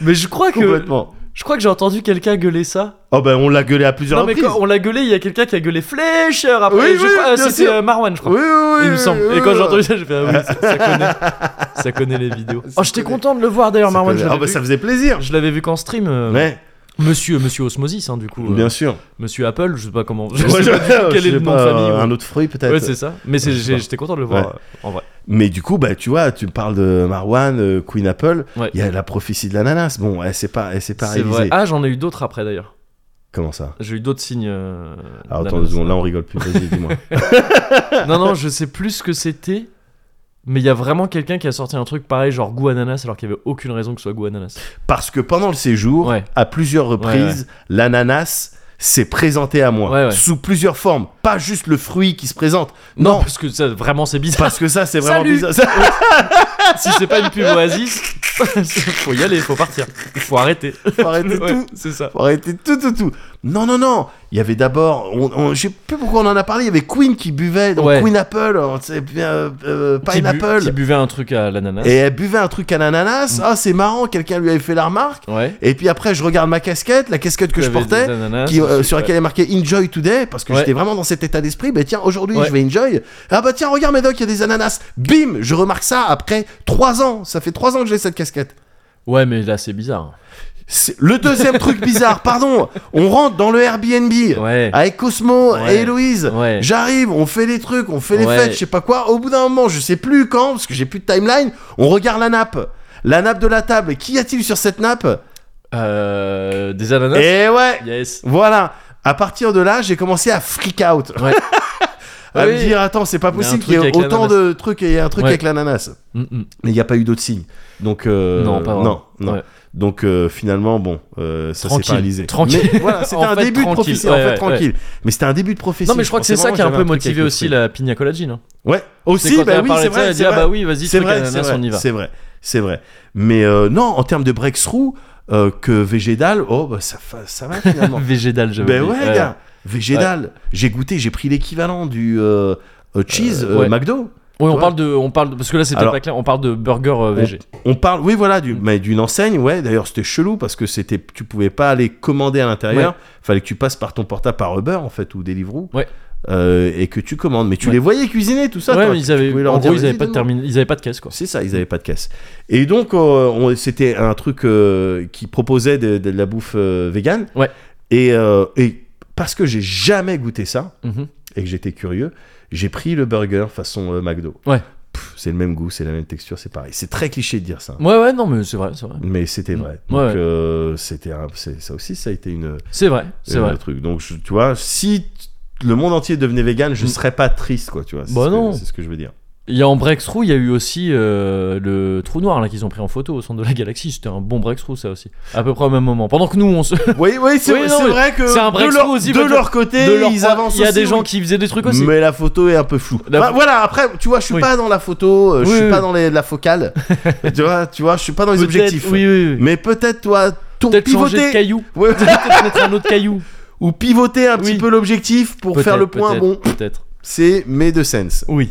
Mais je crois que. Complètement. Je crois que j'ai entendu quelqu'un gueuler ça. Oh bah, on l'a gueulé à plusieurs non, mais reprises. quand on l'a gueulé, il y a quelqu'un qui a gueulé Fleischer après. Oui, je oui, crois- euh, bien C'était sûr. euh, Marwan, je crois. Oui, oui, oui. il me semble. oui, Et quand oui, j'ai oui. entendu ça, j'ai fait ah oui, ça, ça connaît. ça connaît les vidéos. Ça Oh, j'étais connaît. content de le voir d'ailleurs, Ça Marwan. connaît. je Ah l'avais bah, vu. ça faisait plaisir. Je l'avais vu qu'en stream. euh, Ouais, Monsieur, monsieur Osmosis, hein, du coup. euh, bien sûr. Monsieur Apple, je sais pas comment. Je Ouais, sais pas du tout quel je est le sais nom de pas, famille. ouais. Un autre fruit peut-être. Ouais, c'est ça. Mais c'est- euh, Je sais j'ai- pas. j'étais content de le voir Ouais. euh, en vrai. Mais du coup, bah, tu vois, tu me parles de Marwan, euh, Queen Apple, il Ouais. y a la prophétie de l'ananas. Bon, elle s'est pas, elle s'est pas C'est réalisée. vrai. Ah, j'en ai eu d'autres après d'ailleurs. Comment ça J'ai eu d'autres signes. euh, Alors, attends d'ananas. deux secondes, là on rigole plus, vas-y, dis-moi. Non, non, je sais plus ce que c'était. Mais il y a vraiment quelqu'un qui a sorti un truc pareil, genre goût ananas, alors qu'il y avait aucune raison que ce soit goût ananas. Parce que pendant le séjour, Ouais. à plusieurs reprises, l'ananas s'est présenté à moi. Ouais, ouais. Sous plusieurs formes. Pas juste le fruit qui se présente. Non, parce que ça, vraiment, c'est bizarre. parce que ça, c'est vraiment Salut. bizarre. Ça- si c'est pas une pub Oasis, faut y aller, faut partir, faut arrêter. Faut arrêter Ouais, tout. C'est ça. Faut arrêter tout, tout, tout. Non, non, non. Il y avait d'abord, on, on- je sais plus pourquoi on en a parlé, il y avait Queen qui buvait, donc Ouais. Queen Apple, on sait bien, euh, euh, Qui bu- Mm. Pineapple. Qui buvait un truc à l'ananas. Et elle buvait un truc à l'ananas. Ah, c'est marrant, quelqu'un lui avait fait la remarque. Ouais. Et puis après, je regarde ma casquette, la casquette que je J'avais des portais, ananas qui, euh, aussi, sur ouais. laquelle est marqué Enjoy Today, parce que Ouais. j'étais vraiment dans cet état d'esprit. Bah tiens, aujourd'hui, Ouais. je vais enjoy. Ah bah tiens, regarde, Médoc, il y a des ananas. Bim Je remarque ça après 3 ans. Ça fait 3 ans que j'ai cette casquette. Ouais, mais là, c'est bizarre. C'est- Le deuxième truc bizarre, pardon, on rentre dans le Airbnb Ouais. avec Cosmo Ouais. et Héloïse. Ouais. J'arrive, on fait les trucs, on fait les Ouais. fêtes, je sais pas quoi. Au bout d'un moment, je sais plus quand, parce que j'ai plus de timeline, on regarde la nappe. La nappe de la table, qu'y a-t-il sur cette nappe Euh, des ananas Et ouais Yes. Voilà À partir de là, j'ai commencé à freak out. Ouais. à Oui. me dire, attends, c'est pas Il y a un possible truc qu'il y ait avec autant l'ananas. de trucs et il y a un truc Ouais. avec l'ananas. Mm, mm. Mais il n'y a pas eu d'autres signes. Donc, euh, Non, pas non, vraiment. non. Ouais. Donc euh, finalement, bon, euh, ça s'est Tranquille, pas réalisé. tranquille. Mais voilà, c'était En un fait, début de tranquille. prophétie. en Ouais, fait, ouais, tranquille. Mais c'était un début de prophétie. Non, mais je crois que c'est ça vraiment qui a un peu j'avais truc motivé avec le aussi fruit. la pina colagine. Hein. Ouais, C'est aussi, quand elle bah a oui, parlé c'est de ça, vrai. elle c'est dit, ah vrai. bah oui, vas-y, C'est truc vrai, c'est ananas, on y vrai, va. c'est vrai, c'est vrai. Mais euh, non, en termes de breakthrough, euh, que végétal, oh bah ça, fa- ça va finalement. Végédal, j'avais ben oublié. ouais, gars, végétal. J'ai goûté, j'ai pris l'équivalent du euh, euh, cheese Euh, euh, ouais. McDo. Oui, on Ouais. parle de, on parle de- parce que là c'était Alors- pas clair. On parle de burger euh, VG. On parle, oui, voilà, Mm. du, mais d'une enseigne, ouais. D'ailleurs, c'était chelou parce que c'était, tu pouvais pas aller commander à l'intérieur. Fallait que tu passes par ton portable par Uber en fait ou Deliveroo. Ouais. Euh, et que tu commandes. Mais tu Ouais. les voyais cuisiner tout ça. ouais, toi, mais tu ils avaient, pouvais leur en dire, gros, ils vas-y, avaient pas de donne-moi. termine, ils avaient pas de caisse quoi. C'est ça, ils avaient pas de caisse. Et donc, euh, on- c'était un truc euh, qui proposait de, de la bouffe euh, végane. Ouais. Et, euh, et parce que j'ai jamais goûté ça Mhm. et que j'étais curieux, j'ai pris le burger façon euh, McDo. Ouais. Pff, C'est le même goût, c'est la même texture, c'est pareil. C'est très cliché de dire ça. Ouais, ouais, non, mais c'est vrai, c'est vrai. Mais c'était vrai. Mm. Ouais, Donc, ouais. euh, c'était un- c'est- ça aussi, ça a été une, C'est vrai, c'est un vrai. truc. Donc, je- tu vois, si t- le monde entier devenait vegan, je Mm. serais pas triste, quoi. Tu vois, c'est Bah ce que- non. c'est ce que je veux dire. Il y a en breakthrough, il y a eu aussi euh, le trou noir là qu'ils ont pris en photo au centre de la galaxie. C'était un bon breakthrough ça aussi. À peu près au même moment. Pendant que nous on se, Oui, oui, c'est Oui, non, c'est mais vrai que c'est un de breakthrough leur, aussi, de parce que leur côté, de leur ils croix, avancent il y a aussi, des gens oui. qui faisaient des trucs aussi. Mais la photo est un peu floue. La- Bah, voilà, après, tu vois, je suis Oui. pas dans la photo, euh, je Oui, suis oui, pas oui. dans les- la focale. tu vois, tu vois, je suis pas dans les Peut-être, objectifs. Oui, oui, oui. Mais peut-être toi, ton Peut-être changer de pivoter caillou. Ouais, Peut-être mettre un autre caillou. ou pivoter un petit Oui. peu l'objectif pour faire le Peut-être, point. peut-être, Bon, Peut-être. c'est mes deux sens. Oui.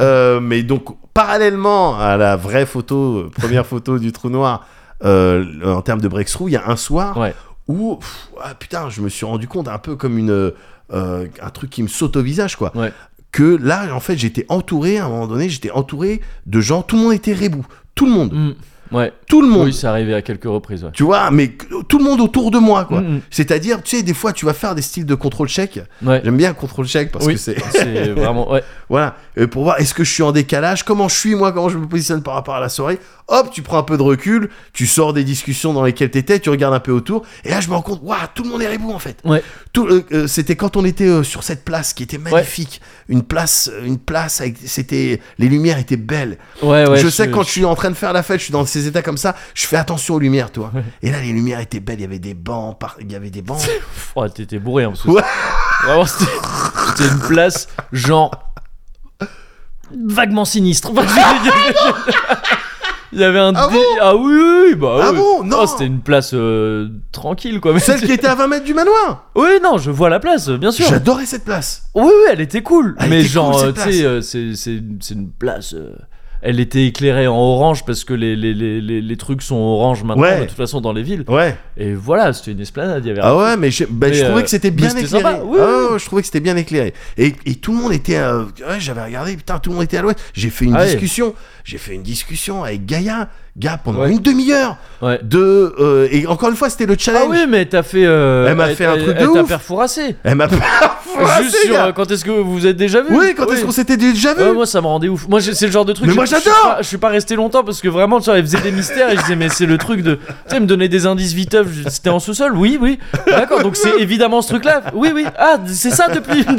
Euh, mais donc, parallèlement à la vraie photo, euh, première photo du trou noir, euh, en termes de breakthrough, il y a un soir Ouais. où, pff, ah, putain, je me suis rendu compte un peu comme une, euh, un truc qui me saute au visage, quoi. Ouais. Que là, en fait, j'étais entouré, à un moment donné, j'étais entouré de gens, tout le monde était rebou. Tout le monde. Mm. Ouais. Tout le monde. Oui, c'est arrivé à quelques reprises. Ouais. Tu vois, mais que- tout le monde autour de moi, quoi. Mm, C'est-à-dire, tu sais, des fois, tu vas faire des styles de contrôle check. mm. Ouais. J'aime bien contrôle check parce Oui. que c'est. C'est vraiment. Ouais. Voilà. euh, pour voir est-ce que je suis en décalage, comment je suis moi, comment je me positionne par rapport à la soirée. Hop, tu prends un peu de recul, tu sors des discussions dans lesquelles t'étais, tu regardes un peu autour, et là je me rends compte, waouh, tout le monde est rebou en fait. Ouais. Tout, euh, euh, c'était quand on était euh, sur cette place qui était magnifique, une place, euh, une place avec, c'était, les lumières étaient belles. Ouais, ouais. je sais quand je suis en train de faire la fête, je suis dans ces états comme ça, je fais attention aux lumières, toi. Et là, les lumières étaient belles, il y avait des bancs, par- il y avait des bancs. Oh, t'étais bourré, hein, parce que Ouais. Vraiment, c'était c'était une place, genre. vaguement sinistre. Enfin, je veux dire, Il y avait un Ah dé- ah oui, oui, oui, bah Ah oui. bon Non. Oh, c'était une place euh, tranquille quoi. mais- Celle qui était à 20 mètres du manoir. Oui non, je vois la place, bien sûr. J'adorais cette place. Oui, oui, elle était cool. Elle mais était genre, cool, cette euh, tu sais, euh, c'est- c'est c'est une place. euh, Elle était éclairée en orange parce que les, les, les, les, les trucs sont orange maintenant, Ouais. de toute façon, dans les villes. Ouais. Et voilà, c'était une esplanade. Il y avait Ah ouais, mais je, ben, Mais, je trouvais euh, que c'était bien mais c'était éclairé. sympa, oui, Ah oui. ouais, je trouvais que c'était bien éclairé. Et, et tout le monde était. euh, ouais, j'avais regardé, putain, tout le monde était à l'ouest. J'ai fait une Ah ouais. discussion. J'ai fait une discussion avec Gaïa. Gars, pendant Ouais. une demi-heure. Ouais. De, euh, et encore une fois, c'était le Ah challenge. oui, mais t'as fait. euh, Elle m'a fait un truc de elle t'a ouf. perforassé. Elle m'a Juste sur euh, quand est-ce que vous vous êtes déjà vu Oui, quand est-ce qu'on s'était déjà vu Ouais, moi ça me rendait ouf. Moi j'ai- c'est le genre de truc. Mais je- moi, je suis j'adore pas- Je suis pas resté longtemps parce que vraiment, tu vois, elle faisait des mystères et je disais, mais c'est le truc de. Tu sais, elle me donnait des indices viteuf. je- C'était en sous-sol, oui, oui. D'accord, donc c'est évidemment ce truc-là. Oui, oui. Ah, c'est ça depuis.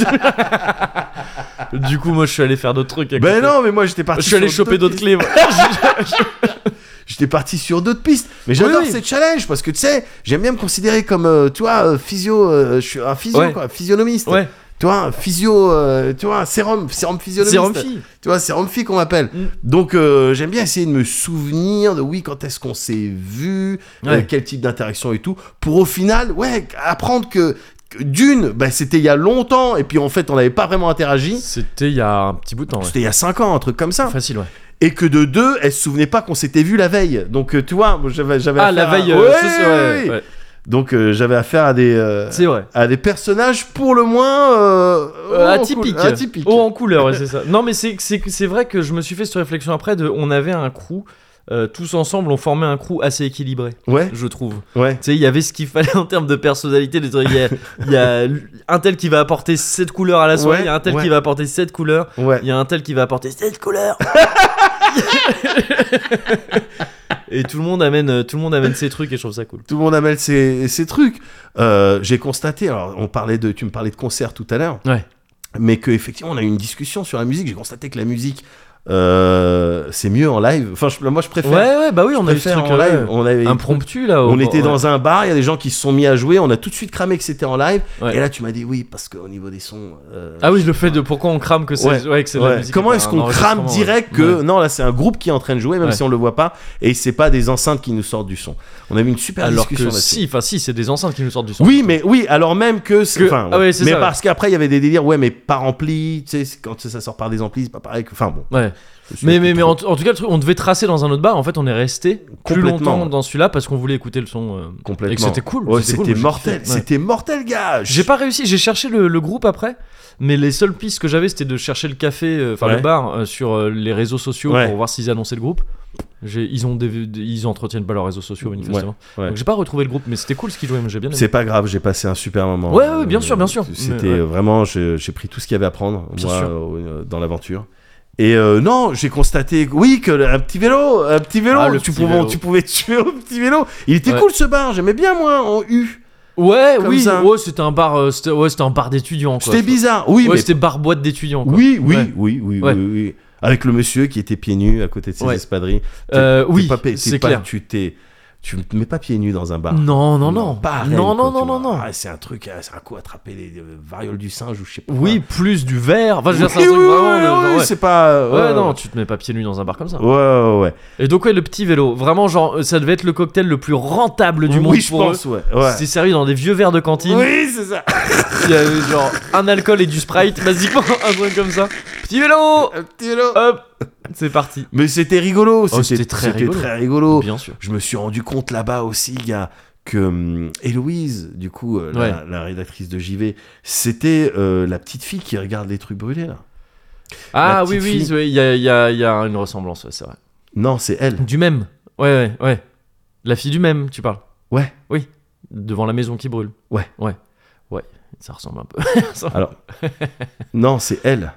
du coup, moi je suis allé faire d'autres trucs. à Ben côté. non, mais moi j'étais Je parti. suis allé sur choper d'autres clés. J'étais parti sur d'autres pistes. Mais j'adore Oui, oui. ces challenges parce que tu sais, j'aime bien me considérer comme, euh, tu vois, euh, physio. euh, je suis un physio, Ouais. quoi, physionomiste. ouais, Tu vois, un physio, euh, tu vois, un sérum, sérum physionomiste. c'est Romfi. Tu vois, sérum fille qu'on m'appelle. Mm. Donc euh, j'aime bien essayer de me souvenir de oui, quand est-ce qu'on s'est vu, euh, Ouais. quel type d'interaction et tout, pour au final, ouais, apprendre que. que D'une, ben, c'était il y a longtemps, et puis en fait on n'avait pas vraiment interagi. C'était il y a un petit bout de temps, ouais. C'était il y a 5 ans, un truc comme ça. Facile, ouais. et que de deux, elle se souvenait pas qu'on s'était vu la veille. Donc euh, tu vois, moi, j'avais j'avais Ah, la affaire à- veille, euh, Bah, Ouais, ce soir, ouais, ouais. ouais. Donc euh, j'avais affaire à des euh, C'est vrai. à des personnages pour le moins Euh, euh, oh, en cou- atypique. atypiques. Oh, en couleur, ouais, c'est ça. Non, mais c'est- c'est c'est vrai que je me suis fait cette réflexion après de. On avait un crew. euh, tous ensemble, on formait un crew assez équilibré, Ouais, je trouve. ouais. Tu sais, il y avait ce qu'il fallait en termes de personnalité. des trucs. Il y a, il y a un tel qui va apporter cette couleur à la soirée, Ouais, il y a un tel ouais. qui va apporter cette couleur, Ouais. il y a un tel qui va apporter cette couleur. et tout le monde amène, euh, tout le monde amène ses trucs et je trouve ça cool. Tout le monde amène ses, ses trucs. Euh, J'ai constaté, alors on parlait de, tu me parlais de concert tout à l'heure, Ouais. mais que effectivement on a eu une discussion sur la musique. J'ai constaté que la musique euh, c'est mieux en live. Enfin, je- moi je préfère. Ouais, ouais, bah oui, on je a eu ce préfère truc en là, live. On avait impromptu là. au- On était Oh, ouais. dans un bar, il y a des gens qui se sont mis à jouer, on a tout de suite cramé que c'était en live. Ouais. Et là, tu m'as dit oui, parce qu'au niveau des sons. euh, Ah oui, le fait de pourquoi on crame que c'est Ouais, ouais, que c'est de ouais. la musique. bah, Comment et est-ce pas qu'on un crame enregistrement, direct ouais. que Ouais. non là c'est un groupe qui est en train de jouer même Ouais. si on le voit pas et c'est pas des enceintes qui nous sortent du son. On avait une super Alors discussion que là-dessus. si, enfin si, c'est des enceintes qui nous sortent du son. Oui mais oui alors même que, c'est- Que- enfin, ah ouais. ouais, c'est mais ça, ouais. parce qu'après il y avait des délires ouais mais pas rempli tu sais c'est- quand ça sort par des amplis c'est pas pareil que- enfin bon. Ouais. je suis Mais, un peu mais, mais trop- en, t- en tout cas, le truc, on devait tracer dans un autre bar. En fait, on est resté plus Complètement, longtemps ouais. dans celui-là parce qu'on voulait écouter le son. euh, complètement. Et que c'était cool. Ouais, cool, c'était moi, j'ai mortel, kiffé. Ouais. c'était mortel gars. J'ai pas réussi, j'ai cherché le, le groupe après, mais les seules pistes que j'avais c'était de chercher le café, euh, enfin Ouais. le bar euh, sur euh, les réseaux sociaux Ouais. pour voir s'ils annonçaient le groupe. J'ai- Ils ont des- des- ils entretiennent pas leurs réseaux sociaux manifestement. ouais. Donc j'ai pas retrouvé le groupe, mais c'était cool ce qu'ils jouaient, moi, j'ai bien aimé. C'est pas grave, j'ai passé un super moment. Ouais, ouais, bien sûr, bien sûr. C'était Mais ouais. euh, vraiment, je- j'ai pris tout ce qu'il y avait à prendre Bien moi, sûr. euh, dans l'aventure. Et euh, non, j'ai constaté, oui, que le- un petit vélo, un petit vélo, Ah, le tu, petit pouvais, vélo. tu pouvais tuer au petit vélo. Il était Ouais. cool ce bar, j'aimais bien moi en U. Ouais, Comme oui, ça. ouais, c'était un bar, euh, c'était ouais, c'était un bar d'étudiants. quoi. C'était bizarre, oui, Ouais, mais c'était bar boîte d'étudiants. quoi. oui, oui, Ouais. oui, oui, Ouais. oui, oui. Avec le monsieur qui était pieds nus à côté de ses Ouais. espadrilles. T'es- Euh, t'es oui, pas pa- t'es c'est pas- clair. Tu t'es, tu te mets pas pieds nus dans un bar. Non, non, non. pas à Rennes, non, quoi, non, non, tu non, vois. non. Ah, c'est un truc, euh, c'est un coup attraper les euh, varioles du singe ou je sais pas. Oui, plus du verre. Enfin, je veux dire, Oui, c'est un truc oui, vraiment. oui, de- genre, oui, ouais. c'est pas. euh, Ouais, non, tu te mets pas pieds nus dans un bar comme ça. Ouais, ouais, ouais. Et donc, ouais, le petit vélo. Vraiment, genre, euh, ça devait être le cocktail le plus rentable du monde oui, je pour pense, eux. ouais. ouais. C'était servi dans des vieux verres de cantine. Oui, c'est ça. Il y avait genre un alcool et du sprite, basiquement, un truc comme ça. Petit vélo Un petit vélo. Hop C'est parti. Mais c'était rigolo. Oh, c'était très rigolo. très rigolo. Bien sûr. Je me suis rendu compte là-bas aussi, il y a que hum, Héloïse, du coup, euh, la- la, Ouais. rédactrice de JV, c'était euh, la petite fille qui regarde les trucs brûlés, là. Ah La oui, petite oui, fille. oui, il y a, il y a- il y a une ressemblance, ouais, c'est vrai. Non, c'est elle. Du même. Ouais, ouais, ouais. La fille du même, tu parles. Ouais. Devant la maison qui brûle. Ouais. Ouais. Ça ressemble un peu. Ça ressemble- Alors. non, c'est elle.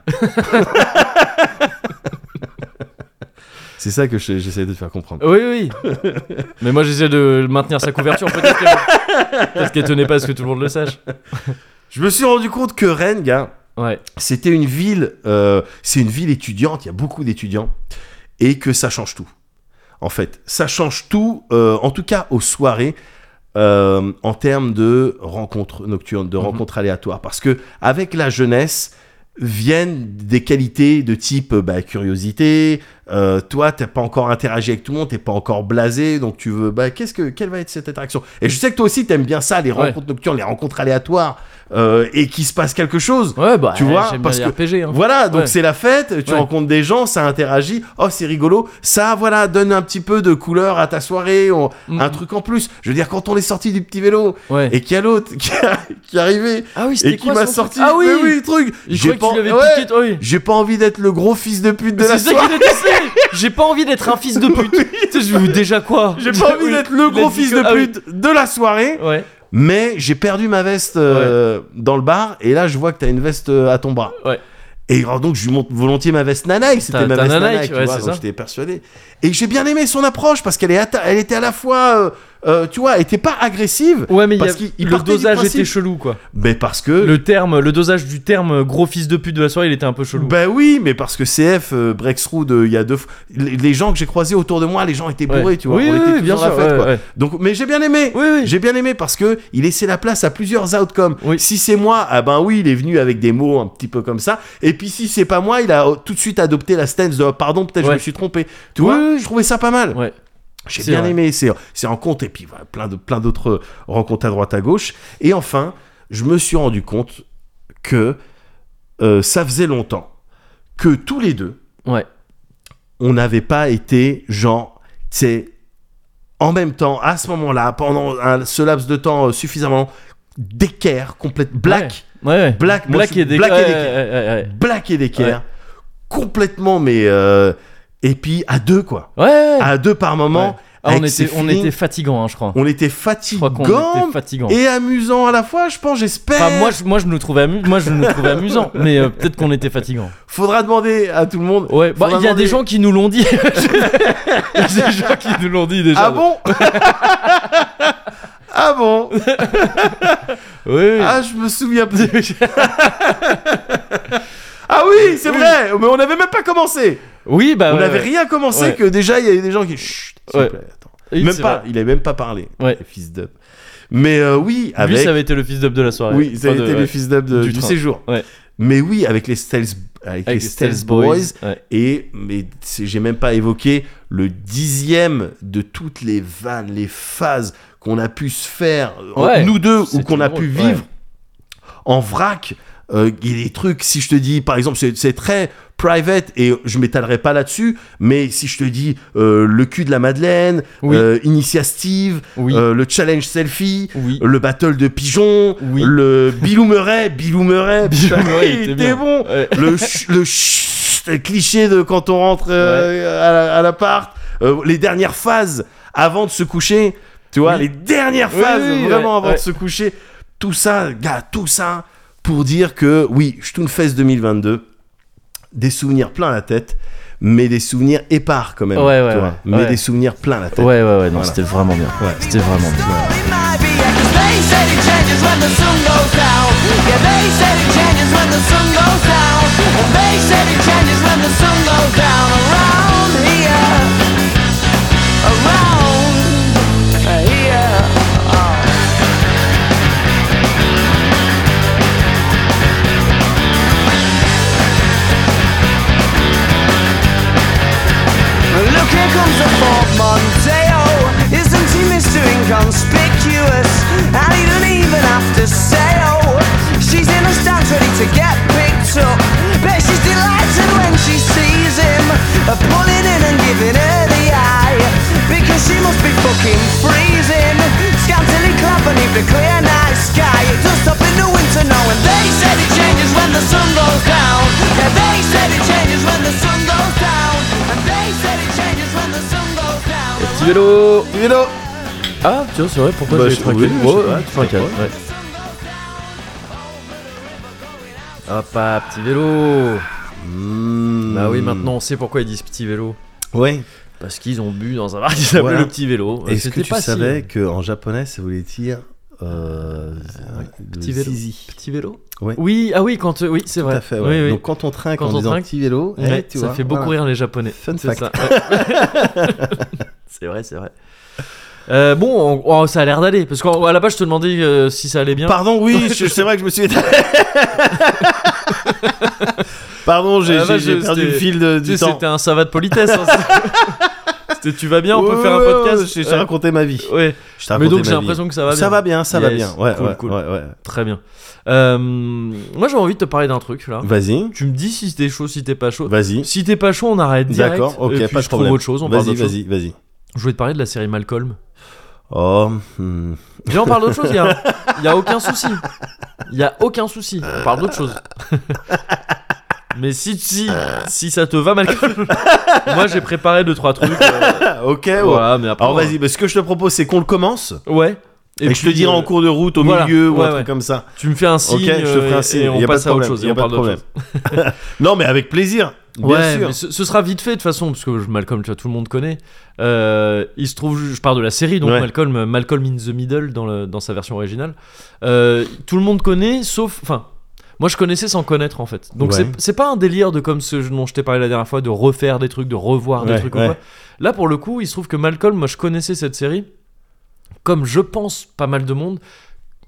c'est ça que je- j'essaie de te faire comprendre. Oui, oui. Mais moi, j'essaie de maintenir sa couverture. Peut-être qu'elle peut-être qu'elle tenait pas à ce que tout le monde le sache. Je me suis rendu compte que Rennes, gars, Ouais. c'était une ville, euh, c'est une ville étudiante, il y a beaucoup d'étudiants, et que ça change tout. En fait, ça change tout, euh, en tout cas aux soirées, euh, en termes de rencontres nocturnes, de Mhm. rencontres aléatoires, parce que avec la jeunesse viennent des qualités de type euh, bah, curiosité. euh, toi, t'as pas encore interagi avec tout le monde, t'es pas encore blasé, donc tu veux. Bah, qu'est-ce que quelle va être cette interaction Et je sais que toi aussi t'aimes bien ça, les Ouais. rencontres nocturnes, les rencontres aléatoires, euh, et qu'il se passe quelque chose. Ouais, bah, Tu vois, j'aime bien parce les que- RPG. hein. Voilà, donc Ouais. c'est la fête, tu Ouais. rencontres des gens, ça interagit, oh c'est rigolo, ça voilà, donne un petit peu de couleur à ta soirée, on- Mm. un truc en plus. Je veux dire, quand on est sorti du petit vélo Ouais. et qu'il y a l'autre qui, est arrivé Ah oui, c'était et qui quoi m'a son sorti truc Ah oui, mais oui, le truc, Je croyais que tu l'avais ouais, piqué, toi, oui. j'ai pas envie d'être le gros fils de pute de C'est la ça soirée. qu'il était essayé. J'ai pas envie d'être un fils de pute. Tu sais, je veux déjà quoi J'ai pas envie d'être le Il a gros dit fils que- de ah oui. pute de la soirée, Ouais. mais j'ai perdu ma veste euh, dans le bar et là je vois que t'as une veste euh, à ton bras. Ouais. Et alors, donc je lui montre volontiers ma veste Nanaï, c'était Ta- ma ta veste Nanaï, Nanaï, tu ouais, vois, c'est donc ça. j'étais persuadé. Et j'ai bien aimé son approche parce qu'elle est atta- elle était à la fois, euh, euh, tu vois, elle était pas agressive, Ouais, mais il y Parce a- qu'il- il le partait du dosage principe- était chelou, quoi. mais parce que, Le terme, le dosage du terme gros fils de pute de la soirée, il était un peu chelou. bah oui, mais parce que CF euh, Breakthrough, de- il y a deux, fois- les, les gens que j'ai croisés autour de moi, les gens étaient Ouais. bourrés, tu vois, Oui, on oui, était oui, tous bien dans la sûr. fête, ouais, quoi. ouais. Donc, mais j'ai bien aimé. Oui, oui. J'ai bien aimé parce que il laissait la place à plusieurs outcomes. Oui. Si c'est moi, ah ben oui, il est venu avec des mots un petit peu comme ça. Et puis si c'est pas moi, il a euh, tout de suite adopté la stance de oh, pardon, peut-être je Ouais. me suis trompé. Tu Oui, vois, oui, oui. je trouvais ça pas mal. Ouais. J'ai C'est bien vrai. aimé ces, ces rencontres et puis voilà, plein de plein d'autres rencontres à droite à gauche. Et enfin, je me suis rendu compte que euh, ça faisait longtemps que tous les deux, Ouais. on n'avait pas été genre, tu sais, en même temps, à ce moment-là, pendant un- ce laps de temps euh, suffisamment d'équerre, complète, black, Ouais, ouais. black, moi, je Black suis et des black et ouais, d'équerre. ouais, ouais, ouais. black et d'équerre, complètement, mais euh, et puis à deux quoi, Ouais, ouais. à deux par moment. Ouais. Ah, on avec ses était, on feelings. était fatigant, hein, je crois. On était Je crois qu'on fatigant était fatigant. et amusant à la fois, je pense, j'espère. Enfin, moi, je, moi, je nous trouvais amu- moi, je nous trouvais amusant, mais euh, peut-être qu'on était fatigant. Faudra demander à tout le monde. Ouais, bah, Faudra il y a demander- des gens qui nous l'ont dit. Il y a des gens qui nous l'ont dit déjà. Ah bon Ah bon Oui. Ah, je me souviens plus. ah oui, c'est Oui. vrai Mais on n'avait même pas commencé Oui, bah. On ouais, n'avait ouais. rien commencé Ouais. que déjà, il y avait des gens qui... Chut, s'il Ouais. vous plaît, attends. Oui, Même c'est pas, vrai. il avait même pas parlé. Ouais. Fils d'up. Mais euh, oui, Lui, avec... ça avait été le fils d'up de la soirée. Oui, ça a Enfin, de- été les ouais. fils d'up de- Du du, train. séjour. Ouais. Mais oui, avec les Stealth, Avec avec les les Stealth Stealth Boys, ouais. et mais c'est- j'ai même pas évoqué le dixième de toutes les vannes, les phases qu'on a pu se faire euh, Ouais, nous deux ou c'était qu'on a drôle, pu ouais. vivre en vrac. Euh, Il y a des trucs, si je te dis, par exemple, c'est c'est très private et je m'étalerai pas là-dessus, mais si je te dis euh, le cul de la Madeleine, Oui. euh, Initia Steve, Oui. euh, le challenge selfie, Oui. le battle de pigeons, Oui. le Bilou Murray, Bilou Murray, Bilou putain, Murray, il il était était bien. bon. Ouais. Le ch- le ch- le cliché de quand on rentre euh, à la- à l'appart, euh, les dernières phases avant de se coucher, tu vois, Oui. les dernières Oui, phases oui, oui, vraiment ouais, avant de ouais. se coucher, tout ça, gars, tout ça pour dire que oui, Stunfest 2022, des souvenirs plein la tête, mais des souvenirs épars quand même, Ouais, ouais, tu vois, ouais, mais ouais. des souvenirs plein la tête. Ouais, ouais, ouais, non, Voilà. c'était vraiment bien. Ouais. C'était vraiment bien. Story might be yeah, 'cause they said it changes when the sun goes down. Yeah, they said it changes when the sun goes down. And they said it changes when the sun goes down. Around here, around here. Oh. Well, Look, here comes the Ford Mondeo. Isn't he Mr. Inconspicuous? And he don't even have to say oh. She's in a stance ready to get picked up. Bet she's delighted when she sees him. uh, Pulling in and giving her the eye. Because she must be fucking freezing. Scantily clad beneath the clear night sky. Dust up in the winter knowing they said it changes when the sun goes down. Yeah, they said it changes when the sun goes down. And they said it changes when the sun goes down. Petit vélo Dis donc, Ah, tiens, c'est vrai, pourquoi Bah, j'ai je- trinqué oui, je sais pas, Ouais, tu trinqué, sais pas. ouais. Hop, ah, petit vélo. Mmh. Bah oui, maintenant on sait pourquoi ils disent petit vélo. Ouais. Parce qu'ils ont bu dans un bar qui s'appelait Voilà. le petit vélo. Et Est-ce que c'était tu pas si- euh, savais qu'en japonais, ça voulait dire. Euh, le petit vélo. zizi. Petit vélo Ouais. Oui, ah oui, quand euh, oui, c'est Tout vrai. à fait, ouais. Oui, oui. Donc quand on trinque Quand en on disant trinque, petit vélo, eh, Ouais, tu ça vois, fait beaucoup voilà. rire les japonais. Fun C'est fact. ça, ouais. c'est vrai, c'est vrai. Euh, bon, on- oh, ça a l'air d'aller. Parce qu'à la base, je te demandais euh, si ça allait bien. Pardon, oui, je- c'est vrai que je me suis étalé. Pardon, j'ai Ah, bah, j'ai- j'ai je- perdu le c'était- fil de- Tu du sais, temps. c'était un savate de politesse. hein, c'est- c'était tu vas bien, on peut Ouais, faire un ouais, podcast. ouais, Je t'ai Ouais. raconté ma vie. Ouais. Je t'ai raconté Mais donc ma j'ai vie. l'impression que ça va bien. Ça va bien, ça va Yes, bien. Ouais, cool, ouais, cool. ouais, ouais. Très bien. Euh, moi j'ai envie de te parler d'un truc là. Vas-y, Tu me dis si t'es chaud, si t'es pas chaud. vas-y. Si t'es pas chaud, on arrête direct. D'accord, ok, et puis pas de je trouve problème. autre chose, on parle Vas-y, d'autre chose. vas-y, vas-y. Je voulais te parler de la série Malcolm. Oh, hmm. Viens, on parle d'autre chose, il y a, y a aucun souci. Il y a aucun souci. On parle d'autre chose. Mais si, si, si ça te va, Malcolm. moi j'ai préparé deux trois trucs. euh, Ah, ok, ouais. voilà, mais après. Alors on- vas-y, bah, ce que je te propose, c'est qu'on le commence Ouais. et, que je te puis, dirai euh, en cours de route, au voilà, milieu ou ouais, un truc ouais. comme ça. Tu me fais un signe. ok, je te ferai euh, un signe. Et on y a passe pas de à autre problème, chose. y Et a on pas parle de d'autre problème. chose. non, mais avec plaisir, bien ouais, sûr. mais ce, ce sera vite fait de toute façon, parce que je- Malcolm, tu vois, tout le monde connaît. Euh, il se trouve, je parle de la série, donc Ouais. Malcolm, Malcolm in the Middle dans, le- dans sa version originale. Euh, tout le monde connaît, sauf, enfin, moi je connaissais sans connaître en fait. Donc Ouais. c'est- c'est pas un délire de comme ce dont je t'ai parlé la dernière fois, de refaire des trucs, de revoir des Ouais, trucs ouais. ou quoi. Là pour le coup, il se trouve que Malcolm, moi je connaissais cette série, comme je pense pas mal de monde,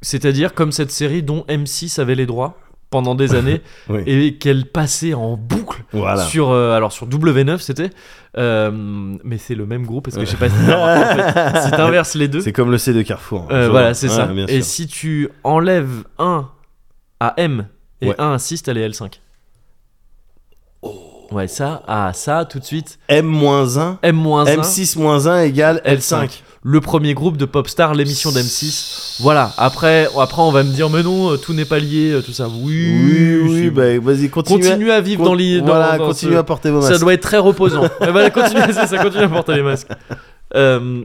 c'est-à-dire comme cette série dont M6 avait les droits pendant des années Oui. et qu'elle passait en boucle Voilà. sur euh, alors sur W9 c'était euh, mais c'est le même groupe est-ce que je sais pas si t'as- en fait, si t'inverses les deux C'est comme le C de Carrefour. hein, euh, Je- voilà c'est Ouais, ça bien et sûr. si tu enlèves 1 à M et Ouais. 1 à 6 t'as les L5 ouais ça ah ça tout de suite M-1, M-1 M6-1 égale L5. L5 le premier groupe de Popstar l'émission d'M6 voilà après après on va me dire mais non euh, tout n'est pas lié euh, tout ça oui Oui, oui, c'est- bah, vas-y, continue. à- continuez à vivre dans l'idée Voilà, continue à porter vos masques. Ça doit être très reposant. Mais voilà, continuez, c'est ça continue à porter les masques. Euh,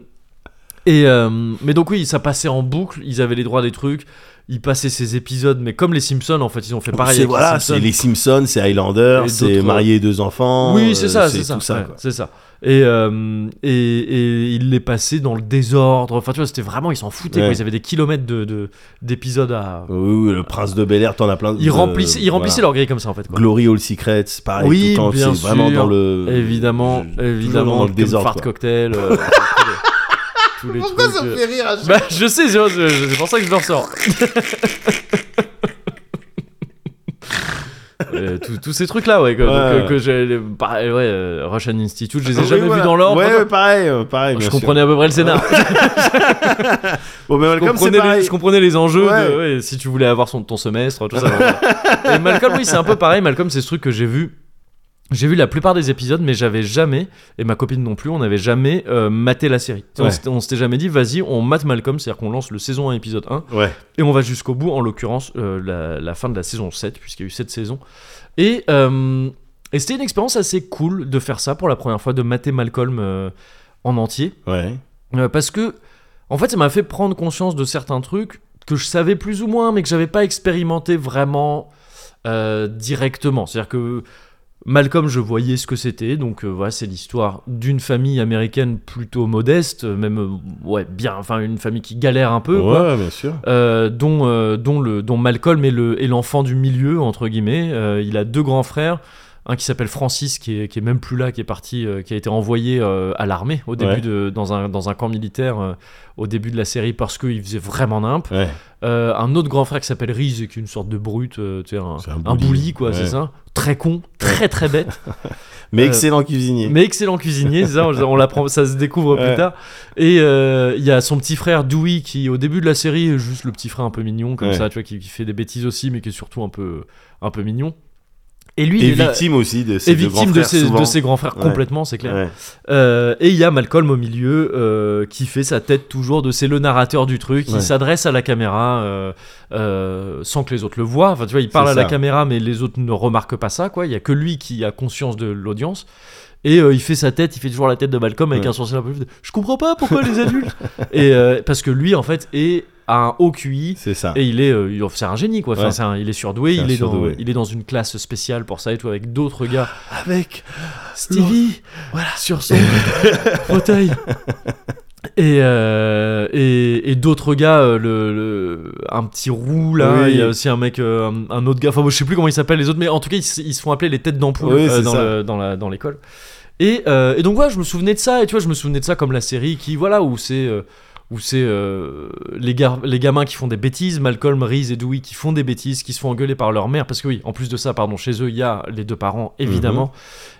et euh, mais donc oui, ça passait en boucle. Ils avaient les droits des trucs. Ils passaient ces épisodes, mais comme les Simpsons, en fait, ils ont fait pareil. C'est avec voilà, les Simpsons. c'est les Simpsons, c'est Highlander, Et c'est d'autres- marié et deux enfants. Oui, c'est euh, ça, c'est ça. tout ça. ouais, quoi. c'est ça. Et, euh, et, et il les passait dans le désordre. Enfin, tu vois, c'était vraiment, ils s'en foutaient. quoi. Ouais. Ils avaient des kilomètres de- de- d'épisodes à. Oui, oui, le prince de Bel Air, t'en as plein. Ils euh, remplissaient, ils remplissaient voilà. leur grille comme ça, en fait. quoi. Glory All Secrets, pareil, Oui, tout le temps, bien c'est vraiment sûr, dans le. Évidemment, Euh, toujours évidemment, dans le comme désordre, Fart quoi. Cocktail. euh, tous les- tous les trucs, euh, rire à chaque Bah, je sais, je- je- je- c'est pour ça que je le ressors. Euh, tous- tous ces trucs là ouais que, donc, Ouais, euh, ouais. que j'ai les- pareil, ouais euh, Russian Institute je les ai Oui, jamais vus voilà. dans l'ordre Ouais, ouais, pareil, euh, pareil. je bien comprenais à peu près le scénar sûr. Bon, mais je, Malcolm, c'est comprenais les, pareil. je comprenais les enjeux de- Ouais. ouais, si tu voulais avoir son, ton semestre tout ça et Malcolm oui c'est un peu pareil Malcolm c'est ce truc que j'ai vu j'ai vu la plupart des épisodes mais j'avais jamais et ma copine non plus on n'avait jamais euh, maté la série On Ouais. s'était- on s'était jamais dit vas-y on mate Malcolm c'est à dire qu'on lance le saison 1 épisode 1 Ouais. et on va jusqu'au bout, en l'occurrence, euh, la, la fin de la saison 7, puisqu'il y a eu 7 saisons. Et, euh, et c'était une expérience assez cool de faire ça pour la première fois, de mater Malcolm euh, en entier. Ouais. Euh, parce que, en fait, ça m'a fait prendre conscience de certains trucs que je savais plus ou moins, mais que j'avais pas expérimenté vraiment euh, directement. C'est-à-dire que Malcolm, je voyais ce que c'était. Donc euh, voilà, c'est l'histoire d'une famille américaine plutôt modeste, euh, même euh, ouais bien, enfin une famille qui galère un peu. quoi Ouais, bien sûr. euh, dont, euh, dont, le, dont Malcolm est, le, est l'enfant du milieu, entre guillemets. Euh, il a deux grands frères, un qui s'appelle Francis, qui est, qui est même plus là, qui est parti, euh, qui a été envoyé euh, à l'armée au début Ouais. de, dans, un, dans un camp militaire euh, au début de la série parce qu'il faisait vraiment nimp. Ouais. Euh, un autre grand frère qui s'appelle Reese, qui est une sorte de brute, euh, tu sais, un, C'est un un bully. bully, quoi, c'est Ouais. ça. Très con, très très bête. Mais Euh, excellent cuisinier. Mais excellent cuisinier, c'est ça, on, on l'apprend, ça se découvre Ouais. plus tard. Et euh, il y a son petit frère Dewey qui, au début de la série, est juste le petit frère un peu mignon, comme Ouais. ça, tu vois, qui, qui fait des bêtises aussi, mais qui est surtout un peu, un peu mignon. Et lui, Et il est là- victime aussi de ses et deux victime grands de frères, ses, souvent. de ses grands frères, Ouais. complètement, c'est clair. Ouais. Euh, et il y a Malcolm au milieu euh, qui fait sa tête toujours de c'est le narrateur du truc, Ouais. il s'adresse à la caméra euh, euh, sans que les autres le voient. Enfin, tu vois, il parle C'est à la ça. caméra, mais les autres ne remarquent pas ça, quoi. Il y a que lui qui a conscience de l'audience. Et euh, il fait sa tête, il fait toujours la tête de Malcolm avec Ouais. un sourcil un peu vide. Je comprends pas pourquoi les adultes. et euh, parce que lui, en fait, est a un haut QI. C'est ça. Et il est, euh, il- c'est un génie quoi. Enfin, Ouais. c'est un- il est surdoué, C'est un il est, dans, surdoué. Ah, il est dans une classe spéciale pour ça et tout avec d'autres gars. Avec. Stevie, voilà, sur son fauteuil. Et, euh, et, et d'autres gars, euh, le, le- un petit roux là, Oui. il y a aussi un mec, euh, un, un autre gars, enfin bon, je sais plus comment ils s'appellent les autres, mais en tout cas ils, s- ils se font appeler les têtes d'ampoule Oui, euh, c'est dans, ça. le- dans la- dans l'école. Et, euh, et donc voilà, je me souvenais de ça, et tu vois, je me souvenais de ça comme la série qui, voilà, où c'est... euh, où c'est euh, les, gar- les gamins qui font des bêtises, Malcolm, Reese et Dewey qui font des bêtises, qui se font engueuler par leur mère, parce que oui, en plus de ça, pardon, chez eux, il y a les deux parents, Mhm. évidemment.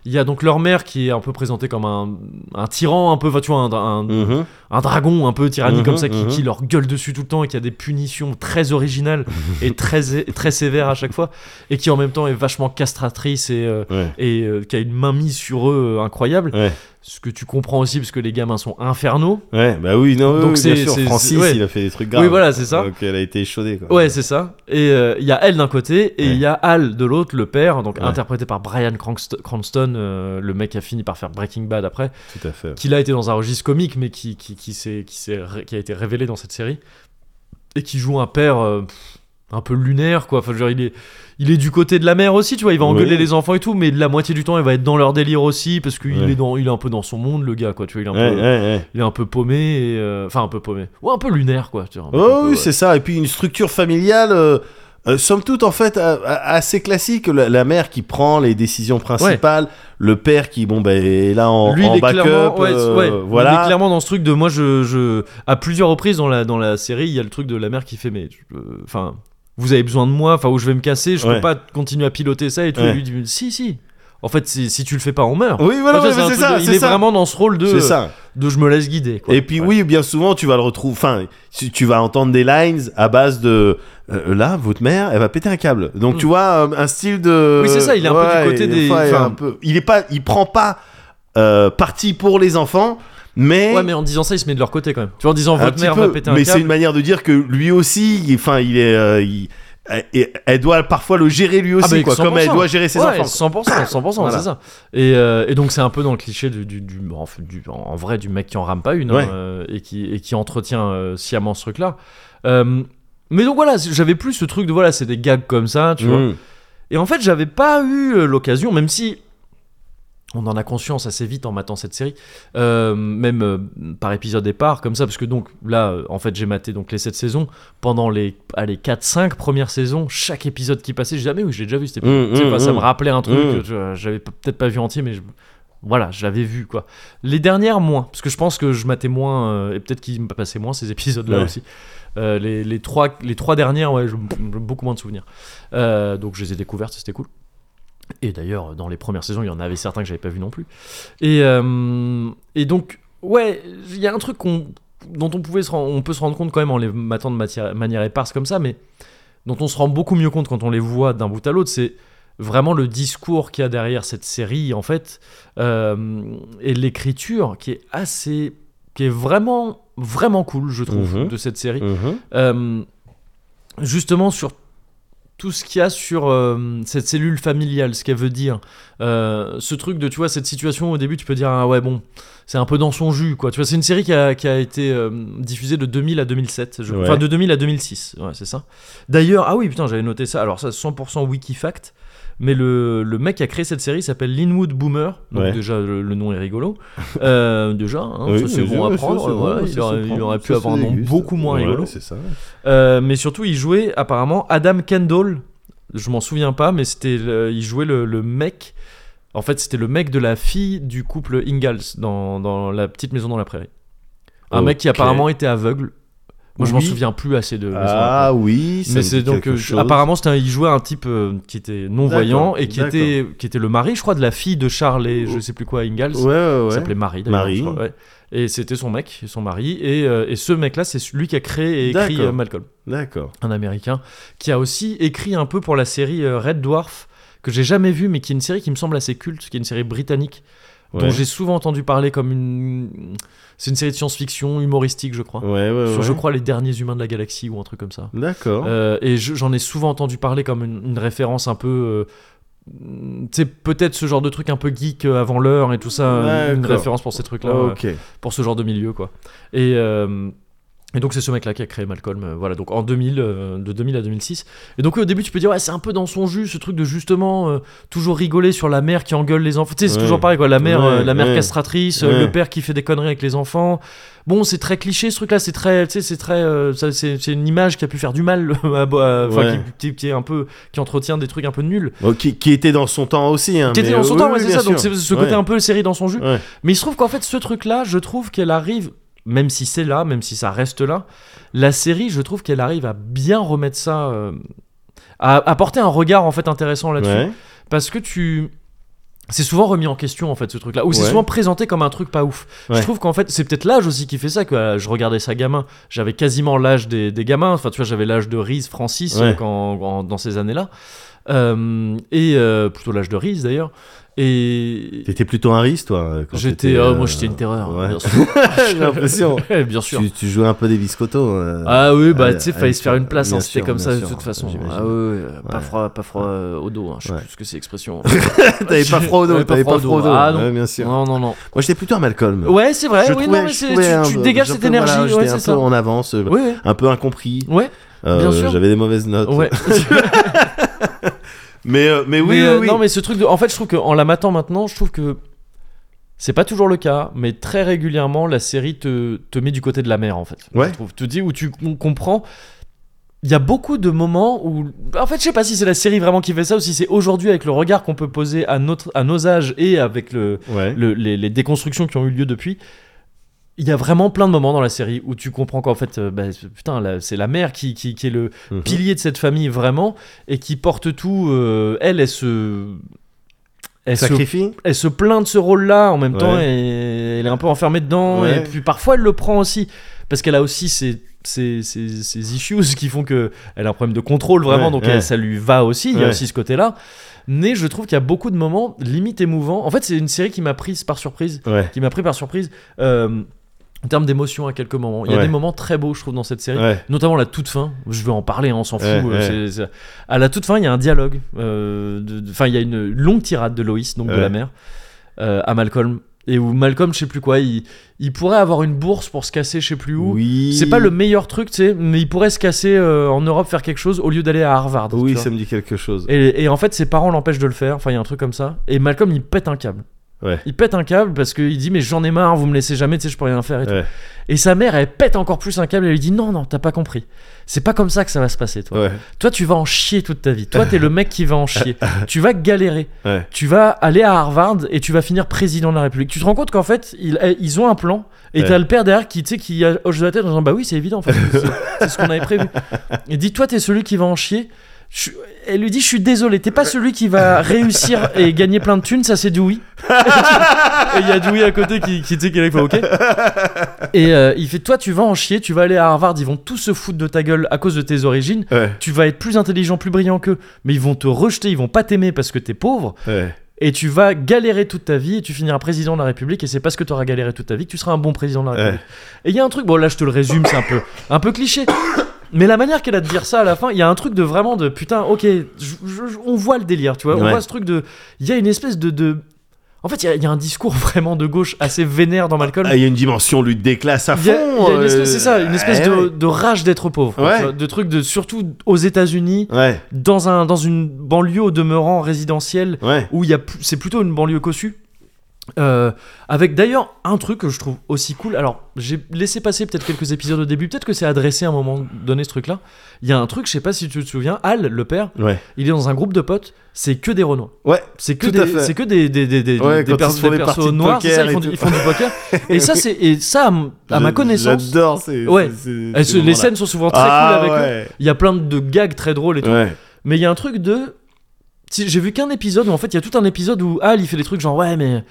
Il y a donc leur mère qui est un peu présentée comme un, un tyran, un peu, enfin, tu vois, un, un- Mhm. un dragon un peu tyrannique Mhm, comme ça, qui, mhm. qui leur gueule dessus tout le temps et qui a des punitions très originales et très, très sévères à chaque fois, et qui en même temps est vachement castratrice et... euh, Ouais. et euh, qui a une mainmise sur eux euh, incroyable, Ouais. ce que tu comprends aussi parce que les gamins sont infernaux. Ouais, bah oui, non, Donc Donc c'est- bien sûr. c'est- Francis, ouais. il a fait des trucs graves. Oui, voilà, c'est ça. Donc elle a été échaudée, quoi. Ouais, c'est ça. Et euh, il y a elle d'un côté et il Ouais. y a Al de l'autre, le père, donc Ouais. interprété par Brian Cranst- Cranston, euh, le mec qui a fini par faire Breaking Bad après, Tout à fait. qui là était dans un registre comique mais qui, qui, qui, s'est- qui, s'est ré- qui a été révélé dans cette série et qui joue un père. euh, pff, un peu lunaire quoi enfin je veux dire, il est il est du côté de la mère aussi tu vois il va engueuler Oui. les enfants et tout mais la moitié du temps il va être dans leur délire aussi parce qu'il Ouais. est dans il est un peu dans son monde le gars quoi tu vois il est un Ouais, peu ouais, ouais. il est un peu paumé et, euh, enfin un peu paumé ou un peu lunaire quoi tu vois, un peu- un Oh peu, euh, oui, ouais. c'est ça. Et puis une structure familiale, euh, euh, somme toute, en fait, a- a- assez classique. La, la mère qui prend les décisions principales, le père qui, bon, ben, est là en, lui en il est backup. clairement ouais, euh, ouais, il est voilà. clairement dans ce truc de moi je, je à plusieurs reprises dans la dans la série il y a le truc de la mère qui fait mais je- euh, enfin vous avez besoin de moi enfin où je vais me casser je Ouais. peux pas continuer à piloter ça et tout Ouais. et lui dit si si en fait si, si tu le fais pas on meurt Oui, voilà, Enfin, ouais, tu vois, c'est Ah, un truc ça. de- il c'est est ça. vraiment dans ce rôle de C'est ça. de je me laisse guider quoi. Et puis Ouais. oui, bien souvent, tu vas le retrouver. Enfin, tu, tu vas entendre des lines à base de euh, là, votre mère, elle va péter un câble. Donc Mm. tu vois euh, un style de. Oui, c'est ça, il est un peu du Ouais, côté et des- fois, il, est enfin- un peu- il est pas, il prend pas euh, parti pour les enfants, mais. ouais mais en disant ça il se met de leur côté quand même tu vois en disant un votre petit mère peu. va péter un mais c'est câble une manière de dire que lui aussi, il- enfin, il est. euh, il- elle, elle doit parfois le gérer lui aussi, Ah, mais quoi, comme elle 100%. doit gérer ses Ouais, enfants. 100%, 100%, Voilà. c'est ça. Et, euh, et donc c'est un peu dans le cliché du, du, du- en, fait, du- en vrai du mec qui en rame pas une hein, Ouais. euh, et, qui, et qui entretient euh, sciemment ce truc-là. Euh, mais donc voilà, c'est- j'avais plus ce truc de voilà, c'est des gags comme ça, tu vois. Mm. Et en fait, j'avais pas eu euh, l'occasion, même si on en a conscience assez vite en matant cette série, euh, même euh, par épisode et par, comme ça, parce que donc là, euh, en fait, j'ai maté donc les 7 saisons. Pendant les, allez, 4-5 premières saisons, chaque épisode qui passait, je disais, ah, mais oui, j'ai déjà vu cet épisode. Mm, Tu sais mm, pas, ça mm. me rappelait un truc, Mm. je- j'avais p- peut-être pas vu entier, mais je- voilà, je l'avais vu, quoi. Les dernières, moins, parce que je pense que je matais moins, euh, et peut-être qu'il me passait moins ces épisodes-là Ouais. aussi. Euh, les, les, trois, les trois dernières, ouais, j'ai beaucoup moins de souvenirs. Euh, donc je les ai découvertes, c'était cool. Et d'ailleurs, dans les premières saisons, il y en avait certains que j'avais pas vu non plus. Et, euh, et donc, ouais, il y a un truc qu'on- dont on, pouvait se ren- on peut se rendre compte quand même en les matant de matière- manière éparse comme ça, mais dont on se rend beaucoup mieux compte quand on les voit d'un bout à l'autre, c'est vraiment le discours qu'il y a derrière cette série, en fait, euh, et l'écriture qui est assez. qui est vraiment, vraiment cool, je trouve, Mhm. de cette série. Mhm. Euh, justement sur tout ce qu'il y a sur euh, cette cellule familiale, ce qu'elle veut dire. Euh, ce truc de, tu vois, cette situation au début, tu peux dire, ah ouais, bon, c'est un peu dans son jus, quoi. Tu vois, c'est une série qui a, qui a été euh, diffusée de 2000 à 2007, je- Ouais. enfin de 2000 à 2006, ouais, c'est ça. D'ailleurs, ah oui, putain, j'avais noté ça, alors ça, 100% Wikifact, mais le, le mec qui a créé cette série s'appelle Linwood Boomer, donc Ouais. déjà le, le nom est rigolo, Euh, déjà, hein, Oui, ça, c'est oui, bon oui, à ça, c'est prendre, bon, voilà, ça, il, ça aurait, se il prend, aurait ça, pu ça avoir un nom déguste. beaucoup moins Ouais, rigolo. c'est ça. Euh, mais surtout, il jouait apparemment Adam Kendall. Je m'en souviens pas, mais c'était le- il jouait le, le mec. En fait, c'était le mec de la fille du couple Ingalls dans, dans la petite maison dans la prairie. Un mec qui Ok. apparemment était aveugle. Moi, je m'en Oui. souviens plus assez de. Maison dans la Prairie. Ah oui, ça mais me c'est dit donc quelque euh, chose. apparemment c'était un- il jouait un type euh, qui était non voyant D'accord, et qui d'accord. Oh. était qui était le mari, je crois, de la fille de Charles et je sais plus quoi Ingalls. Ouais, ouais, Il ouais. s'appelait Marie d'ailleurs, Marie. je crois, ouais. Et c'était son mec, son mari. Et, euh, et ce mec-là, c'est lui qui a créé et écrit D'accord. euh, Malcolm D'accord. un américain, qui a aussi écrit un peu pour la série euh, Red Dwarf, que j'ai jamais vue, mais qui est une série qui me semble assez culte, qui est une série britannique, dont Ouais. j'ai souvent entendu parler comme une. C'est une série de science-fiction, humoristique, je crois. Ouais, ouais, Sur, ouais. je crois, les derniers humains de la galaxie ou un truc comme ça. D'accord. Euh, et je- j'en ai souvent entendu parler comme une, une référence un peu. euh, tu sais, peut-être ce genre de truc un peu geek euh, avant l'heure et tout ça, une D'accord. référence pour ces trucs-là. euh, ok. pour ce genre de milieu quoi. Et euh, Et donc c'est ce mec-là qui a créé Malcolm, euh, voilà, donc en 2000, euh, de 2000 à 2006. Et donc au début tu peux dire, ouais, c'est un peu dans son jus, ce truc de justement euh, toujours rigoler sur la mère qui engueule les enfants. Tu sais, c'est Ouais. toujours pareil, quoi, la mère, euh, Ouais, la mère ouais. castratrice, euh, Ouais. le père qui fait des conneries avec les enfants. Bon, c'est très cliché ce truc-là, c'est très, tu sais, c'est très, euh, ça, c'est c'est une image qui a pu faire du mal, à- à- enfin, Ouais. qui, qui- qui est un peu, qui entretient des trucs un peu nuls. Bon, qui, qui était dans son temps aussi. Hein, Qui était mais, dans son euh, temps, oui, ouais, oui, c'est bien ça. Donc sûr. c'est ce côté Ouais. un peu série dans son jus. Ouais. Mais il se trouve qu'en fait, ce truc-là, je trouve qu'elle arrive, même si c'est là, même si ça reste là, la série, je trouve qu'elle arrive à bien remettre ça, euh, à apporter un regard en fait intéressant là-dessus, Ouais. parce que tu c'est souvent remis en question en fait ce truc là ou c'est Ouais. souvent présenté comme un truc pas ouf Ouais. je trouve qu'en fait c'est peut-être l'âge aussi qui fait ça que euh, je regardais ça gamin j'avais quasiment l'âge des, des gamins enfin tu vois j'avais l'âge de Reese Francis euh, Ouais. quand- quand- dans ces années là et euh, plutôt l'âge de Reese d'ailleurs et T'étais plutôt un risque, toi. quand J'étais, t'étais, oh, euh, moi j'étais une terreur. ouais. Bien sûr. J'ai l'impression. bien sûr. Tu, tu jouais un peu des biscottos. euh, Ah oui, bah à- tu sais, à fallait se faire une place, bien hein, c'était sûr, comme bien ça de sûr, toute façon. j'imagine. Ah ouais, ouais, euh, pas Ouais. froid, pas froid euh, au dos, hein, je sais Ouais. plus ce que c'est l'expression. T'avais pas froid au dos, Ouais, t'avais pas froid au dos. Ah non. Ouais, bien sûr. non, non, non. Moi j'étais plutôt un Malcolm. Ouais, c'est vrai, Je oui, trouvais- non, mais je c'est- trouvais un- tu, tu dégages un cette peu- voilà, énergie, j'étais ouais, un c'est ça. peu en avance, euh, Ouais, ouais, un peu incompris. ouais, Euh, bien sûr. J'avais des mauvaises notes. ouais. Mais, euh, mais Mais, oui, euh, oui, oui. Non, mais ce truc de. En fait, je trouve qu'en la matant maintenant, je trouve que. C'est pas toujours le cas, mais très régulièrement, la série te, te met du côté de la mer, en fait. Ouais. Je trouve, te dit où tu com- comprends. Il y a beaucoup de moments où. En fait, je sais pas si c'est la série vraiment qui fait ça ou si c'est aujourd'hui, avec le regard qu'on peut poser à, notre, à nos âges et avec le, Ouais. le- les, les déconstructions qui ont eu lieu depuis. Il y a vraiment plein de moments dans la série où tu comprends qu'en fait, euh, bah, c'est- putain, la- c'est la mère qui, qui, qui est le Mhm. pilier de cette famille vraiment et qui porte tout. euh, elle, elle se. Elle se, Sacrifie elle se plaint de ce rôle-là en même Ouais. temps et elle est un peu enfermée dedans. Ouais. Et puis parfois elle le prend aussi parce qu'elle a aussi ses, ses, ses- ses issues qui font que elle a un problème de contrôle vraiment, Ouais, donc ouais. elle- ça lui va aussi. Il y a Ouais. aussi ce côté-là. Mais je trouve qu'il y a beaucoup de moments limite émouvants. En fait, c'est une série qui m'a prise par surprise Ouais. qui m'a pris par surprise euh, en termes d'émotion à quelques moments. Il y a Ouais. des moments très beaux, je trouve, dans cette série. Ouais. Notamment la toute fin, je vais en parler, hein, on s'en fout. Ouais, euh, ouais. c'est- c'est- À la toute fin, il y a un dialogue. euh, de- de- Enfin, il y a une longue tirade de Loïs, donc de Ouais. la mère, euh, à Malcolm. Et où Malcolm, je sais plus quoi, il, il pourrait avoir une bourse pour se casser, je sais plus où. Oui. C'est pas le meilleur truc, tu sais, mais il pourrait se casser euh, en Europe, faire quelque chose, au lieu d'aller à Harvard. tu Oui, vois. ça me dit quelque chose. Et, et en fait, ses parents l'empêchent de le faire. Enfin, il y a un truc comme ça. Et Malcolm, il pète un câble. Ouais. Il pète un câble parce qu'il dit Mais j'en ai marre, vous me laissez jamais, tu sais, je peux rien faire. Et, tout. Ouais. Et sa mère, elle pète encore plus un câble. Elle lui dit Non, non, t'as pas compris. C'est pas comme ça que ça va se passer, toi. Ouais. Toi, tu vas en chier toute ta vie. Toi, t'es le mec qui va en chier. tu vas galérer. Ouais. Tu vas aller à Harvard et tu vas finir président de la République. Tu te rends compte qu'en fait, ils, ils ont un plan. Et Ouais. t'as le père derrière qui, tu sais, qui hoche de la tête en disant Bah oui, c'est évident, en fait. C'est- c'est ce qu'on avait prévu. Et dit Toi, t'es celui qui va en chier. Je- elle lui dit Je suis désolé, t'es pas celui qui va réussir et gagner plein de thunes, ça c'est Dewey. et il y a Dewey à côté qui, qui dit qu'il est ok. Et euh, il fait Toi, tu vas en chier, tu vas aller à Harvard, ils vont tous se foutre de ta gueule à cause de tes origines. Ouais. Tu vas être plus intelligent, plus brillant qu'eux, mais ils vont te rejeter, ils vont pas t'aimer parce que t'es pauvre, Ouais. et tu vas galérer toute ta vie, et tu finiras président de la République, et c'est parce que t'auras galéré toute ta vie que tu seras un bon président de la République. Et il y a un truc, bon là je te le résume, c'est un peu, un peu cliché, mais la manière qu'elle a de dire ça à la fin, il y a un truc de vraiment de putain, ok, je- je- je- on voit le délire, tu vois, on Ouais. voit ce truc de. Il y a une espèce de. de... En fait, il y a- il y, a un discours vraiment de gauche assez vénère dans Malcolm. Ah, il y a une dimension lutte des classes à Il y a- il y fond. a une espèce- euh, C'est ça, une espèce ouais, de, de rage d'être pauvre. quoi, Ouais. tu vois, de truc de surtout aux États-Unis, Ouais. dans un dans une banlieue au demeurant résidentielle Ouais. où il y a pl- c'est plutôt une banlieue cossue. Euh, avec d'ailleurs un truc que je trouve aussi cool. Alors j'ai laissé passer peut-être quelques épisodes au début. Peut-être que c'est adressé à un moment donné ce truc-là. Il y a un truc, je sais pas si tu te souviens. Al, le père, Ouais. il est dans un groupe de potes. C'est que des Renois. Ouais. C'est que Tout à des, fait. c'est que des des des des, des Ouais, quand ils pers- se font des des parties persos de noirs. c'est ça, ils, poker et font, du- tout. ils font du poker. et ça c'est et ça à m- à ma Je- connaissance. J'adore. c'est- Ouais. c'est- c'est- elles ces se- les moments-là. scènes sont souvent très ah, cool avec eux. ouais. Il y a plein de gags très drôles et tout. Ouais. Mais il y a un truc de. si- J'ai vu qu'un épisode où en fait il y a tout un épisode où Al il fait des trucs genre ouais mais.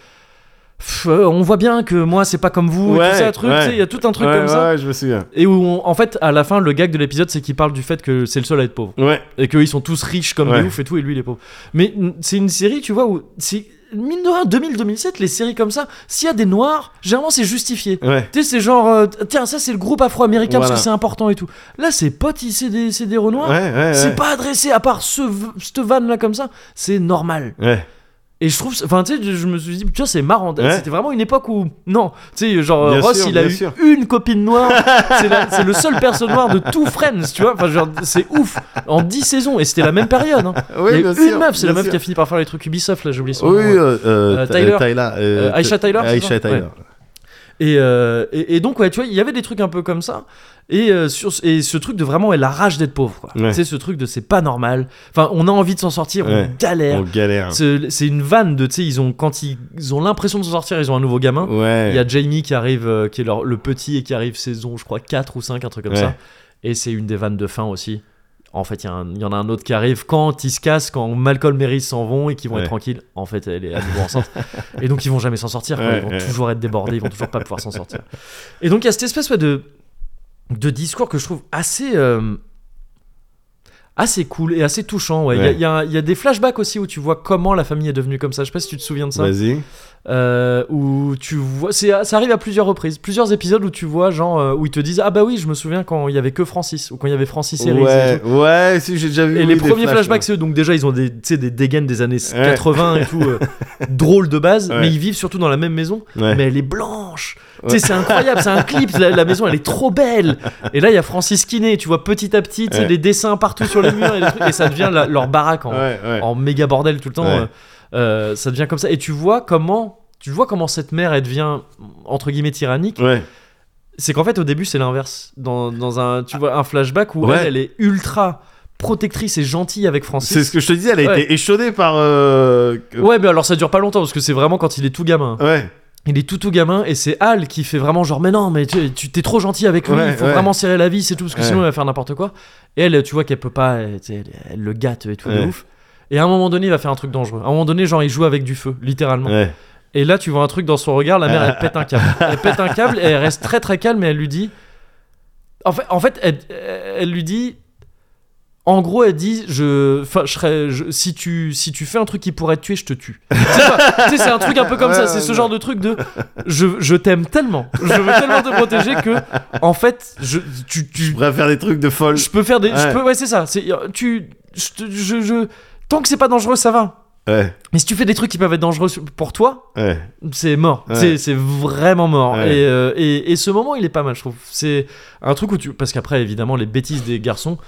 pff, euh, on voit bien que moi c'est pas comme vous et Ouais, tout ça, truc, ouais. tu sais, il y a tout un truc ouais, comme ouais, ça. ouais, je me souviens. Et où on- en fait à la fin le gag de l'épisode c'est qu'il parle du fait que c'est le seul à être pauvre Ouais. et qu'ils sont tous riches comme Ouais. des ouf et tout et lui il est pauvre. Mais mm, c'est une série tu vois où c'est mine de rien 2000-2007 les séries comme ça s'il y a des noirs généralement c'est justifié. Ouais. Tu sais, c'est genre, euh, tiens, ça c'est le groupe afro-américain parce Voilà. que c'est important et tout. Là, c'est potes, ils- c'est des, Ah, c'est des renois. Ouais, ouais, ouais. C'est pas adressé à part ce, cette vanne là comme ça, c'est normal. Ouais. Et je trouve, enfin, tu sais, je- je me suis dit, tu vois, c'est marrant. Ouais. C'était vraiment une époque où, non, tu sais, genre Bien Ross, sûr, il a bien eu sûr. une copine noire. c'est, la- c'est le seul perso noir de tout Friends, tu vois. Enfin, genre, c'est ouf. En 10 saisons, et c'était la même période. hein. Oui, Il y a eu bien une sûr, meuf, c'est la bien meuf sûr. qui a fini par faire les trucs Ubisoft, là, j'ai oublié son nom. Oui, euh, euh, Euh, Ta- Tyler. Tyler, euh, Euh, Aisha Tyler, c'est Aisha ça Tyler. Ouais. Et, euh, et, et donc, ouais, tu vois, il y avait des trucs un peu comme ça. Et, euh, sur, et ce truc de vraiment, elle a rage d'être pauvre, quoi. Ouais. Tu sais, ce truc de c'est pas normal. Enfin, on a envie de s'en sortir, Ouais. on galère. On galère. C'est c'est une vanne de, tu sais, ils ont, quand ils, ils ont l'impression de s'en sortir, ils ont un nouveau gamin. Ouais. Il y a Jamie qui arrive, euh, qui est leur- le petit et qui arrive saison, je crois, 4 ou 5, un truc comme Ouais. ça. Et c'est une des vannes de fin aussi. En fait, il y, a un- il y en a un autre qui arrive quand ils se cassent, quand Malcolm et Reese s'en vont et qu'ils vont Ouais. être tranquilles. En fait, elle est à nouveau enceinte. Et donc, ils vont jamais s'en sortir. quoi. Ouais, ils vont ouais. toujours être débordés, ils vont toujours pas pouvoir s'en sortir. Et donc, il y a cette espèce ouais, de, de discours que je trouve assez. euh, assez cool et assez touchant ouais. il y a- Ouais. il y, a un- il y a des flashbacks aussi où tu vois comment la famille est devenue comme ça je sais pas si tu te souviens de ça Vas-y. euh, où tu vois, c'est, ça arrive à plusieurs reprises, plusieurs épisodes où tu vois genre euh, où ils te disent ah bah oui je me souviens quand il y avait que Francis ou quand il y avait Francis et Reese et Ouais, tout. ouais, si j'ai déjà vu. Et oui, les des premiers flashs, flashbacks, c'est eux, donc déjà ils ont des, tu sais, des dégaines des années Ouais. 80 et tout, euh, drôle de base, Ouais. mais ils vivent surtout dans la même maison, Ouais. mais elle est blanche, Ouais. Tu sais, c'est incroyable, c'est un clip, la, la maison elle est trop belle. Et là il y a Francis Kiné, tu vois petit à petit, tu sais, Ouais. des dessins partout sur les murs et, des trucs, et ça devient la- leur baraque en, Ouais, ouais. en méga bordel tout le temps. Ouais. euh, euh, ça devient comme ça. Et tu vois comment, tu vois comment cette mère elle devient entre guillemets tyrannique. Ouais. C'est qu'en fait au début c'est l'inverse. Dans, dans un, tu vois, un flashback où Ouais. elle, elle est ultra protectrice et gentille avec Francis. C'est ce que je te disais, elle a Ouais. été échaudée par. euh, que- Ouais, mais alors ça dure pas longtemps parce que c'est vraiment quand il est tout gamin. Ouais. Il est tout tout gamin et c'est Hal qui fait vraiment genre mais non mais tu tu- t'es trop gentil avec lui, Ouais, il faut ouais. vraiment serrer la vis et tout parce que Ouais. sinon il va faire n'importe quoi. Et elle tu vois qu'elle peut pas, euh, tu sais, elle, elle le gâte et tout de Ouais. ouf. Et à un moment donné il va faire un truc dangereux. À un moment donné genre il joue avec du feu littéralement. Ouais. Et là, tu vois un truc dans son regard, la mère, Euh. elle pète un câble. Elle pète un câble et elle reste très très calme et elle lui dit. En fait, en fait elle, elle lui dit. En gros, elle dit je, enfin, je serais, je- si tu, si tu fais un truc qui pourrait te tuer, je te tue. C'est pas- tu sais, c'est un truc un peu comme ça. Ouais, C'est ce ouais. genre de truc de, je, je t'aime tellement, je veux tellement te protéger que, en fait, je, tu, tu, Je pourrais faire des trucs de folle. je peux faire des, je Ouais. peux, ouais, c'est ça. C'est, tu, je, te- je, je- tant que c'est pas dangereux, ça va. Ouais, Mais si tu fais des trucs qui peuvent être dangereux pour toi, ouais. c'est mort, Ouais. c'est, c'est vraiment mort. Ouais. Et, euh, et, et ce moment, il est pas mal, je trouve. C'est un truc où tu. Parce qu'après, évidemment, les bêtises des garçons,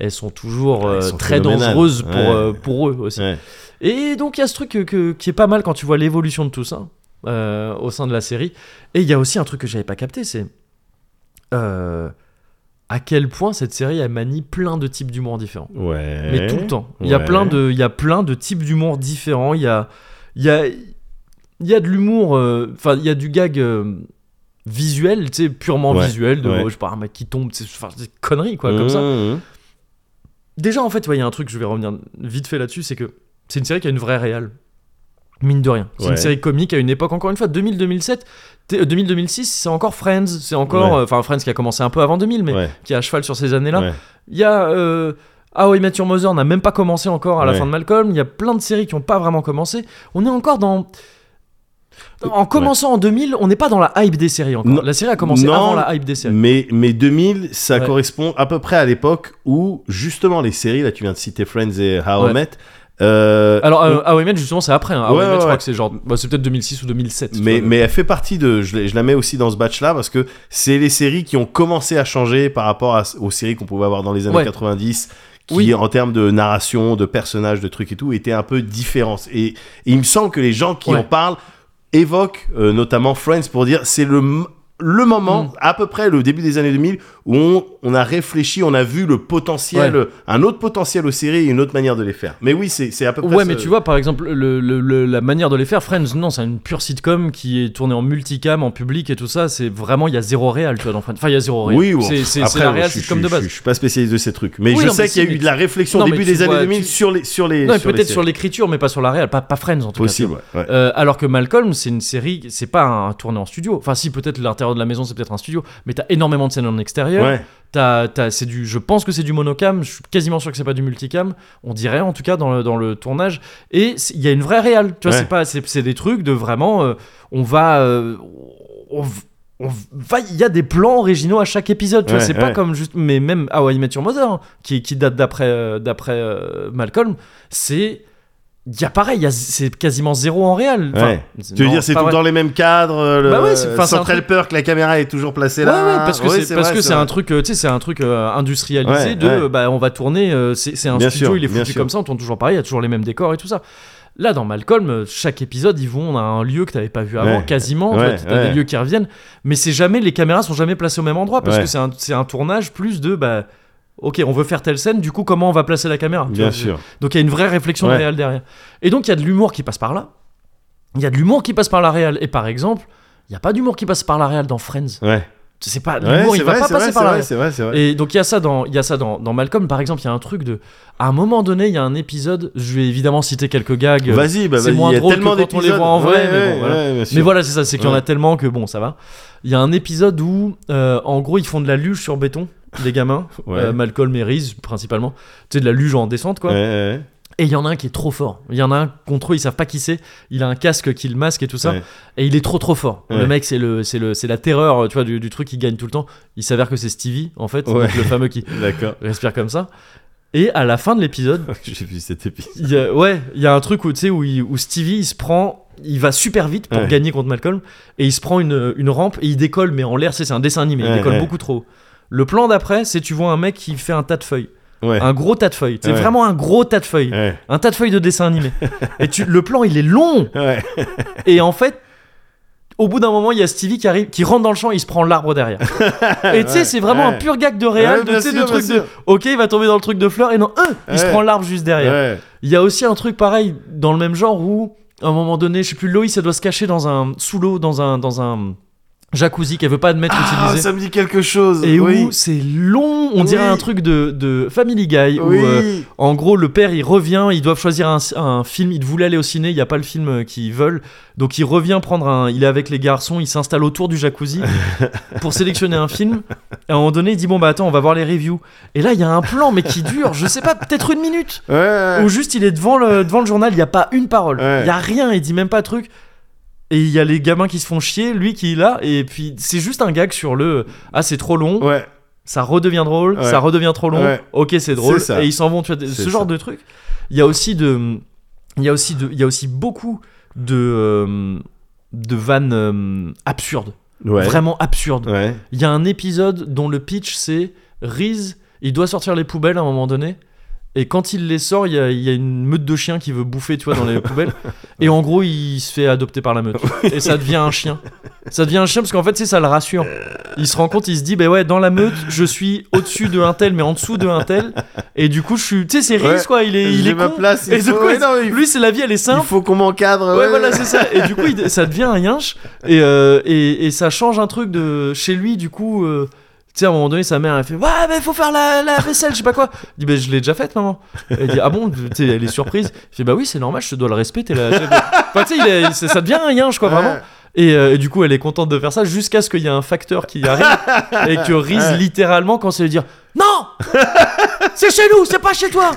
elles sont toujours Ouais, elles euh, sont très phénoménales. dangereuses pour, Ouais. euh, pour eux aussi. ouais. Et donc, il y a ce truc que- que- qui est pas mal quand tu vois l'évolution de tout ça euh, au sein de la série. Et il y a aussi un truc que j'avais pas capté, c'est. euh, à quel point cette série, elle manie plein de types d'humour différents Ouais. mais tout le temps. Il y a Eh, Ouais. plein de, il y a plein de types d'humour différents. Il y a, il y a, il y a de l'humour. euh, Enfin, il y a du gag euh, visuel, tu sais, purement Ouais, visuel. De, ouais. oh, je sais pas, un mec qui tombe, c'est enfin, des conneries quoi, comme ça. Mmh, mmh. Déjà, en fait, tu vois, il y a un truc. Je vais revenir vite fait là-dessus, c'est que c'est une série qui a une vraie réelle. Mine de rien. C'est Ouais. une série comique à une époque, encore une fois, 2000-2007, euh, 2000-2006, c'est encore Friends, c'est encore. Ouais. euh, Enfin, Friends qui a commencé un peu avant 2000, mais Ouais. qui est à cheval sur ces années-là. ouais. Il y a euh, How I Met Your Mother n'a même pas commencé encore à la Ouais. fin de Malcolm. Il y a plein de séries qui n'ont pas vraiment commencé. On est encore dans. En commençant en 2000, on n'est pas dans la hype des séries encore. Non. La série a commencé Non. avant la hype des séries. Mais, mais 2000, ça Ouais. correspond à peu près à l'époque où, justement, les séries, là, tu viens de citer Friends et How Ouais. I Met. euh, Alors, euh, How I Met, justement, c'est après. hein. How Ouais, I Met, ouais, je crois ouais. que c'est genre. bah, c'est peut-être 2006 ou 2007. tu mais, vois, mais elle fait partie de. Je, la- je la mets aussi dans ce batch-là parce que c'est les séries qui ont commencé à changer par rapport à- aux séries qu'on pouvait avoir dans les années Ouais. 90, qui, Oui. en termes de narration, de personnages, de trucs et tout, étaient un peu différentes. Et, et il me semble que les gens qui Ouais. en parlent évoquent euh, notamment Friends pour dire c'est le. m- Le moment, Mm. à peu près le début des années 2000, où on, on a réfléchi, on a vu le potentiel, un autre potentiel aux séries et une autre manière de les faire. Mais oui, c'est c'est à peu près. Ouais, ce- mais tu vois, par exemple, le- le- le- la manière de les faire, Friends, non, c'est une pure sitcom qui est tournée en multicam, en public et tout ça. C'est vraiment, il y a zéro réel, tu vois, dans Friends. Enfin, il y a zéro réel. Oui, bon, c'est, c'est- après, c'est la je réelle suis- sitcom je de suis- base. Je, suis pas spécialiste de ces trucs, mais Oui, je non, mais sais qu'il y a si, mais eu de la réflexion Non, au mais début tu des années vois, 2000 tu- sur les sur les. Non, mais sur les peut-être sur séries. l'écriture, mais pas sur la réelle, pas, pas Friends en tout cas. Possible. ouais, ouais. Euh, alors que Malcolm, c'est une série, c'est pas un tourné en studio. Enfin, si peut-être l'intérieur de la maison, c'est peut-être un studio, mais t'as énormément de scènes en extérieur. Ouais. T'as, t'as- c'est du, je pense que c'est du monocam. Je suis quasiment sûr que c'est pas du multicam. On dirait en tout cas dans le, dans le tournage. Et c'est- il y a une vraie réal. Tu vois, Ouais. c'est pas, c'est, c'est des trucs de vraiment. euh, on va, euh, on, v- on va. Il y a des plans originaux à chaque épisode. Tu vois, Ouais, c'est pas ouais. comme juste. Mais même Ah How I Met Your Mother, hein, qui, qui date d'après, euh, d'après euh, Malcolm, c'est Il y a pareil, y a- c'est quasiment zéro en réel. Ouais. Tu veux dire, c'est tout dans dans les mêmes cadres. euh, Le Bah ouais, c'est- enfin, c'est un Central truc- Perk, la caméra est toujours placée là. Ouais, ouais, parce que Ouais, c'est parce vrai, que c'est un vrai. truc, euh, tu sais, c'est un truc euh, industrialisé Ouais, de, ouais. euh, bah, on va tourner, euh, c'est c'est un Bien studio, sûr, il est bien foutu sûr. comme ça, on tourne toujours pareil, il y a toujours les mêmes décors et tout ça. Là, dans Malcolm, euh, chaque épisode, ils vont à un lieu que t'avais pas vu avant, Ouais. quasiment. en Ouais, fait, T'as ouais. des lieux qui reviennent, mais c'est jamais, les caméras sont jamais placées au même endroit parce Ouais. que c'est un, c'est un tournage plus de, bah, ok, on veut faire telle scène, du coup, comment on va placer la caméra tu Bien vois, sûr. donc il y a une vraie réflexion Ouais. réelle derrière. Et donc il y a de l'humour qui passe par là. Il y a de l'humour qui passe par la réelle. Et par exemple, il n'y a pas d'humour qui passe par la réelle dans Friends. Ouais. C'est pas Ouais, l'humour, c'est il va vrai, pas c'est passer par vrai, c'est la vrai, réelle. C'est vrai, c'est vrai. Et donc il y a ça dans il y a ça dans, dans Malcolm par exemple, il y a un truc de à un moment donné, il y a un épisode, je vais évidemment citer quelques gags. euh, Vas-y, bah c'est vas-y. moins il y a drôle que tellement quand on les d'épisodes. voit en vrai, mais Ouais, bon, ouais, voilà. ouais, bien sûr. mais voilà, c'est ça, c'est qu'il y en a Ouais. tellement que bon, ça va. Il y a un épisode où, euh, en gros, ils font de la luge sur béton, les gamins, Ouais. euh, Malcolm et Reese principalement. Tu sais, de la luge en descente, quoi. Ouais, ouais, Et il y en a un qui est trop fort. Il y en a un contre eux, ils savent pas qui c'est. Il a un casque qui le masque et tout ça. Ouais. Et il est trop trop fort. Le Ouais. mec, c'est le, c'est le, c'est la terreur, tu vois, du, du truc qui gagne tout le temps. Il s'avère que c'est Stevie, en fait, Ouais. donc le fameux qui ouais. D'accord. respire comme ça. Et à la fin de l'épisode, J'ai vu cet épisode. il y a- ouais, il y a un truc où tu sais où, il- où Stevie il se prend, il va super vite pour Ouais. gagner contre Malcolm et il se prend une, une rampe et il décolle mais en l'air, c'est c'est un dessin animé, il Ouais, décolle ouais. beaucoup trop. haut. Le plan d'après, c'est tu vois un mec qui fait un tas de feuilles, Ouais. un gros tas de feuilles, c'est Ouais. vraiment un gros tas de feuilles Ouais. un tas de feuilles de dessin animé. et tu, le plan, il est long. Ouais. Et en fait, au bout d'un moment, il y a Stevie qui arrive, qui rentre dans le champ, il se prend l'arbre derrière. Et tu sais, Ouais, c'est vraiment ouais. un pur gag de réel, Ouais, de, bien tu sais, de sûr, bien truc de. sûr. Ok, il va tomber dans le truc de fleur et non, hein, il se Ouais. prend l'arbre juste derrière. Ouais. Il y a aussi un truc pareil dans le même genre où, à un moment donné, je sais plus, Loïs, elle doit se cacher dans un sous l'eau, dans un dans un jacuzzi qu'elle veut pas admettre Ah, utiliser. ça me dit quelque chose. Et oui. où c'est long, on dirait Oui. un truc de, de Family Guy, où Oui. euh, en gros, le père, il revient, ils doivent choisir un, un film, ils voulaient aller au ciné, il n'y a pas le film euh, qu'ils veulent. Donc il revient prendre un... Il est avec les garçons, il s'installe autour du jacuzzi pour sélectionner un film. Et à un moment donné, il dit, bon bah attends, on va voir les reviews. Et là, il y a un plan, mais qui dure, je sais pas, peut-être une minute. Ouais, ouais. Ou juste, il est devant le, devant le journal, il n'y a pas une parole. Il Ouais. n'y a rien, il dit même pas de truc. Et il y a les gamins qui se font chier, lui qui est là, et puis c'est juste un gag sur le ah c'est trop long, Ouais. ça redevient drôle, Ouais. ça redevient trop long, Ouais. ok c'est drôle, C'est ça. et ils s'en vont, tu vois, C'est ce genre ça. de truc. Il y a aussi de, il y a aussi de, il y a aussi beaucoup de euh, de vannes euh, absurdes, Ouais. vraiment absurdes. Ouais. Il y a un épisode dont le pitch c'est Reese, il doit sortir les poubelles à un moment donné. Et quand il les sort, il y, a, il y a une meute de chiens qui veut bouffer, tu vois, dans les poubelles. Et en gros, il se fait adopter par la meute. Et ça devient un chien. Ça devient un chien parce qu'en fait, tu sais, ça le rassure. Il se rend compte, il se dit, ben ouais, dans la meute, je suis au-dessus de un tel, mais en dessous de un tel. Et du coup, je suis, tu sais, c'est Reese, Ouais. quoi. Il est, il J'ai est ma con. place, il Et du faut- coup, Ouais, non, il- lui, c'est la vie, elle est Il simple. faut qu'on m'encadre. Ouais, voilà, c'est ça. Et du coup, il- ça devient un yinche. Et, euh, et, et ça change un truc de chez lui, du coup. euh, tu sais, à un moment donné, sa mère, elle fait Ouais, mais faut faire la, la vaisselle, je sais pas quoi. Il dit Bah, je l'ai déjà faite, maman. Elle dit Ah bon Tu sais, elle est surprise. Il fait Bah oui, c'est normal, je te dois le respect, t'es la chef de- Enfin, tu sais, il est- ça ça devient un yinche, quoi, Ouais. vraiment. Et, euh, et du coup, elle est contente de faire ça jusqu'à ce qu'il y ait un facteur qui arrive et que Riz, littéralement, quand c'est lui dire Non C'est chez nous, c'est pas chez toi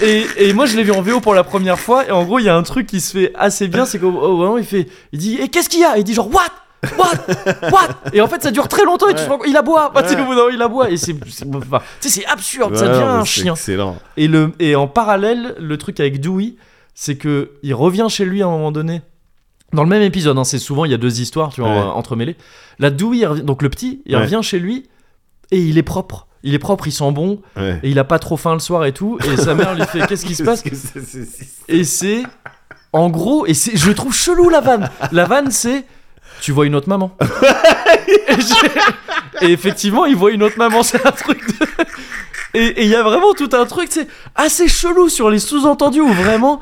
et, et moi, je l'ai vu en VO pour la première fois. Et en gros, il y a un truc qui se fait assez bien c'est qu'au au moment, il fait Il dit Et qu'est-ce qu'il y a Il dit genre What What What Et en fait, ça dure très longtemps et tu te rends compte, il aboie Bah, tu sais, Ouais. au bout d'un moment, il aboie Et c'est c'est- enfin, tu sais, c'est absurde, ça Ouais, devient non, mais un c'est chien. Excellent. Et, le, et en parallèle, le truc avec Dewey, c'est que il revient chez lui à un moment donné. Dans le même épisode, hein, c'est souvent, il y a deux histoires, tu vois, Ouais. entremêlées. Là, Dewey, il revient- donc le petit, il Ouais. revient chez lui et il est propre. Il est propre, il sent bon, Ouais. et il a pas trop faim le soir et tout. Et sa mère lui fait Qu'est-ce qui se passe que c'est- c'est- c'est- Et c'est. En gros, et c'est, je trouve chelou la vanne. La vanne, c'est. Tu vois une autre maman. et, j'ai- et effectivement, il voit une autre maman. C'est un truc de. Et et il y a vraiment tout un truc, c'est assez chelou sur les sous-entendus où vraiment,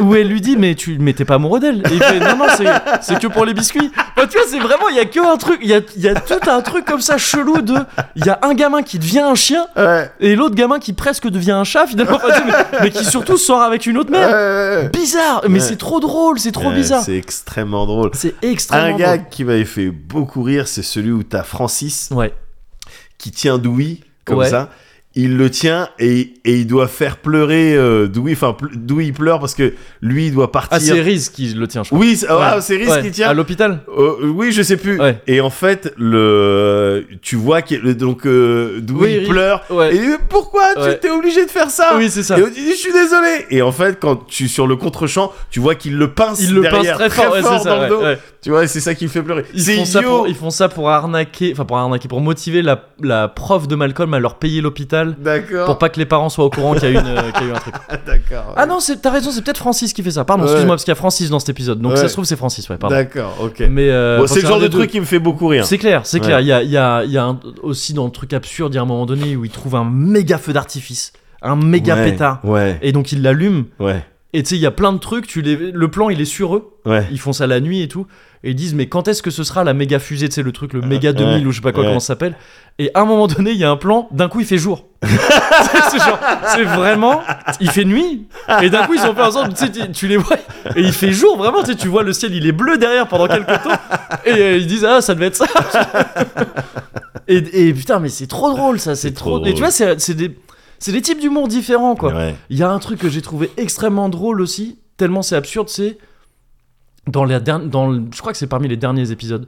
où elle lui dit mais tu mais t'es pas amoureux d'elle. Et il fait non non c'est c'est que pour les biscuits. Enfin, tu vois c'est vraiment il y a que un truc, il y a, il y a tout un truc comme ça chelou de, il y a un gamin qui devient un chien Ouais. et l'autre gamin qui presque devient un chat finalement, Enfin, tu sais, mais, mais qui surtout sort avec une autre Ouais, mère. ouais, ouais. Bizarre, mais Ouais. c'est trop drôle, c'est trop Ouais, bizarre. C'est extrêmement drôle. C'est extrêmement Un gag qui m'avait fait beaucoup rire, c'est celui où t'as Francis drôle. Ouais. qui tient Dewey comme Ouais. ça il le tient et, et il doit faire pleurer euh, Dewey. Enfin, ple- Dewey il pleure parce que lui il doit partir. Ah, c'est Riz qui le tient, je crois. oui, c'est ah, Ouais. c'est Reese Ouais. qui tient. À l'hôpital Euh, oui, je sais plus. Ouais. Et en fait, le tu vois que le- donc euh, Dewey Oui, il il- pleure. ouais. Et il dit, pourquoi Ouais. tu t'es obligé de faire ça Oui, c'est ça. Et on dit je suis désolé. Et en fait, quand tu sur le contre-champ, tu vois qu'il le pince Il le pince derrière, très fort, ouais, c'est dans ça. le ouais, dos. ouais. Tu vois, et c'est ça qui le fait pleurer. Ils, C'est font ça idiot. pour, ils font ça pour arnaquer, enfin pour arnaquer, pour motiver la, la prof de Malcolm à leur payer l'hôpital D'accord. pour pas que les parents soient au courant qu'il y, a une, euh, qu'il y a eu un truc. D'accord. Ah non, c'est- t'as raison, c'est peut-être Francis qui fait ça. Pardon, Ouais. excuse-moi, parce qu'il y a Francis dans cet épisode. Donc Ouais. ça se trouve, c'est Francis, ouais, pardon. D'accord. Ok. Mais euh, Bon, enfin, c'est le un genre de des deux. truc qui me fait beaucoup rire. C'est clair, c'est Ouais. clair. Il y a, il y a- il y a un- aussi dans le truc absurde, il y a un moment donné où il trouve un méga feu d'artifice, un méga Ouais, pétard. Ouais. Et donc il l'allume. Ouais. Et tu sais, il y a plein de trucs. Tu les... Le plan, il est sur eux. Ouais. Ils font ça la nuit et tout. Et ils disent, mais quand est-ce que ce sera la méga fusée Tu sais, le truc, le méga 2000 ou je sais pas quoi, ouais. comment ça s'appelle. Et à un moment donné, il y a un plan. D'un coup, il fait jour. c'est ce genre- c'est vraiment. Il fait nuit. Et d'un coup, ils sont pas ensemble. Tu, sais, tu- tu les vois. Et il fait jour, vraiment. Tu, sais, tu vois le ciel, il est bleu derrière pendant quelques temps. Et euh, ils disent, ah, ça devait être ça. et, et putain, mais c'est trop drôle, ça. C'est trop. trop Et drôle. tu vois, c'est c'est des. C'est des types d'humour différents, quoi. Ouais. Il y a un truc que j'ai trouvé extrêmement drôle aussi, tellement c'est absurde, c'est dans la dernière, dans le- je crois que c'est parmi les derniers épisodes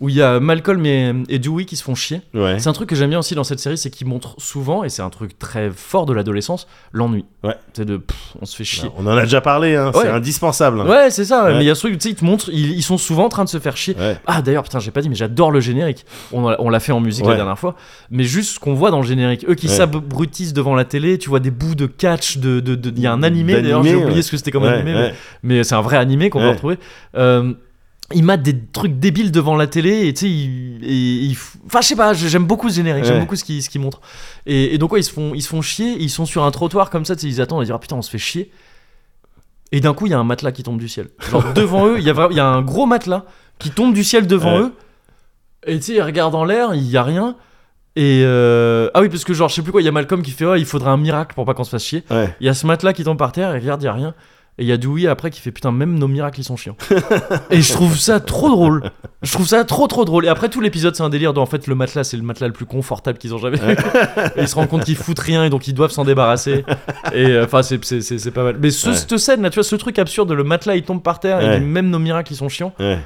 où il y a Malcolm et, et Dewey qui se font chier. Ouais. C'est un truc que j'aime bien aussi dans cette série, c'est qu'ils montrent souvent, et c'est un truc très fort de l'adolescence, l'ennui. Ouais. C'est de, pff, on se fait chier. On en a déjà parlé. Hein. C'est Ouais. indispensable. hein. Ouais, c'est ça. Ouais. Mais il y a ce truc, tu sais, ils te montrent, ils, ils sont souvent en train de se faire chier. Ouais. Ah d'ailleurs, putain, j'ai pas dit, mais j'adore le générique. On, a- on l'a fait en musique Ouais. la dernière fois. Mais juste ce qu'on voit dans le générique. Eux qui Ouais. s'abrutissent devant la télé, tu vois des bouts de catch, de... de, de- il y a un animé, D'animé, d'ailleurs, j'ai oublié ouais. ce que c'était comme Ouais, animé. ouais. Mais, mais c'est un vrai animé qu'on va Ouais. retrouver. Euh, ils matent des trucs débiles devant la télé et tu sais, ils- et- ils f- Enfin, je sais pas, j'aime beaucoup ce générique, Ouais. j'aime beaucoup ce qu'ils ce qu'ils montrent. Et, et donc, ouais, ils se, font, ils se font chier, ils sont sur un trottoir comme ça, tu sais, ils attendent, ils disent Ah putain, on se fait chier. Et d'un coup, il y a un matelas qui tombe du ciel. Genre devant eux, il y, a vra- il y a un gros matelas qui tombe du ciel devant Ouais. eux. Et tu sais, ils regardent en l'air, il y a rien. Et euh, ah oui, parce que genre, je sais plus quoi, il y a Malcolm qui fait Ouais, il faudrait un miracle pour pas qu'on se fasse chier. Ouais. Il y a ce matelas qui tombe par terre, il regarde, il y a rien. Et il y a Dewey après qui fait putain, même nos miracles ils sont chiants. et je trouve ça trop drôle. Je trouve ça trop trop drôle. Et après tout l'épisode, c'est un délire. de, en fait, le matelas, c'est le matelas le plus confortable qu'ils ont jamais eu. et ils se rendent compte qu'ils foutent rien et donc ils doivent s'en débarrasser. Et euh, enfin, c'est- c'est c'est- c'est pas mal. Mais ce, Ouais. cette scène là, tu vois, ce truc absurde, le matelas il tombe par terre Ouais. et il dit, même nos miracles ils sont chiants. Ouais.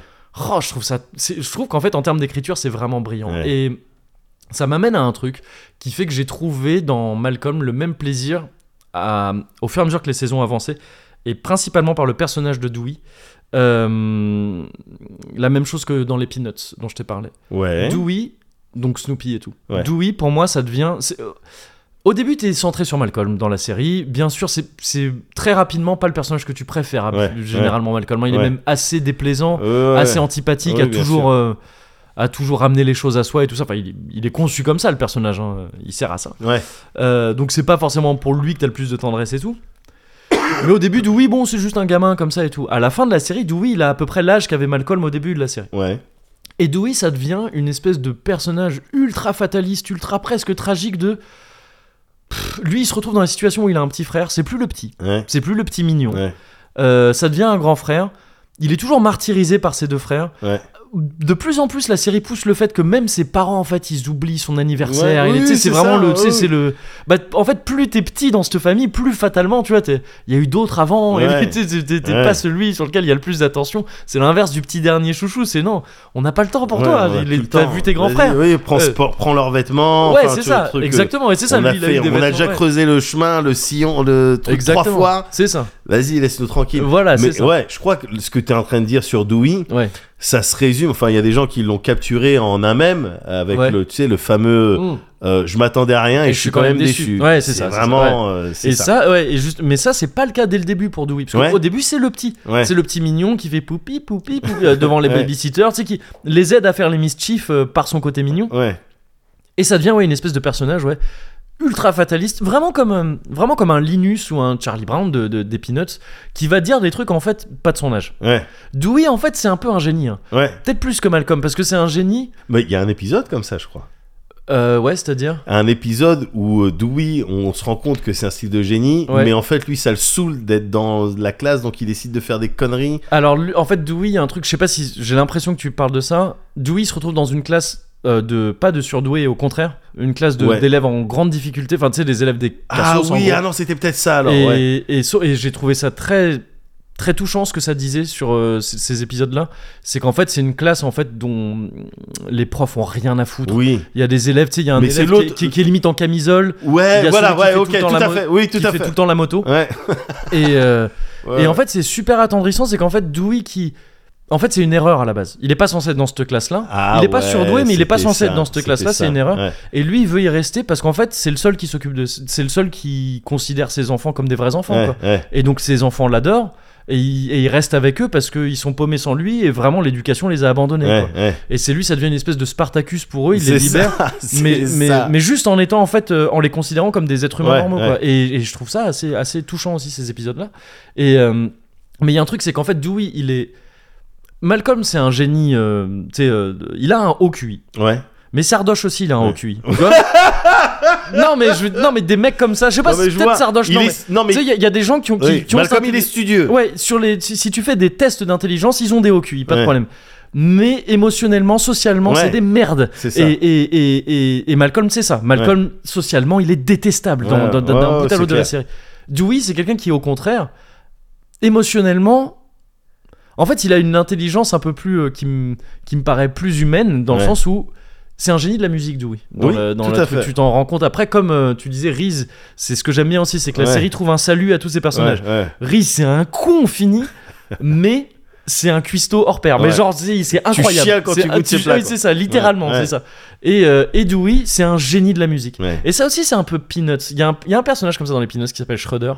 Oh, je trouve ça. c'est- Je trouve qu'en fait, en termes d'écriture, c'est vraiment brillant. Ouais. Et ça m'amène à un truc qui fait que j'ai trouvé dans Malcolm le même plaisir à- au fur et à mesure que les saisons avançaient, et principalement par le personnage de Dewey. Euh, la même chose que dans les Peanuts dont je t'ai parlé. Ouais. Dewey, donc Snoopy et tout. Ouais. Dewey, pour moi, ça devient. c'est- euh, Au début, t'es centré sur Malcolm dans la série. Bien sûr, c'est- c'est très rapidement pas le personnage que tu préfères, hab- Ouais, généralement, Malcolm. hein. Il Ouais. est même assez déplaisant Ouais, ouais. assez antipathique, Oui, à bien toujours sûr. euh, à toujours ramener les choses à soi et tout ça. Enfin, il, est- il est conçu comme ça le personnage. hein. Il sert à ça. Ouais. Euh, donc c'est pas forcément pour lui que t'as le plus de tendresse et tout. Mais au début, Dewey, bon, c'est juste un gamin comme ça et tout. À la fin de la série, Dewey, il a à peu près l'âge qu'avait Malcolm au début de la série. Ouais. Et Dewey, ça devient une espèce de personnage ultra fataliste, ultra presque tragique de. Pff, lui, il se retrouve dans la situation où il a un petit frère. C'est plus le petit. Ouais. C'est plus le petit mignon. Ouais. Euh, ça devient un grand frère. Il est toujours martyrisé par ses deux frères. Ouais. De plus en plus, la série pousse le fait que même ses parents, en fait, ils oublient son anniversaire. Ouais, Et oui, tu sais, oui, c'est c'est vraiment ça, le, tu sais, oui. c'est le. Bah, t- en fait, plus t'es petit dans cette famille, plus fatalement, tu vois, t'es- il y a eu d'autres avant. Ouais. Et tu sais, t'es t'es- t'es Ouais. pas celui sur lequel il y a le plus d'attention. C'est l'inverse du petit dernier chouchou. C'est non, on n'a pas le temps pour Ouais, toi. ouais, Il est- tout le T'as temps. vu tes grands Vas-y, frères. Oui, prends, Euh. sport- prends leurs vêtements. ouais, enfin, c'est tu vois, ça. le truc, euh, Exactement. Et c'est ça. on lui, a, il a fait- eu des on a vêtements, déjà ouais. creusé le chemin, le sillon, le truc Exactement. trois fois. C'est ça. Vas-y, laisse-nous tranquille. Voilà, c'est Mais ça. ouais, je crois que ce que tu es en train de dire sur Dewey, Ouais. ça se résume. Enfin, il y a des gens qui l'ont capturé en un même avec Ouais. le, tu sais, le fameux. Mm. euh, je m'attendais à rien et, je suis quand même déçu. Ouais, c'est ça, c'est ça, Vraiment, euh, c'est Et ça. ça, ouais, et juste, mais ça, c'est pas le cas dès le début pour Dewey. Parce Ouais. qu'au au début, c'est le petit. Ouais. C'est le petit mignon qui fait poupi, poupi, poupi euh, devant les Ouais. babysitters, tu sais, qui les aide à faire les mischiefs euh, par son côté mignon. Ouais, Et ça devient, ouais, une espèce de personnage, ouais, ultra fataliste. Vraiment comme, euh, vraiment comme un Linus ou un Charlie Brown de, de- des Peanuts, qui va dire des trucs, en fait, pas de son âge. ouais, Dewey, en fait, c'est un peu un génie. hein. ouais. Peut-être plus que Malcolm, parce que c'est un génie. Mais il y a un épisode comme ça, je crois. Euh, ouais, c'est-à-dire. un épisode où euh, Dewey, on se rend compte que c'est un style de génie, Ouais. mais en fait, lui, ça le saoule d'être dans la classe, donc il décide de faire des conneries. Alors, lui- en fait, Dewey, il y a un truc, je sais pas si j'ai l'impression que tu parles de ça. Dewey se retrouve dans une classe euh, de pas de surdoués, au contraire, une classe de- Ouais. d'élèves en grande difficulté, enfin tu sais, des élèves des Ah cassos, en oui, gros. ah non, c'était peut-être ça alors. et, ouais. et so- et j'ai trouvé ça très très touchant ce que ça disait sur euh, ces- ces épisodes là c'est qu'en fait c'est une classe en fait dont les profs ont rien à foutre Oui. il y a des élèves tu sais il y a un Mais c'est élève qui est- l'autre- qui, est- qui est limite en camisole Il y Ouais, a voilà, celui qui ouais, fait ok, tout le temps tout la à mo- fait. Oui, tout qui à fait, fait. tout le temps la moto Ouais. et euh, ouais, et ouais. en fait c'est super attendrissant c'est qu'en fait Dewey qui en fait c'est une erreur à la base il est pas censé être dans cette classe là Ah il est pas ouais, surdoué, mais il est pas c'était censé ça, être dans cette c'était classe-là, c'est ça. une erreur. Ouais. et lui il veut y rester parce qu'en fait c'est le seul qui s'occupe de c'est le seul qui considère ses enfants comme des vrais enfants Ouais, quoi. ouais. Et donc ses enfants l'adorent. Et il, et il reste avec eux parce qu'ils sont paumés sans lui et vraiment l'éducation les a abandonnés. Ouais, quoi. ouais. Et c'est lui, ça devient une espèce de Spartacus pour eux, il C'est les libère. ça, c'est Mais, mais, ça. mais juste en étant en fait euh, en les considérant comme des êtres humains Ouais, normaux ouais. quoi. Et, et je trouve ça assez assez touchant aussi ces épisodes là et euh, mais il y a un truc c'est qu'en fait Dewey il est Malcolm c'est un génie euh, tu sais euh, il a un haut QI Ouais. mais Sardoche aussi il a un Ouais. haut QI Tu vois non mais je non mais des mecs comme ça je sais pas Non, mais si- je peut-être vois, Sardoche il non est- mais tu sais, il y, a- il y a des gens qui ont, qui, oui, qui ont Malcolm, cette- il est studieux. Ouais, sur les, si, si tu fais des tests d'intelligence, ils ont des hauts QI, pas Ouais. de problème. Mais émotionnellement, socialement, Ouais. c'est des merdes. C'est ça. Et, et, et, et, et Malcolm, c'est ça. Malcolm, socialement, il est détestable dans- Ouais, dans- dans- d'un ouais, ouais, bout à c'est l'autre de la clair. série. Dewey, c'est quelqu'un qui, au contraire, émotionnellement, en fait, il a une intelligence un peu plus euh, qui me qui me paraît plus humaine dans le Ouais. sens où c'est un génie de la musique, Dewey. Dans Oui, le- dans tout le à truc, fait. Tu t'en rends compte après, comme euh, tu disais, Reese, c'est ce que j'aime bien aussi, c'est que la Ouais. série trouve un salut à tous ses Ouais, personnages. ouais. Riz, c'est un con fini, mais c'est un cuistot hors pair. Mais Ouais. genre, c'est c'est incroyable. chiales quand C'est- tu goûtes tu- ces plats, oui, quoi. c'est ça, littéralement, Ouais. c'est ça. Et, euh, et Dewey, c'est un génie de la musique. Ouais. Et ça aussi, c'est un peu Peanuts. Il y, a un- il y a un personnage comme ça dans les Peanuts qui s'appelle Schroeder.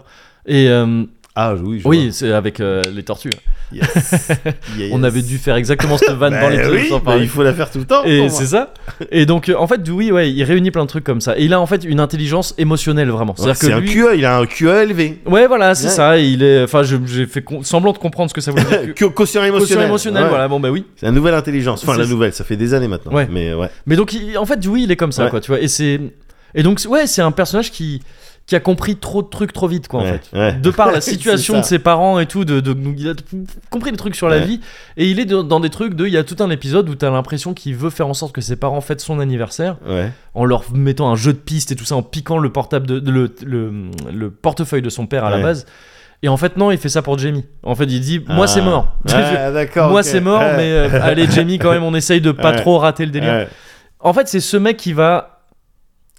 Et euh, Ah oui, je oui, c'est avec euh, les tortues. vois. Yes. Yeah, On yes. avait dû faire exactement cette vanne dans Bah les Peanuts. oui, sans bah parler. il faut la faire tout le temps. Et pour moi. c'est ça. Et donc, euh, en fait, Dewey, ouais, il réunit plein de trucs comme ça. Et il a en fait une intelligence émotionnelle vraiment. Ouais, C'est-à-dire C'est que un lui- QE, il a un QE élevé. Ouais, voilà, c'est Ouais. ça. Il est, enfin, je- j'ai fait con- semblant de comprendre ce que ça voulait dire. Quotient émotionnel. E Quotient émotionnel, Ouais. voilà, bon bah oui. C'est la nouvelle intelligence. Enfin, C'est la ça. nouvelle, ça fait des années maintenant. Ouais. Mais ouais. Mais donc, il- en fait, oui, il est comme ça, Ouais. quoi, tu vois. Et c'est. Et donc, ouais, c'est un personnage qui, qui a compris trop de trucs trop vite, quoi, en Ouais, fait. ouais. De par la C'est situation ça. de ses parents et tout, de, de- donc, il a compris des trucs sur la Ouais. vie. Et il est dans, dans des trucs de. Il y a tout un épisode où t'as l'impression qu'il veut faire en sorte que ses parents fêtent son anniversaire Ouais. en leur mettant un jeu de piste et tout ça, en piquant le, portable de, de- le, le- le portefeuille de son père à la Ouais. base. Et en fait, non, il fait ça pour Jamie. En fait, il dit Moi, Ah. c'est mort. Ouais, d'accord. Moi ok. c'est mort, Ouais. mais euh, allez Jamie quand même on essaye de pas Ouais. trop rater le délire. Ouais. En fait c'est ce mec qui va,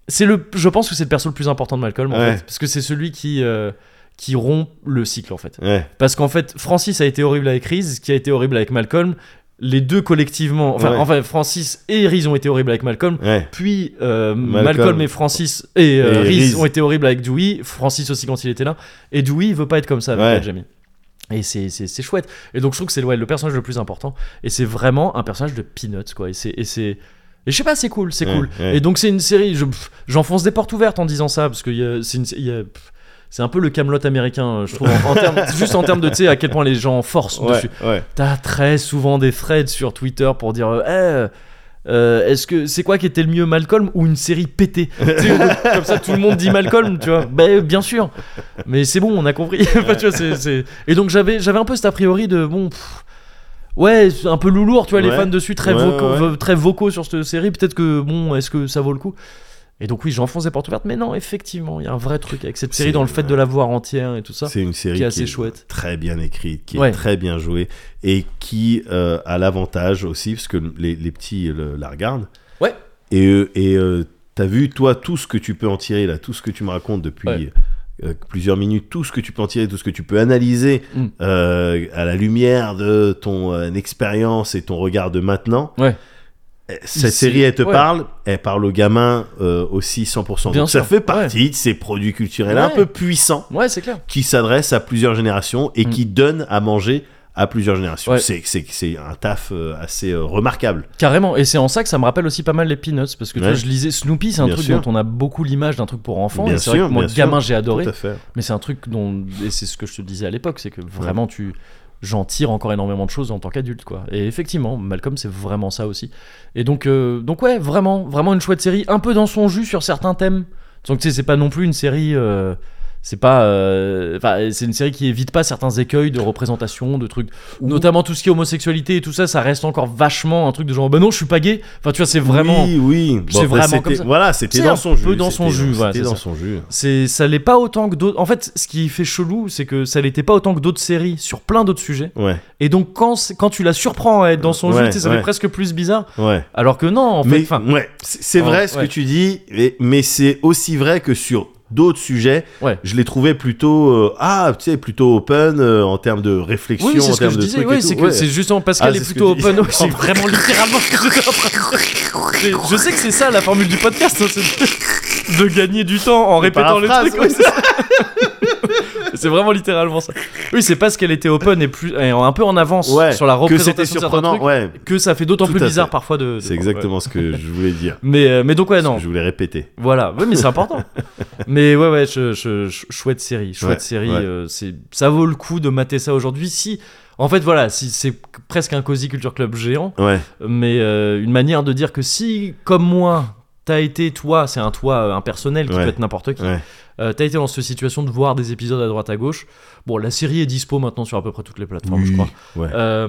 c'est le, je pense que c'est le perso le plus important de Malcolm en Ouais. fait, parce que c'est celui qui euh, qui rompt le cycle en fait. Ouais. Parce qu'en fait Francis a été horrible avec Reese, qui a été horrible avec Malcolm. Les deux collectivement, enfin, Ouais. enfin Francis et Reese ont été horribles avec Malcolm. Ouais. Puis euh, Malcolm. Malcolm. et Francis et, euh, Et Reese Reese. ont été horribles avec Dewey. Francis aussi quand il était là. Et Dewey il veut pas être comme ça avec Ouais. la Jamie. Et c'est- c'est c'est chouette. Et donc je trouve que c'est ouais, le personnage le plus important. Et c'est vraiment un personnage de peanuts quoi. Et c'est et c'est et je sais pas, c'est cool, c'est Ouais, cool. ouais. Et donc c'est une série. je- pff, J'enfonce des portes ouvertes en disant ça parce que il y a- c'est une- il y a- pff, c'est un peu le Camelot américain, je trouve. En, en termes- juste en termes de tu sais à quel point les gens forcent dessus. Ouais. Ouais. T'as très souvent des threads sur Twitter pour dire euh, Eh, euh, est-ce que c'est quoi qui était le mieux Malcolm ou une série pétée Tu sais, comme ça tout le monde dit Malcolm tu vois ben bien sûr mais c'est bon on a compris Enfin, tu vois, c'est- c'est- et donc j'avais j'avais un peu cet a priori de bon pff, ouais c'est un peu loulourd tu vois les Ouais. fans dessus très Ouais, vocaux ouais, très vocaux sur cette série peut-être que bon est-ce que ça vaut le coup et donc oui j'enfonce des portes ouvertes mais non effectivement il y a un vrai truc avec cette série C'est- dans le fait de la voir entière et tout ça C'est une série qui est assez chouette très bien écrite, qui Ouais. est très bien jouée et qui euh, a l'avantage aussi, parce que les, les petits euh, le- la regardent. Ouais. Et, euh, et euh, t'as vu, toi, tout ce que tu peux en tirer là, tout ce que tu me racontes depuis. Ouais. euh, plusieurs minutes, tout ce que tu peux en tirer, tout ce que tu peux analyser Mm. euh, à la lumière de ton euh, expérience et ton regard de maintenant. Ouais. Eh, Cette Ici, série, elle te ouais. parle, elle parle aux gamins euh, aussi 100%. Bien Donc sûr, ça fait ouais. partie de ces produits culturels un Ouais. peu puissants ouais c'est clair qui s'adresse à plusieurs générations et Mm. qui donne à manger à plusieurs générations. Ouais. C'est- C'est c'est un taf euh, assez euh, remarquable. Carrément, et c'est en ça que ça me rappelle aussi pas mal les Peanuts, parce que tu Ouais. vois, je lisais Snoopy, c'est un Bien truc sûr. dont on a beaucoup l'image d'un truc pour enfants, Bien et c'est vrai sûr, que moi, bien gamin, sûr. j'ai adoré, Tout à fait. mais c'est un truc dont, et c'est ce que je te disais à l'époque, c'est que vraiment, tu j'en tire encore énormément de choses en tant qu'adulte, quoi. Et effectivement, Malcolm, c'est vraiment ça aussi. Et donc, euh, donc ouais, vraiment, vraiment une chouette série, un peu dans son jus sur certains thèmes. Donc, tu sais, c'est pas non plus une série... euh, C'est pas, euh, enfin, c'est une série qui évite pas certains écueils de représentation, de trucs, notamment tout ce qui est homosexualité et tout ça, ça reste encore vachement un truc de genre, bah non, je suis pas gay. Enfin, tu vois, c'est vraiment, Oui, oui. c'est après, vraiment c'était- comme ça. Voilà, c'était C'est dans un son jus. peu dans son c'était- jus, voilà, C'était c'est dans ça. son jus. c'est, ça l'est pas autant que d'autres. En fait, ce qui fait chelou, c'est que ça l'était pas autant que d'autres séries sur plein d'autres sujets. Ouais, Et donc quand, c'est- quand tu la surprends à être dans son Ouais, jeu, tu sais, ça ouais. fait presque plus bizarre. ouais. Alors que non, en fait, mais enfin, ouais, c'est c'est en- vrai ce ouais. que tu dis, mais, mais c'est aussi vrai que sur d'autres sujets, Ouais. je les trouvais plutôt euh, ah tu sais plutôt open euh, en termes de réflexion, oui, c'est ce en que termes je de disais. trucs et Ouais, tout, c'est que ouais. c'est justement parce qu'elle Ah, est c'est ce plutôt que je open. dis. ouais, C'est vraiment littéralement. ce que j'étais en train de- je sais que c'est ça la formule du podcast, hein, c'est de- de gagner du temps en répétant Par le la truc. phrase, ouais, c'est ça. C'est vraiment littéralement ça. Oui, c'est parce qu'elle était open et plus et un peu en avance Ouais, sur la que c'était représentation de certains surprenant, trucs ouais. que ça fait d'autant Tout plus à bizarre fait. parfois de. de- C'est exactement ce que je voulais dire. ouais. Mais euh, mais donc ouais ce non. que Je voulais répéter. Voilà, oui, mais c'est important. mais ouais, ouais, je- je- je- chouette série, chouette Ouais, série. ouais. euh, c'est, ça vaut le coup de mater ça aujourd'hui. Si, en fait, voilà, si c'est presque un cozy culture club géant, Ouais, mais euh, une manière de dire que si, comme moi, t'as été toi, c'est un toi euh, impersonnel qui Ouais. peut être n'importe qui. ouais. euh, t'as été dans cette situation de voir des épisodes à droite à gauche. Bon, la série est dispo maintenant sur à peu près toutes les plateformes, je crois. ouais. Euh,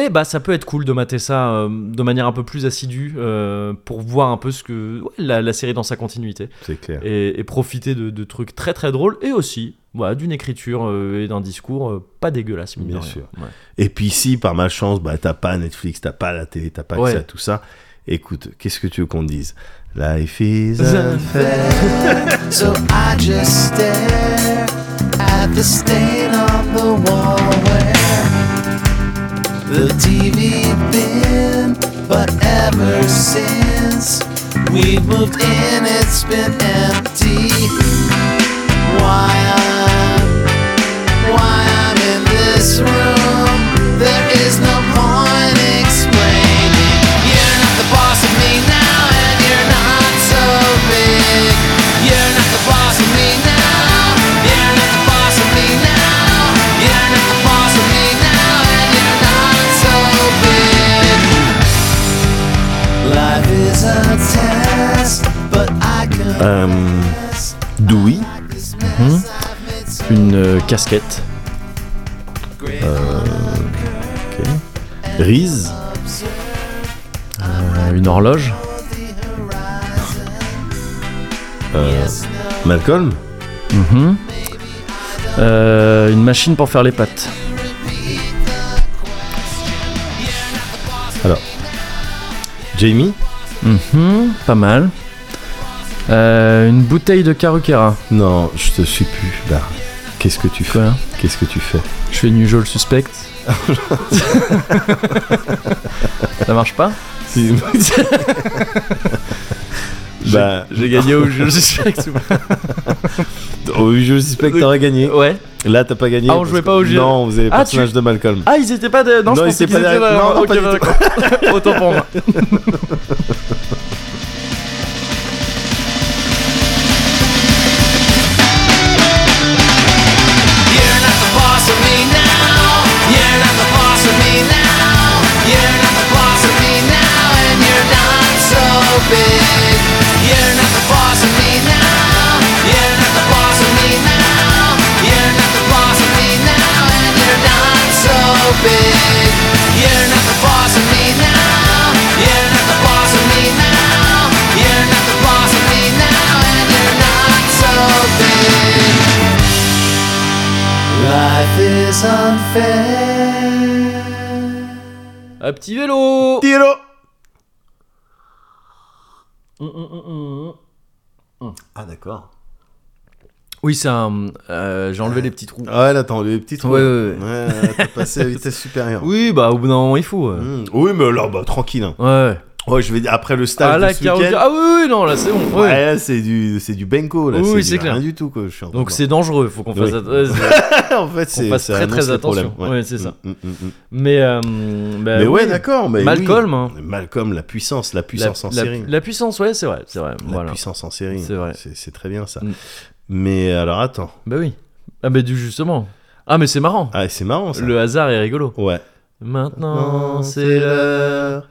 eh bah ça peut être cool de mater ça euh, de manière un peu plus assidue euh, pour voir un peu ce que ouais, la- la série dans sa continuité C'est clair. et, et profiter de, de trucs très très drôles et aussi voilà, d'une écriture euh, et d'un discours euh, pas dégueulasse mine de Bien rien. sûr. Ouais. Et puis si par malchance, bah t'as pas Netflix, t'as pas la télé, t'as pas accès Ouais. à tout ça. Écoute, qu'est-ce que tu veux qu'on te dise Life is unfair. So I just stare at the stain on the wall where the TV been. But ever since we moved in, it's been empty. Why I'm, why I'm in this room? There is no point explaining. You're not the boss of me now, and you're not so big. You're not the boss of me now. You're not the boss of me now. You're not the boss of me now, and you're not so big. Life is a test, but I can Euh, Dewey, Hmm. Une euh, casquette. Euh, Reese, euh, une horloge. Malcolm, euh, une machine pour faire les pâtes. Jamie. Mhm, pas mal. Euh, une bouteille de Karukera. Non, je te suis plus. Bah, qu'est-ce que tu fais Quoi hein. Qu'est-ce que tu fais Je fais une usual suspect. Ça marche pas Bah, J'ai gagné au usual suspect. au Usual Suspect, t'aurais gagné. ouais. Là, t'as pas gagné. Ah, on parce jouait que- pas au jeu. Non, on faisait les Ah, personnages tu- de Malcolm. Ah, ils étaient pas de... Non, Non, je ils pensais étaient qu'ils pas étaient derrière- dans- non, non, Ok, pas du tout. d'accord. Autant pour moi. You're not the boss of me now. You're not the boss of me now. You're not the boss of me now, and you're not so big. You're not the boss of me now. You're not the boss of me now. You're not the boss of me now, and you're not so big. You're not the boss of me now. You're not the boss of me now. You're not the boss of me now, and you're not so big. Life is unfair. Un petit vélo Tiro Ah, d'accord. Oui, c'est un. euh, J'ai enlevé les petits trous. Ah, ouais, là, t'as les petits trous. Ouais, ouais, ouais. ouais, t'as passé à vitesse supérieure. Oui, bah au bout d'un moment, il faut. euh. Hmm, Oui, mais là, bah, tranquille. hein. Ouais. Ouais, je vais dire, après le stage Ah, de là, ce Karaoke- week-end, Ah oui, oui, non, là, c'est bon. ouais. ouais, là, c'est du, c'est du benko, là. Oui, oui, du- c'est clair. Rien du tout, quoi. Je suis en train Donc de- c'est dangereux, faut qu'on fasse, Oui. atten- ouais, c'est- en fait, c'est. fasse ça très, très annonce les problèmes. attention. Ouais, c'est ça. Mm, mm, mm, mm. Mais. euh, bah mais ouais, oui. d'accord. Mais Malcolm, oui. hein. Malcolm, la puissance, la La, puissance en la- série. la puissance, ouais, c'est vrai, c'est vrai. La voilà. puissance en série. C'est vrai. C'est très bien ça. Mm. Mais alors attends. Bah oui. Ah bah du justement. Ah mais c'est marrant. Ah, c'est marrant ça. Le hasard est rigolo. Ouais. Maintenant, c'est l'heure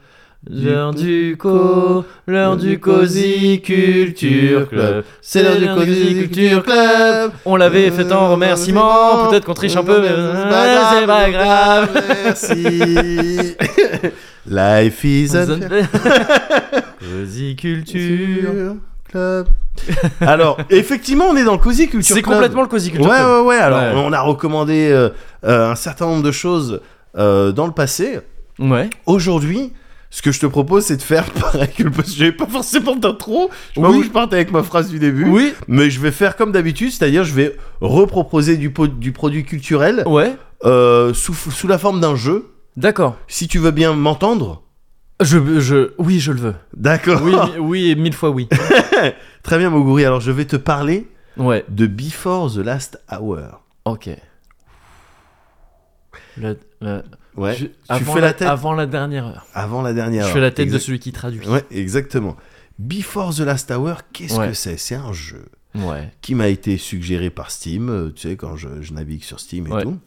L'heure du co, l'heure du cosiculture club. C'est l'heure du cosiculture club. On Euh, l'avait fait en remerciement. Peut-être qu'on triche un peu, mais Ah, c'est pas grave. Merci. Life is unfair. Cosiculture. Club. Alors, effectivement, on est dans le Cozy Culture C'est Club. complètement le cosiculture Ouais, club. ouais, ouais. Alors, Ouais. on a recommandé euh, euh, un certain nombre de choses euh, dans le passé. Ouais. Aujourd'hui, ce que je te propose, c'est de faire pareil que le passé. J'avais pas forcément d'intro. Je m'avoue, Oui. je partais avec ma phrase du début. Oui. Mais je vais faire comme d'habitude, c'est-à-dire je vais reproposer du, po- du produit culturel Ouais. euh, sous, sous la forme d'un jeu. D'accord. Si tu veux bien m'entendre. Je, je, oui, je le veux. D'accord. Oui, mi- oui, et mille fois oui. Très bien, Moguri. Alors, je vais te parler Ouais. de Before the Last Hour. Ok. Le- le- Ouais. je- tu avant fais la tête Avant la dernière heure. avant la dernière. je fais la heure. tête de Exact- celui qui traduit. Ouais, exactement. Before the Last Hour, qu'est-ce Ouais. que c'est C'est un jeu Ouais. qui m'a été suggéré par Steam, euh, tu sais, quand je, je navigue sur Steam et Ouais. tout.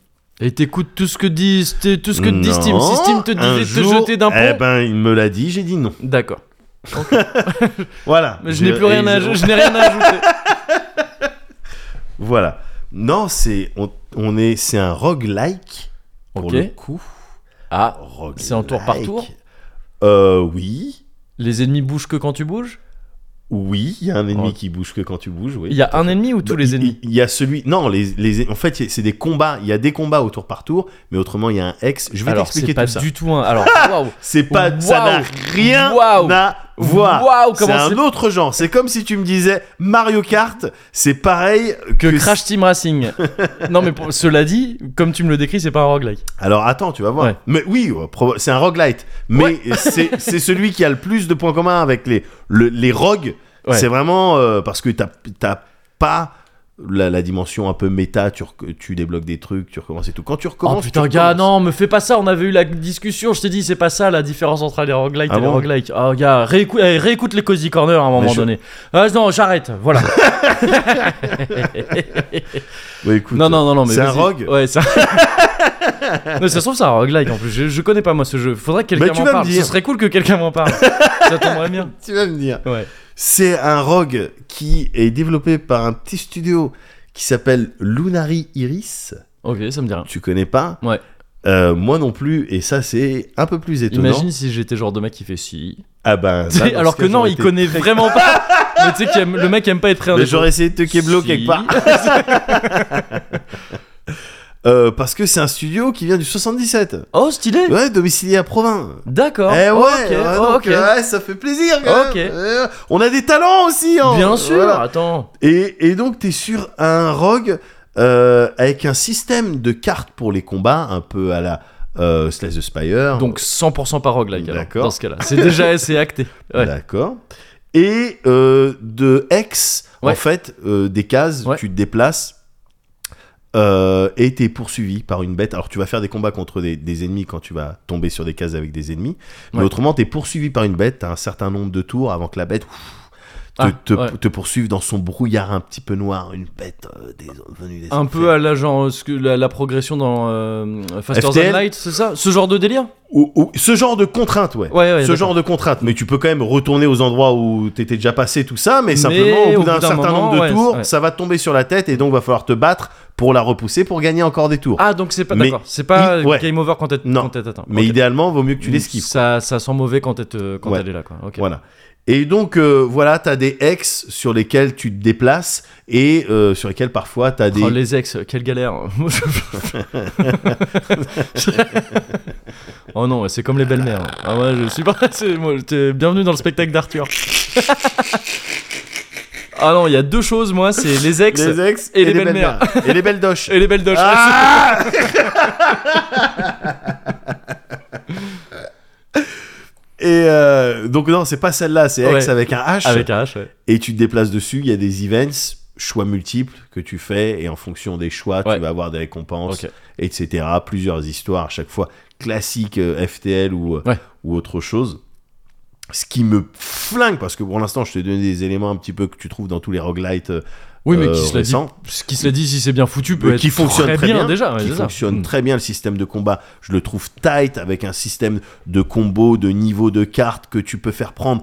Et t'écoutes tout ce que dit, t'es- tout ce que te dit Steam. Si Steam te un disait de te jour, jeter d'un pont. Eh ben, il me l'a dit, j'ai dit non. D'accord. Voilà. Mais je n'ai J'ai- plus rien et à, j'ai- aj- je n'ai rien à ajouter. Voilà. Non, c'est on, on est c'est un roguelike pour Ok. le coup. Ah, Roguelike. C'est en tour par tour Euh oui. les ennemis bougent que quand tu bouges Oui, il y a un ennemi Ouais. qui bouge que quand tu bouges, oui. Oh. Il y a un ennemi ou tous Bah, les il- ennemis Il y a celui. Non, les, les... en fait, c'est des combats. Il y a des combats au tour par tour, mais autrement, il y a un ex. Je vais Alors, t'expliquer c'est tout pas ça. du tout un. Alors, waouh C'est pas. Ça n'a Waouh. rien Waouh. à voir. Waouh, c'est comment un c'est- autre genre. C'est comme si tu me disais Mario Kart, c'est pareil que. Que Crash Team Racing. non, mais pour- cela dit, comme tu me le décris, c'est pas un roguelike. Alors attends, tu vas voir. Ouais. Mais oui, ouais, proba- c'est un roguelite. Mais c'est c'est celui qui a le plus de points communs avec les, le- les rogues. Ouais. C'est vraiment euh, parce que t'as t'as pas la, la dimension un peu méta. Tu, rec- tu débloques des trucs, tu recommences et tout. Quand tu recommences. Oh putain, tu gars, recommences. non, me fais pas ça, on avait eu la discussion, je t'ai dit, c'est pas ça la différence entre les roguelites Ah et les bon roguelikes. Oh, gars, réécou- eh, réécoute les Cozy Corner à un moment je- donné. Ah, non, j'arrête, voilà. Ouais, écoute, euh, non, non, non, non, mais. C'est un vas-y. rogue. Ouais, c'est un- Non, ça se trouve, c'est un roguelike en plus. Je, je connais pas moi ce jeu. Faudrait que Bah, quelqu'un tu m'en vas me parle. dire. Ce serait cool que quelqu'un m'en parle. ça tomberait bien. Tu vas me dire. Ouais. C'est un rogue qui est développé par un petit studio qui s'appelle Lunari Iris. Ok, ça me dit rien. Tu connais pas Ouais. Euh, moi non plus, et ça c'est un peu plus étonnant. Imagine si j'étais genre de mec qui fait si. ah ben, Tu là, sais, dans Alors ce que cas, non, j'aurais il été connaît très- vraiment pas. Mais tu sais qu'il aime- le mec aime pas être pris en Mais défaut. j'aurais essayé de te keblo quelque Si. part. Euh, parce que c'est un studio qui vient du 77. Oh, stylé. Ouais, domicilié à Provins. D'accord. eh ouais, ok, ouais, ok. donc, euh, ouais, ça fait plaisir. quand Ok. même. Euh, on a des talents aussi. hein. Bien sûr. Voilà. Attends. Et, et donc, t'es sur un rogue euh, avec un système de cartes pour les combats, un peu à la euh, Slash the Spire. Donc 100% par roguelike. alors, D'accord. Dans ce cas-là, c'est déjà c'est acté. Ouais. D'accord. Et euh, de X, en Ouais. fait, euh, des cases, Ouais. tu te déplaces euh, et t'es poursuivi par une bête. Alors, tu vas faire des combats contre des, des ennemis quand tu vas tomber sur des cases avec des ennemis. Mais Ouais. autrement, t'es poursuivi par une bête. T'as un certain nombre de tours avant que la bête. ouf, te, Ah, te- ouais. te poursuive dans son brouillard un petit peu noir, une bête euh, des, venue des Un peu enfers. à la genre euh, ce que- la, la progression dans euh, Faster Than FTL. Light, c'est ça Ce genre de délire Ou- ou- ce genre de contrainte, ouais. Ouais, ouais. ce d'accord. genre de contrainte. Mais tu peux quand même retourner aux endroits où t'étais déjà passé, tout ça. Mais, simplement, au bout d'un certain moment, nombre de ouais, tours, ouais. ça va te tomber sur la tête et donc va falloir te battre pour la repousser pour gagner encore des tours. Ah donc c'est pas Mais- d'accord, c'est pas il- ouais. game over quand t'es Non. quand t'es atteint. mais Ok. idéalement, vaut mieux que tu l'esquives. Ça, ça sent mauvais quand t'es euh, quand Ouais. elle est là quoi. Ok. Voilà. Et donc, euh, voilà, t'as des ex sur lesquels tu te déplaces et euh, sur lesquels parfois t'as des. Oh, les ex, quelle galère. oh non, c'est comme les belles-mères. Ah ouais, je suis pas. c'est- moi, t'es- bienvenue dans le spectacle d'Arthur. ah non, il y a deux choses moi, c'est les ex les ex et les belles-mères. belles-mères. et les belles doches. et les belles doches. Ah Et euh, donc non, c'est pas celle-là, c'est X Ouais. avec un H. Avec un H. ouais. Et tu te déplaces dessus, il y a des events, choix multiples que tu fais, et en fonction des choix, Ouais. tu vas avoir des récompenses, Ok. etc. Plusieurs histoires à chaque fois, classique euh, FTL ou, Ouais. ou autre chose. Ce qui me flingue, parce que pour l'instant, je t'ai donné des éléments un petit peu que tu trouves dans tous les roguelites euh, Oui, mais euh, qui se la dit, récents. ce qui se la dit, si c'est bien foutu, peut Mais être qui fonctionne très, très bien, bien, déjà. ouais, qui c'est ça. fonctionne Mm. très bien le système de combat. Je le trouve tight avec un système de combo, de niveau de cartes que tu peux faire prendre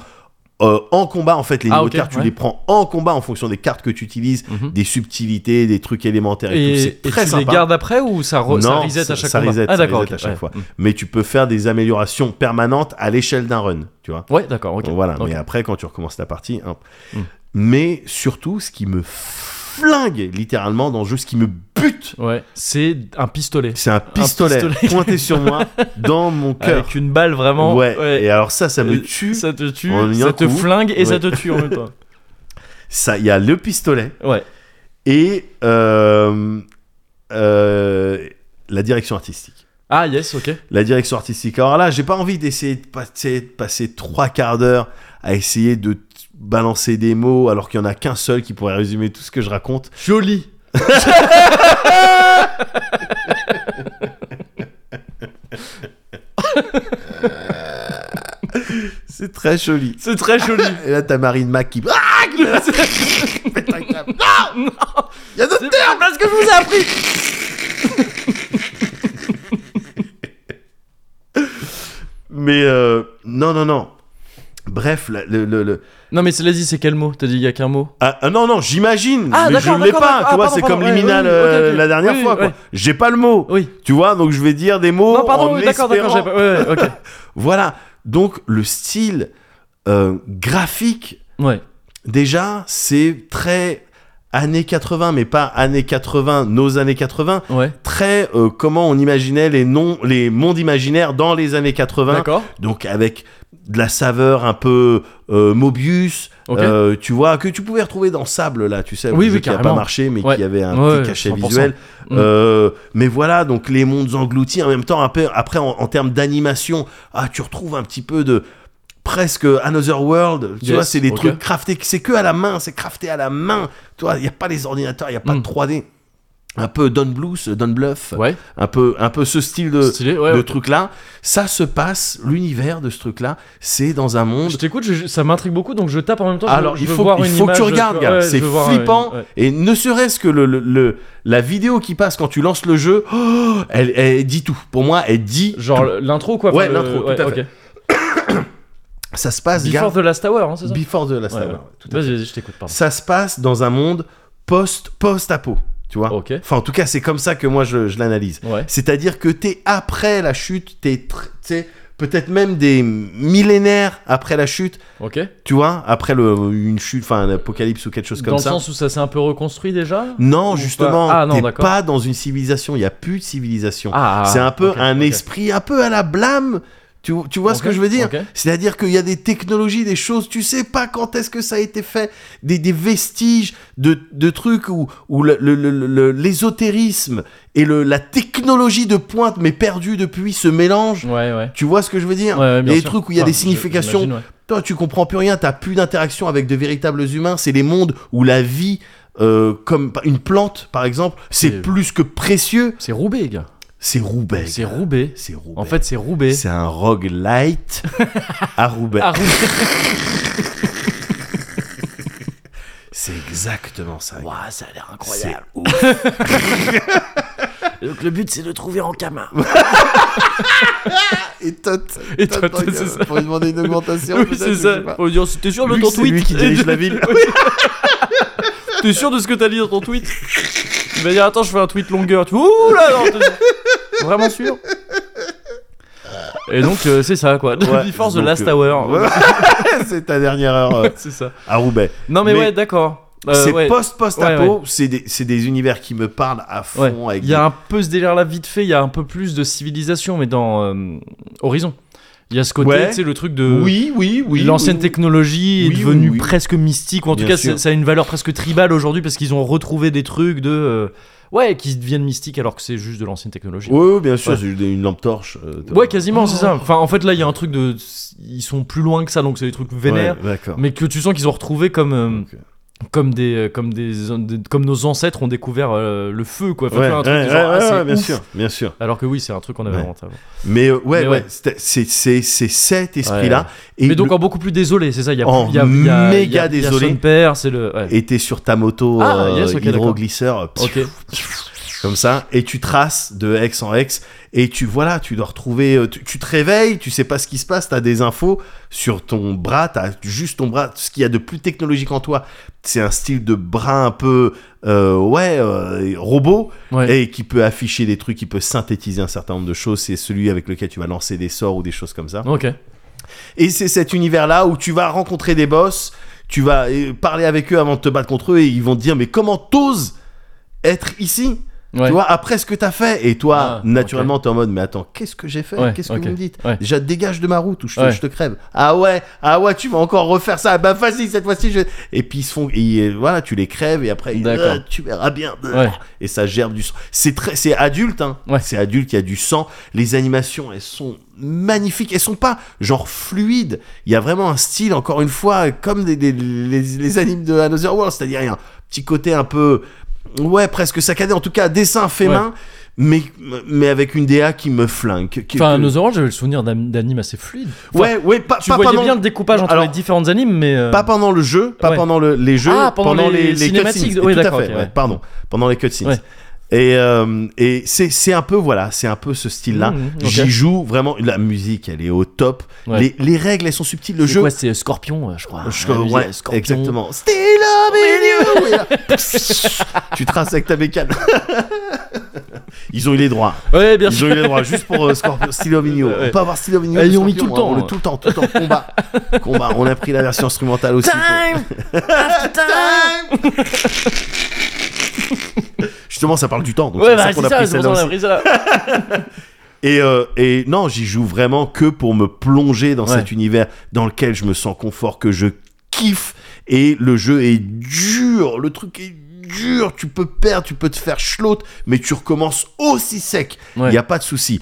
euh, en combat. En fait, les Ah, niveaux ok, de cartes, tu ouais. les prends en combat en fonction des cartes que tu utilises, Mhm. des subtilités, des trucs élémentaires et, tout. Et, C'est et très tu les sympa. gardes après ou ça, re- ça Non, reset ça- à chaque ça combat reset, Ah ça d'accord, ok, reset à chaque ouais. fois. Mm. Mais tu peux faire des améliorations permanentes à l'échelle d'un run, tu vois. Ouais, d'accord, ok. Voilà, Ok. mais euh, après, quand tu recommences ta partie, hop. Mm. Mais surtout, ce qui me flingue littéralement dans le jeu, ce qui me bute Ouais, c'est un pistolet. c'est un pistolet, pistolet. pointé sur moi dans mon cœur. Avec une balle vraiment. Ouais. Et alors ça, ça me Euh, tue. Ça te tue, en ayant ça te coup. flingue et ça Ouais. te tue en même temps. Ça, il y a le pistolet Ouais. et euh, euh, la direction artistique. Ah yes, ok. La direction artistique. Alors là, j'ai pas envie d'essayer de passer, de passer trois quarts d'heure à essayer de t- balancer des mots alors qu'il y en a qu'un seul qui pourrait résumer tout ce que je raconte. Joli. C'est très joli. C'est très joli. Et là, t'as Marine Mac qui. Ah Pète un câble. Non Il y a d'autres termes parce que je vous ai appris Mais euh, non, non, non. Bref, la- le. le, le- non mais cela dit, c'est quel mot T'as dit il y a qu'un mot. Ah, ah, non, non, j'imagine. Ah, mais je d'accord, ne l'ai d'accord, pas. d'accord. Tu Ah, vois, pardon, c'est comme pardon, ouais, Liminal oui, oui, euh, ok, ok. la dernière Oui, fois. quoi. ouais. J'ai pas le mot. Oui. Tu vois, donc je vais dire des mots. non pardon, Oh, en oui, d'accord, d'accord. espérant- j'ai pas- Ouais, ouais, ok. Voilà. Donc le style euh, graphique Ouais. déjà, c'est très années 80, mais pas années 80, nos années 80, Ouais. très euh, comment on imaginait les, noms, les mondes imaginaires dans les années 80, D'accord. donc avec de la saveur un peu euh, Mobius, Ok. euh, tu vois, que tu pouvais retrouver dans Sable, là, tu sais, le Oui, jeu oui, qui a pas carrément. marché, mais Ouais. qui avait un Ouais, petit cachet 100%. visuel. Mm. Euh, mais voilà, donc les mondes engloutis, en même temps, un peu- après, en, en termes d'animation, ah, tu retrouves un petit peu de presque Another World, tu Yes, vois, c'est des ok. trucs craftés, c'est que à la main, c'est crafté à la main, tu vois, il n'y a pas les ordinateurs, il n'y a pas Mm. de 3D. Un peu Don Blues, Don Bluff, Ouais. un, peu, un peu ce style de, Stylé. Ouais. Euh, de ouais. truc-là. Ça se passe, l'univers de ce truc-là, c'est dans un monde Je t'écoute, je- ça m'intrigue beaucoup, donc je tape en même temps. je- alors, je il veux faut, voir il une faut que tu image, regardes, je- gars. ouais, c'est je veux voir, flippant. ouais, ouais. Et ne serait-ce que le, le- le- la vidéo qui passe quand tu lances le jeu, oh, elle, elle dit tout. Pour moi, elle dit. Genre tout. l'intro quoi. Ouais, enfin, le- l'intro, tout à ouais, fait. ok. ça se passe, Before the Last Tower, hein, c'est gars. ça Before the Last Ouais, Hour, ouais. ouais, tout à fait. Vas-y, vas-y, je t'écoute. Pardon. Ça se passe dans un monde post post apo. Tu vois. Ok. Enfin, en tout cas, c'est comme ça que moi je, je l'analyse. Ouais. C'est-à-dire que t'es après la chute, t'es tr- t'sais, peut-être même des millénaires après la chute. Ok. Tu vois, après le, une chute, enfin un apocalypse ou quelque chose comme Dans ça. le sens où ça s'est un peu reconstruit déjà Non, Ou justement, pas Ah, non, t'es d'accord. pas dans une civilisation, il n'y a plus de civilisation. Ah, c'est un peu ok, un ok. esprit un peu à la blâme. Tu, tu vois ce Ok, que je veux dire ok. C'est-à-dire qu'il y a des technologies, des choses, tu sais pas quand est-ce que ça a été fait, des, des vestiges de, de trucs où, où le- le- le- le- l'ésotérisme et le, la technologie de pointe, mais perdue depuis, se mélangent. Ouais, ouais. Tu vois ce que je veux dire Ouais, ouais, Il bien y a des sûr. trucs où il y a Enfin, des significations j'imagine, ouais. toi, tu comprends plus rien, t'as plus d'interaction avec de véritables humains, c'est les mondes où la vie, euh, comme pa- une plante par exemple, c'est Et- plus que précieux. C'est Roubaix, gars. C'est Roubaix. C'est Roubaix. C'est Roubaix. En fait, c'est Roubaix. c'est un roguelite à Roubaix. Ah, Roubaix. C'est exactement ça. Ouah, ça a l'air C'est incroyable. ouf. Donc le but c'est de trouver en camin. Et Tote. Et Tote, c'est ça. Pour lui demander une augmentation. Oui, peut-être, c'est je ça. sais pas. Faut lui dire, t'es sûr de Lui, ton c'est tweet lui qui dirige la ville. T'es sûr de ce que t'as dit dans ton tweet Il va dire, attends, je fais un tweet longueur. Tu fais, ouh là, non, t'es- Vraiment sûr Et donc, euh, c'est ça, quoi. Ouais, Before the donc, Last euh, Hour. ouais. c'est ta dernière heure euh, C'est ça. à Roubaix. Non, mais, Mais ouais, d'accord. Euh, c'est ouais. post-post-apo, Ouais, ouais. c'est des, c'est des univers qui me parlent à Ouais. fond. avec Il y a un peu ce délire là vite fait, il y a un peu plus de civilisation, mais dans euh, Horizon. Il y a ce côté, Ouais. tu sais, le truc des- de... Oui, oui, oui. L'ancienne oui, oui. technologie est Oui, oui, devenue oui. presque mystique, ou en tout Bien cas, sûr. ça ça a une valeur presque tribale aujourd'hui parce qu'ils ont retrouvé des trucs de. euh, ouais, qui deviennent mystiques alors que c'est juste de l'ancienne technologie. Oui, oui, bien sûr, Ouais. c'est juste une lampe torche. euh, t'as- Ouais, quasiment, c'est ça. Enfin, en fait, là, il y a un truc de. Ils sont plus loin que ça, donc c'est des trucs vénères, Ouais, D'accord. mais que tu sens qu'ils ont retrouvé comme. euh, Ok. comme des euh, comme des, des- comme nos ancêtres ont découvert euh, le feu quoi. Enfin, Ouais, tu vois, un truc ouais, du genre, ouais, ah, c'est ouais, bien ouf. sûr, bien sûr. Alors que oui, c'est un truc qu'on avait Ouais. inventé avant. Mais euh, ouais, Mais ouais. ouais, c'est- c'est c'est- c'est cet esprit-là. Et Mais donc le- en beaucoup plus désolé, c'est ça. Il y a, En il y a- il y a- méga il y a- il y a désolé. Son père, c'est le. ouais. et t'es sur ta moto Ah, euh, yes, ok, d'accord. hydroglisseur, euh, pfiou, Ok. comme ça, et tu traces de ex en ex, et tu voilà, tu dois retrouver, euh, tu, tu te réveilles, tu sais pas ce qui se passe, t'as des infos sur ton bras, t'as juste ton bras, ce qu'il y a de plus technologique en toi, c'est un style de bras un peu euh, ouais euh, robot Ouais. et qui peut afficher des trucs, qui peut synthétiser un certain nombre de choses. C'est celui avec lequel tu vas lancer des sorts ou des choses comme ça. Ok. Et c'est cet univers-là où tu vas rencontrer des boss, tu vas euh, parler avec eux avant de te battre contre eux et ils vont te dire mais comment t'oses être ici Ouais. Tu vois, après ce que t'as fait, et toi, Ah, naturellement, t'es en mode, mais attends, qu'est-ce que j'ai fait Ouais, Qu'est-ce ok. que vous me dites Ouais. Déjà, dégage de ma route ou je te, Ouais. je te crève. Ah ouais, ah ouais, tu vas encore refaire ça. Bah, vas-y, cette fois-ci, je. Et puis, ils se font. et, euh, voilà, tu les crèves, et après, ils, D'accord. Ah, tu verras bien. Ouais. Et ça gerbe du sang. C'est très, c'est adulte, hein. Ouais. C'est adulte, il y a du sang. Les animations, elles sont magnifiques. Elles sont pas genre fluides. Il y a vraiment un style, encore une fois, comme des- des- les, les animes de Another World, c'est-à-dire il y a un petit côté un peu, ouais, presque saccadé. En tout cas, dessin fait Ouais. main, mais mais avec une DA qui me flingue. que- que- Enfin, que- Nos Orange, j'avais le souvenir d'an- d'animes assez fluides. Enfin, ouais, ouais, pas, Tu pas voyais pendant, bien le découpage entre Alors- les différentes animes, mais. euh, pas pendant le jeu, pas Ouais. pendant le- les jeux, Ah, pendant les cinématiques. cutscenes. Et Oui, tout à d'accord, fait, ok, ouais, ouais. Pardon, pendant les cutscenes. Ouais. Et, euh, et c'est c'est un peu voilà, c'est un peu ce style-là. Mmh, ok. J'y joue vraiment. La musique, elle est au top. Ouais. Les, les règles, elles sont subtiles. Le c'est jeu, quoi, c'est euh, Scorpion, euh, je crois. je- La musique, ouais, euh, Scorpion. exactement. Still loving you. Et là, tu traces avec ta bécane. Ils ont eu les droits. Ouais, bien Ils sûr. ont eu les droits juste pour euh, Scorpio, Stylo Mignon. Ouais. On peut avoir Stylo Mignon. Ah, et ils ont mis Scorpion, tout le hein, temps, on hein. tout le temps, tout le temps. Combat. Combat. On a pris la version instrumentale aussi. Time after time. Justement, ça parle du temps. Donc Ouais, c'est bah, ça qu'on c'est a ça, pris c'est pour celle-là ça qu'on a aussi. pris ça. Et, euh, et non, j'y joue vraiment que pour me plonger dans Ouais. cet univers dans lequel je me sens confort, que je kiffe. Et le jeu est dur, le truc est dur. Tu peux perdre, tu peux te faire schlotte, mais tu recommences aussi sec. Il Ouais. n'y a pas de souci.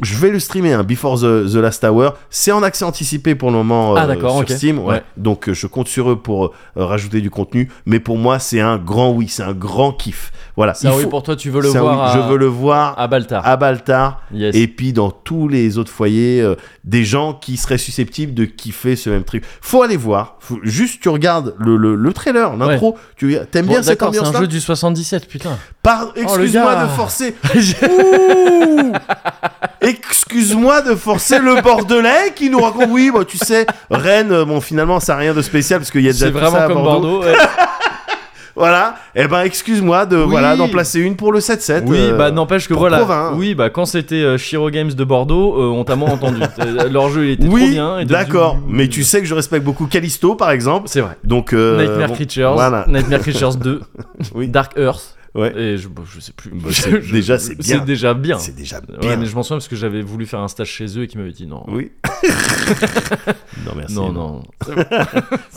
Je vais le streamer, hein, Before the, the Last Hour. C'est en accès anticipé pour le moment Ah, euh, d'accord, sur ok. Steam. ouais. Ouais. Donc euh, je compte sur eux pour euh, rajouter du contenu. Mais pour moi, c'est un grand oui, c'est un grand kiff. Voilà. Ça, Il oui, faut- pour toi, tu veux le c'est un voir. oui. à- Je veux le voir À Baltar. à Baltar Yes. et puis dans tous les autres foyers euh, des gens qui seraient susceptibles de kiffer ce même truc. Faut aller voir. Faut- juste tu regardes le, le, le trailer, l'intro. Tu t'aimes Bon, bien cette d'accord, c'est ambiance un là. jeu du 77, putain. Par... Excuse-moi gars. de forcer. Ouh Excuse-moi de forcer le bordelais qui nous raconte oui, bah, tu sais, Rennes, euh, bon finalement ça a rien de spécial parce qu'il y a déjà C'est tout ça vraiment à comme Bordeaux. Bordeaux. ouais. Voilà. Et ben excuse-moi de voilà d'en placer une pour le 7-7. Oui, euh, bah n'empêche que pour voilà. Provins. Oui, bah quand c'était euh, Shiro Games de Bordeaux, euh, on t'a moins entendu. Euh, Leur jeu il était trop Oui, bien. et t'as d'accord. dû- Mais tu sais que je respecte beaucoup Callisto, par exemple. C'est vrai. Donc, euh, Nightmare bon, Creatures, Voilà. Nightmare Creatures 2, Oui. Dark Earth. Ouais. Et je, bon, je sais plus. Bah, c'est- Je- déjà, c'est bien. C'est déjà Euh, bien. C'est déjà Ouais, bien. mais je m'en souviens parce que j'avais voulu faire un stage chez eux et qu'ils m'avaient dit non. Oui. ah, non, merci. Non, non.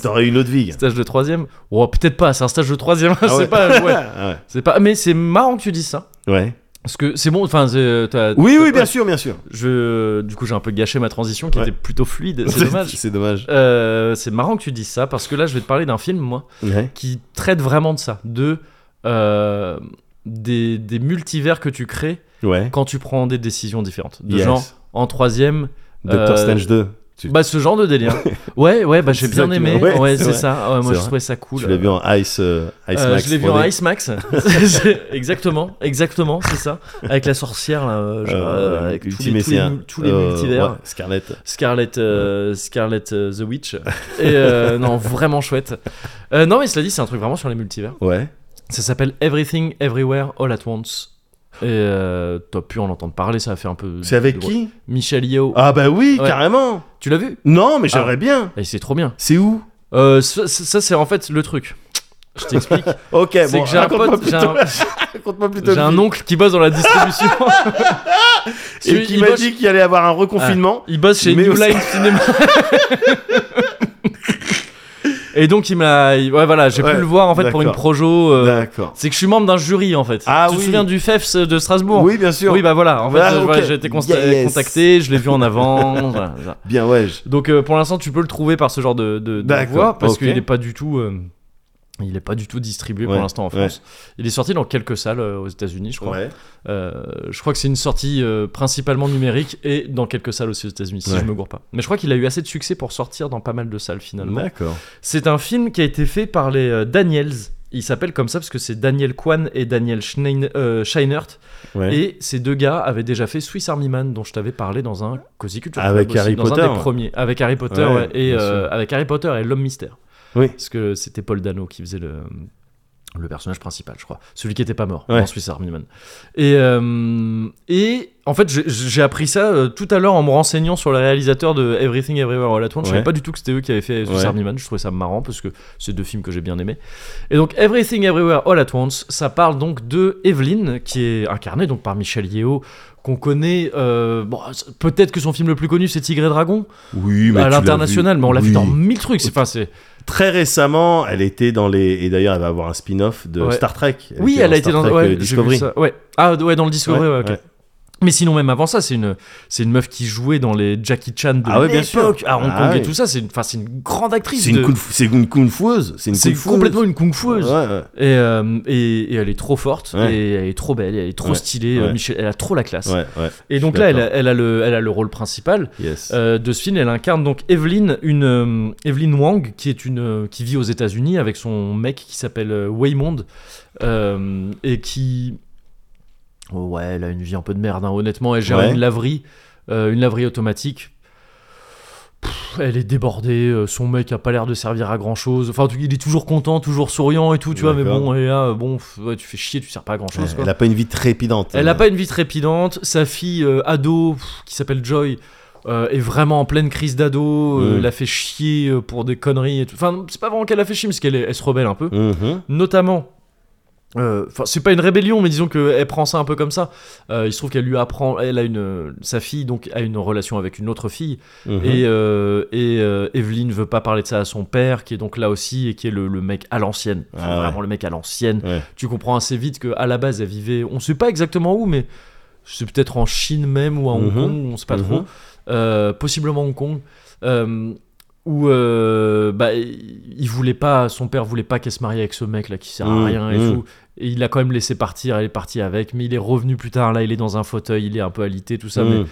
T'aurais une autre vie. Stage de troisième Oh, peut-être pas, c'est un stage de troisième. Ah c'est ouais. pas. ouais. Ah C'est pas. Mais c'est marrant que tu dises ça. ouais. Ouais. Parce que c'est bon, enfin. c'est- euh, t'as- Oui, oui, t'as- bien sûr, bien sûr. Je, du coup, j'ai un peu gâché ma transition qui Ouais. était plutôt fluide. C'est dommage. C'est dommage. Euh, c'est marrant que tu dises ça parce que là, je vais te parler d'un film, moi, Ouais. qui traite vraiment de ça, de euh, des, des multivers que tu crées Ouais. quand tu prends des décisions différentes. De Yes. genre en troisième. Doctor euh, Strange 2. Tu, Bah ce genre de délire. ouais, ouais, bah j'ai C'est ça bien que tu aimé. m'as- ouais, Ouais, c'est c'est vrai. ça. Ouais, moi, C'est je vrai. trouvais ça cool. tu l'as vu en Ice, euh, Ice Euh, Max. je l'ai vu en Frodé. Ice Max. C'est- exactement, exactement, c'est ça. Avec la sorcière, là, euh, genre, Euh, euh, avec tous Ultime les, tous les Messiah. mu- tous les Euh, multivers. ouais, Scarlett. Scarlett, euh, Scarlett euh, the Witch. Et euh, non, vraiment chouette. Euh, non, mais cela dit, c'est un truc vraiment sur les multivers. Ouais. Ça s'appelle Everything, Everywhere, All at Once. Et euh, t'as pu en entendre parler, ça a fait un peu. C'est avec de- qui Michel Yeo. Ah, bah oui, Ouais. carrément. Tu l'as vu Non, mais j'aimerais bien. Et c'est trop bien. C'est où Euh, ça, ça- ça, c'est en fait le truc. Je t'explique. Ok, c'est bon, que j'ai un raconte-moi pote, j'ai plutôt, un, raconte-moi plutôt j'ai le un film. oncle qui bosse dans la distribution. Et Celui- qui il m'a bosse- dit qu'il allait avoir un reconfinement. Il bosse chez Mais New au- Line Cinema. Et donc il m'a, il- ouais voilà, j'ai Ouais, pu le voir en fait pour une d'accord. projo. euh, D'accord. c'est que je suis membre d'un jury en fait. Ah tu oui. te souviens du FEFS de Strasbourg Oui, bien sûr. Oui, bah voilà. En fait, Ah, euh, ok. voilà, j'ai été consta- Yes. contacté, je l'ai vu en avant. voilà, voilà. Bien, ouais. je- Donc euh, pour l'instant, tu peux le trouver par ce genre de, de, de D'accord, voix parce ok. qu'il n'est pas du tout. euh, Il n'est pas du tout distribué Ouais, pour l'instant en ouais. France. Il est sorti dans quelques salles euh, aux États-Unis, je crois. Ouais. Euh, je crois que c'est une sortie euh, principalement numérique et dans quelques salles aussi aux États-Unis, si Ouais. je me gourre pas. Mais je crois qu'il a eu assez de succès pour sortir dans pas mal de salles finalement. D'accord. C'est un film qui a été fait par les euh, Daniels. Il s'appelle comme ça parce que c'est Daniel Kwan et Daniel Schnein- euh, Scheinert. Ouais. Et ces deux gars avaient déjà fait Swiss Army Man, dont je t'avais parlé dans un Cozy Culture Club Avec aussi, Harry dans Potter. un des premiers. Avec Harry Potter Ouais, ouais, et bien euh, sûr. avec Harry Potter et l'Homme Mystère. Oui. Parce que c'était Paul Dano qui faisait le le personnage principal, je crois, celui qui n'était pas mort Ouais. dans Swiss Army Man. Et euh, et en fait, j'ai- j'ai appris ça euh, tout à l'heure en me renseignant sur le réalisateur de Everything Everywhere All at Once. Je savais Ouais. pas du tout que c'était eux qui avaient fait Swiss Ouais. Army Man. Je trouvais ça marrant parce que c'est deux films que j'ai bien aimés. Et donc Everything Everywhere All at Once, ça parle donc de Evelyn qui est incarnée donc par Michel Yeo qu'on connaît. euh, bon, c'est- peut-être que son film le plus connu c'est Tigre et Dragon Oui, mais à tu l'as l'international, vu. mais on l'a vu Oui. dans mille trucs. C'est enfin c'est Très récemment, elle était dans les. Et d'ailleurs, elle va avoir un spin-off de Ouais. Star Trek. oui, elle a été Star dans Trek, euh, ouais, j'ai vu Discovery. ça. Ouais. Ah ouais, dans le Discovery, ouais, ok. ouais. Mais sinon, même avant ça, c'est une, c'est une meuf qui jouait dans les Jackie Chan de Ah ouais, bien l'époque, sûr. à Hong Kong Ah et ouais. tout ça. C'est une, enfin, c'est une grande actrice. C'est une de- kung fu- c'est une kung-fueuse. C'est une c'est kung-fueuse. complètement une kung-fueuse. Ouais, ouais. Et, euh, et, et elle est trop forte, Ouais. et elle est trop belle, et elle est trop Ouais. stylée. euh, Ouais. Michel, elle a trop la classe. Ouais, ouais. Et donc suis là, elle a, d'accord. elle a le, elle a le rôle principal. Yes. Euh, de ce film. Elle incarne donc Evelyn, une euh, Evelyn Wang, qui est une euh, qui vit aux États-Unis avec son mec qui s'appelle euh, Waymond euh, et qui Oh ouais, elle a une vie un peu de merde, hein, honnêtement. Elle gère Ouais. une laverie, euh, une laverie automatique. Pff, Elle est débordée, euh, son mec a pas l'air de servir à grand chose. Enfin, en tout cas, il est toujours content, toujours souriant et tout, tu vois. Mais D'accord. bon, et là, euh, bon, pff, ouais, tu fais chier, tu sers pas à grand chose. elle a pas une vie trépidante. Elle euh, n'a pas une vie trépidante. Sa fille euh, ado, pff, qui s'appelle Joy, euh, est vraiment en pleine crise d'ado. euh, Mm. Elle a fait chier euh, pour des conneries et tout. Enfin, c'est pas vraiment qu'elle a fait chier, parce qu'elle est- elle se rebelle un peu. Mhm. Notamment. euh, Enfin, c'est pas une rébellion, mais disons qu'elle prend ça un peu comme ça. Euh, il se trouve qu'elle lui apprend, elle a une, sa fille donc a une relation avec une autre fille, Mhm. et, euh, et euh, Evelyn veut pas parler de ça à son père, qui est donc là aussi et qui est le, le mec à l'ancienne. Enfin, Ah ouais. Vraiment le mec à l'ancienne. Ouais. Tu comprends assez vite que à la base elle vivait, on sait pas exactement où, mais c'est peut-être en Chine même ou à Hong Mhm. Kong, on sait pas Mhm. trop. Euh, possiblement Hong Kong. euh, où euh, bah, il voulait pas, son père voulait pas qu'elle se marie avec ce mec là qui sert à Mhm. rien et Mhm. tout. Et il l'a quand même laissé partir, elle est partie avec, mais il est revenu plus tard, là il est dans un fauteuil, il est un peu alité, tout ça, mais Mhm.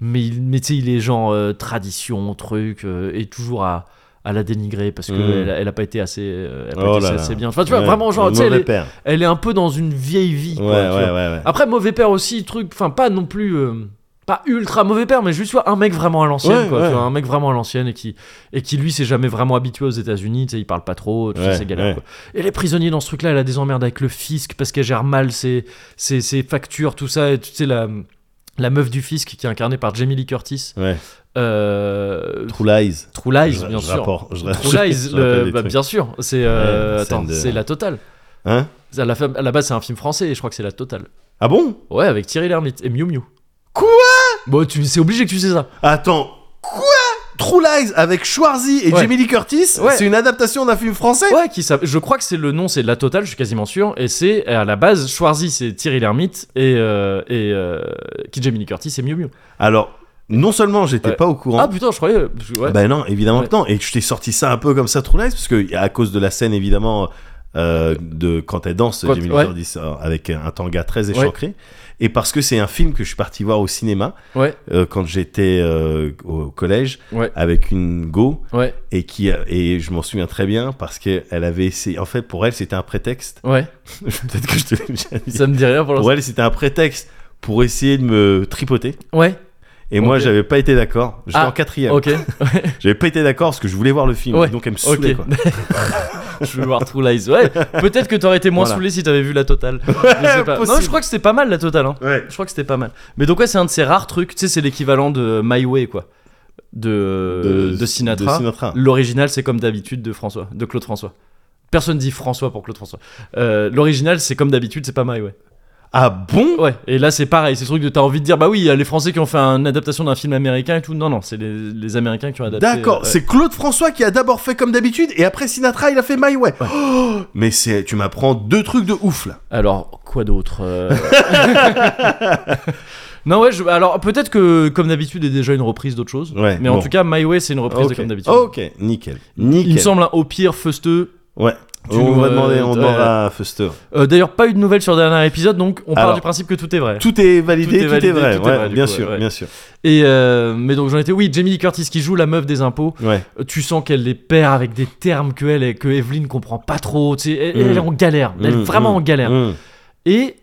mais, il- mais tu sais, il est genre euh, tradition, truc, euh, et toujours à, à la dénigrer parce qu'elle Mm. elle, a- elle a pas été assez, euh, elle a pas Oh été là assez- là. assez bien. Enfin, tu vois, Ouais, vraiment, genre, un tu sais, elle, mauvais est- père. elle est un peu dans une vieille vie. Ouais, quoi, ouais, tu ouais, vois. ouais. Après, mauvais père aussi, truc, enfin, pas non plus. euh, pas ultra mauvais père, mais juste tu vois, un mec vraiment à l'ancienne, Ouais, quoi. ouais. tu vois, un mec vraiment à l'ancienne et qui, et qui lui, s'est jamais vraiment habitué aux États-Unis, tu sais, il parle pas trop, tout ça, Ouais, c'est galère, quoi. ouais. Et les prisonniers dans ce truc-là, elle a des emmerdes avec le fisc parce qu'elle gère mal ses, ses, ses factures, tout ça, et tu sais, la, la meuf du fisc qui est incarnée par Jamie Lee Curtis. Ouais. Euh, True Lies. True Lies, Je- bien je sûr. rapporte, je- True je- Lies, je le- rappelle des bah, trucs. bien sûr. C'est euh, Ouais, la scène attends, de- c'est la totale. Hein À la, fin- à la base, c'est un film français et je crois que c'est la totale. Ah bon Ouais, avec Thierry Lhermitte et Miu Miu. Quoi Bon, tu c'est obligé que tu sais ça. Attends. Quoi True Lies avec Schwarzy et Ouais. Jamie Lee Curtis Ouais. C'est une adaptation d'un film français Ouais, qui s'appelle- je crois que c'est le nom, c'est la totale, je suis quasiment sûr. Et c'est à la base, Schwarzy, c'est Thierry Lhermitte et euh, et euh, qui Jamie Lee Curtis, c'est Miu Miu. Alors, non seulement j'étais Ouais. pas au courant. Ah putain, je croyais. euh, parce que- ouais. Ben non, évidemment Ouais. que non. Et je t'ai sorti ça un peu comme ça, True Lies, parce que à cause de la scène, évidemment, euh, de quand elle danse, Quand- Jamie Lee ouais. Curtis, euh, avec un tanga très Ouais. échancré, et parce que c'est un film que je suis parti voir au cinéma ouais, euh, quand j'étais euh, au collège Ouais. avec une go ouais, et qui euh, et je m'en souviens très bien parce que elle avait essayé. En fait, pour elle, c'était un prétexte. ouais. Peut-être que je te l'ai déjà dit. Ça me dit rien pour Pour l'instant. elle, c'était un prétexte pour essayer de me tripoter. Ouais. Et moi, Ok. j'avais pas été d'accord. J'étais Ah, en quatrième. Ok. J'avais pas été d'accord parce que je voulais voir le film. Ouais, Donc elle me saoulait. Ok. quoi. je veux voir True Lies. Ouais, peut-être que t'aurais été moins Voilà. saoulé si t'avais vu la totale. Je sais pas. Non, possible. je crois que c'était pas mal la totale. Hein. Ouais. Je crois que c'était pas mal. Mais donc, ouais, c'est un de ces rares trucs. Tu sais, c'est l'équivalent de My Way, quoi. De, de, Sinatra. Euh, de Sinatra. L'original, c'est comme d'habitude de François, de Claude François. Personne dit François pour Claude François. Euh, L'original, c'est comme d'habitude, c'est pas My Way. Ah bon Ouais, et là, c'est pareil. C'est ce truc de t'as envie de dire, bah oui, il y a les Français qui ont fait une adaptation d'un film américain et tout. Non, non, c'est les, les Américains qui ont adapté. D'accord, euh, ouais. c'est Claude François qui a d'abord fait comme d'habitude et après Sinatra il a fait My Way. Oh, mais c'est, tu m'apprends deux trucs de ouf là. Alors, quoi d'autre euh, Non, ouais, je- alors peut-être que comme d'habitude est déjà une reprise d'autre chose. Ouais, mais en bon. tout cas, My Way, c'est une reprise Ok. de comme d'habitude. Ok, nickel. Nickel. Il me semble hein, au pire Feusteux. Ouais. Tu on va euh, demander, on euh, demandera à Fuster. euh, D'ailleurs, pas eu de nouvelles sur le dernier épisode, donc on part Alors, du principe que tout est vrai. Tout est validé, tout est, validé, vrai, tout est ouais, vrai, du bien coup, sûr, ouais. bien sûr. Et euh, mais donc j'en étais, oui, Jamie Lee Curtis qui joue la meuf des impôts. Ouais. Euh, Tu sens qu'elle les perd avec des termes que elle et que Evelyn comprend pas trop. Tu sais, elle, Mm. elle est en galère, elle est Mm, vraiment mm, en galère. mm. Et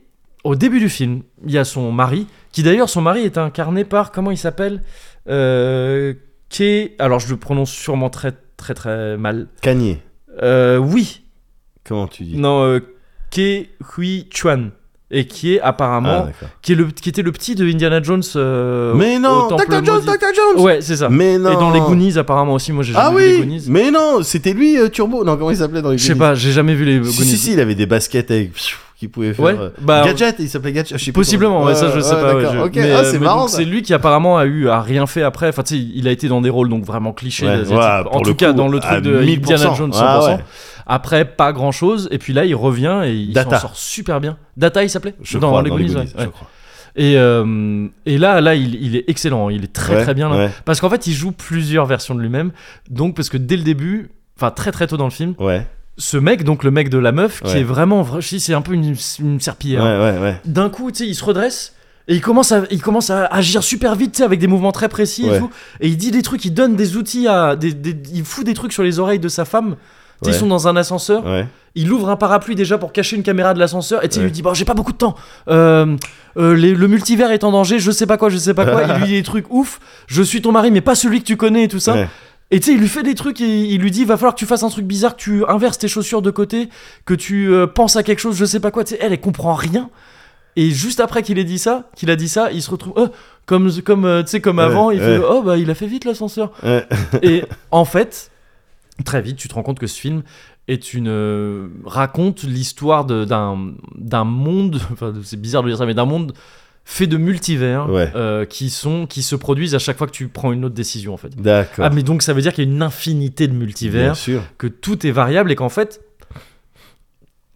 au début du film, il y a son mari, qui d'ailleurs, son mari est incarné par, comment il s'appelle euh, Kay- Alors, je le prononce sûrement très, très, très mal. Kanye, Euh, oui, comment tu dis non, euh, Ke Hui Chuan. Et qui est Ah, apparemment, d'accord. qui, est le, qui était le petit de Indiana Jones. euh, Mais au- non, au temple Dr. Jones, maudit. Dr. Jones Ouais, c'est ça. Mais non Et dans les Goonies, apparemment aussi, moi j'ai jamais Ah vu les oui Goonies. Mais non, c'était lui, euh, Turbo. Non, comment il s'appelait dans les Je Goonies sais pas, j'ai jamais vu les Goonies. Si, si, si, il avait des baskets avec. qui pouvait faire. Ouais, euh, bah, Gadget, il s'appelait Gadget. je sais plus Possiblement, comment- ouais, ça je sais pas. ouais, d'accord, je- ok. mais, Ah, euh, c'est mais marrant. donc, ça. C'est lui qui apparemment a eu à rien fait après. Enfin, tu sais, il a été dans des rôles donc vraiment clichés. Ouais, d'asiatiques. ouais, pour en tout le coup, cas, dans le truc à de 1000%. Indiana Jones 100%. Ah, ouais. Après, pas grand chose. Et puis là, il revient et il s'en Data. sort super bien. Data, il s'appelait Je dans, crois, les dans Goonies. Goonies, ouais, je ouais. crois. Et, euh, et là, là, il, il est excellent. Il est très Ouais, très bien. là. ouais. Parce qu'en fait, il joue plusieurs versions de lui-même. Donc, parce que dès le début, enfin très très tôt dans le film, Ouais, ce mec, donc le mec de la meuf, qui Ouais. est vraiment, vra- si, c'est un peu une, une ouais, serpillière ouais, ouais. d'un coup, tu sais, il se redresse. Et il commence, à, il commence à agir super vite, tu sais, avec des mouvements très précis Ouais. et tout. Et il dit des trucs, il donne des outils à. Des, des- il fout des trucs sur les oreilles de sa femme. Tu sais, Ouais. Ils sont dans un ascenseur. Ouais. Il ouvre un parapluie déjà pour cacher une caméra de l'ascenseur. Et tu sais, il Ouais. lui dit Bon, j'ai pas beaucoup de temps. Euh, euh, les- le multivers est en danger, je sais pas quoi, je sais pas quoi. il lui dit des trucs ouf. Je suis ton mari, mais pas celui que tu connais et tout ça. Ouais. Et tu sais, il lui fait des trucs et il lui dit va falloir que tu fasses un truc bizarre, que tu inverses tes chaussures de côté, que tu euh, penses à quelque chose, je sais pas quoi. Tu sais, elle, elle comprend rien. Et juste après qu'il ait dit ça, qu'il a dit ça, il se retrouve oh, comme comme euh, tu sais comme Ouais, avant, il fait ouais. oh bah il a fait vite l'ascenseur. Ouais. et en fait, très vite, tu te rends compte que ce film est une euh, raconte l'histoire de- d'un d'un monde, enfin c'est bizarre de dire ça, mais d'un monde fait de multivers Ouais. euh, qui sont qui se produisent à chaque fois que tu prends une autre décision en fait. D'accord. Ah mais donc ça veut dire qu'il y a une infinité de Bien multivers, sûr. que tout est variable et qu'en fait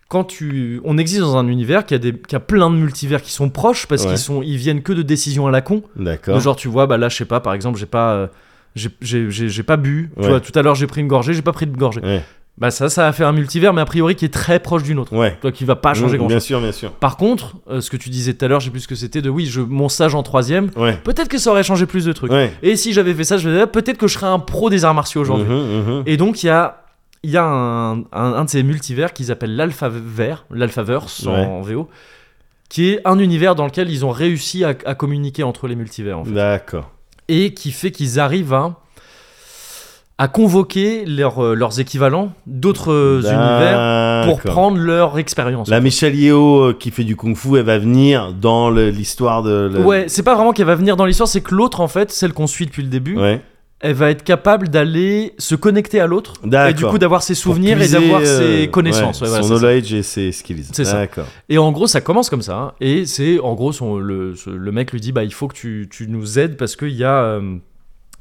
quand tu on existe dans un univers qui a des qui a plein de multivers qui sont proches parce Ouais. qu'ils sont ils viennent que de décisions à la con. D'accord. De genre tu vois bah là je sais pas par exemple j'ai pas euh, j'ai- j'ai j'ai- j'ai pas bu, tu Ouais. vois tout à l'heure j'ai pris une gorgée, j'ai pas pris de gorgée. Ouais. Bah ça ça a fait un multivers mais a priori qui est très proche d'une autre. Ouais. Toi qui va pas changer Mmh, grand Bien chose. sûr, bien sûr. Par contre, euh, ce que tu disais tout à l'heure, je sais plus ce que c'était de oui, je mon sage en troisième, Ouais. peut-être que ça aurait changé plus de trucs. Ouais. Et si j'avais fait ça, je me disais, peut-être que je serais un pro des arts martiaux aujourd'hui. Mhm, mhm. Et donc, il y a, il y a un, un- un de ces multivers qu'ils appellent l'Alpha Vert, l'Alphaverse en, Ouais. en VO, qui est un univers dans lequel ils ont réussi à, à communiquer entre les multivers, en fait. D'accord. Et qui fait qu'ils arrivent à, à convoquer leurs, euh, leurs équivalents d'autres euh, univers pour D'accord. prendre leur expérience. La Michelle Yeoh euh, qui fait du kung-fu, elle va venir dans le- l'histoire de. le- Ouais, c'est pas vraiment qu'elle va venir dans l'histoire, c'est que l'autre, en fait, celle qu'on suit depuis le début, Ouais. elle va être capable d'aller se connecter à l'autre D'accord. et du coup d'avoir ses Pour souvenirs puiser, et d'avoir euh, ses connaissances. ouais, Ouais, voilà, son c'est ça. knowledge et ses skills. C'est ça. D'accord. Et en gros, ça commence comme ça. hein. et c'est en gros, son- le, ce- le mec lui dit bah, il faut que tu, tu nous aides parce qu'il y, a, euh,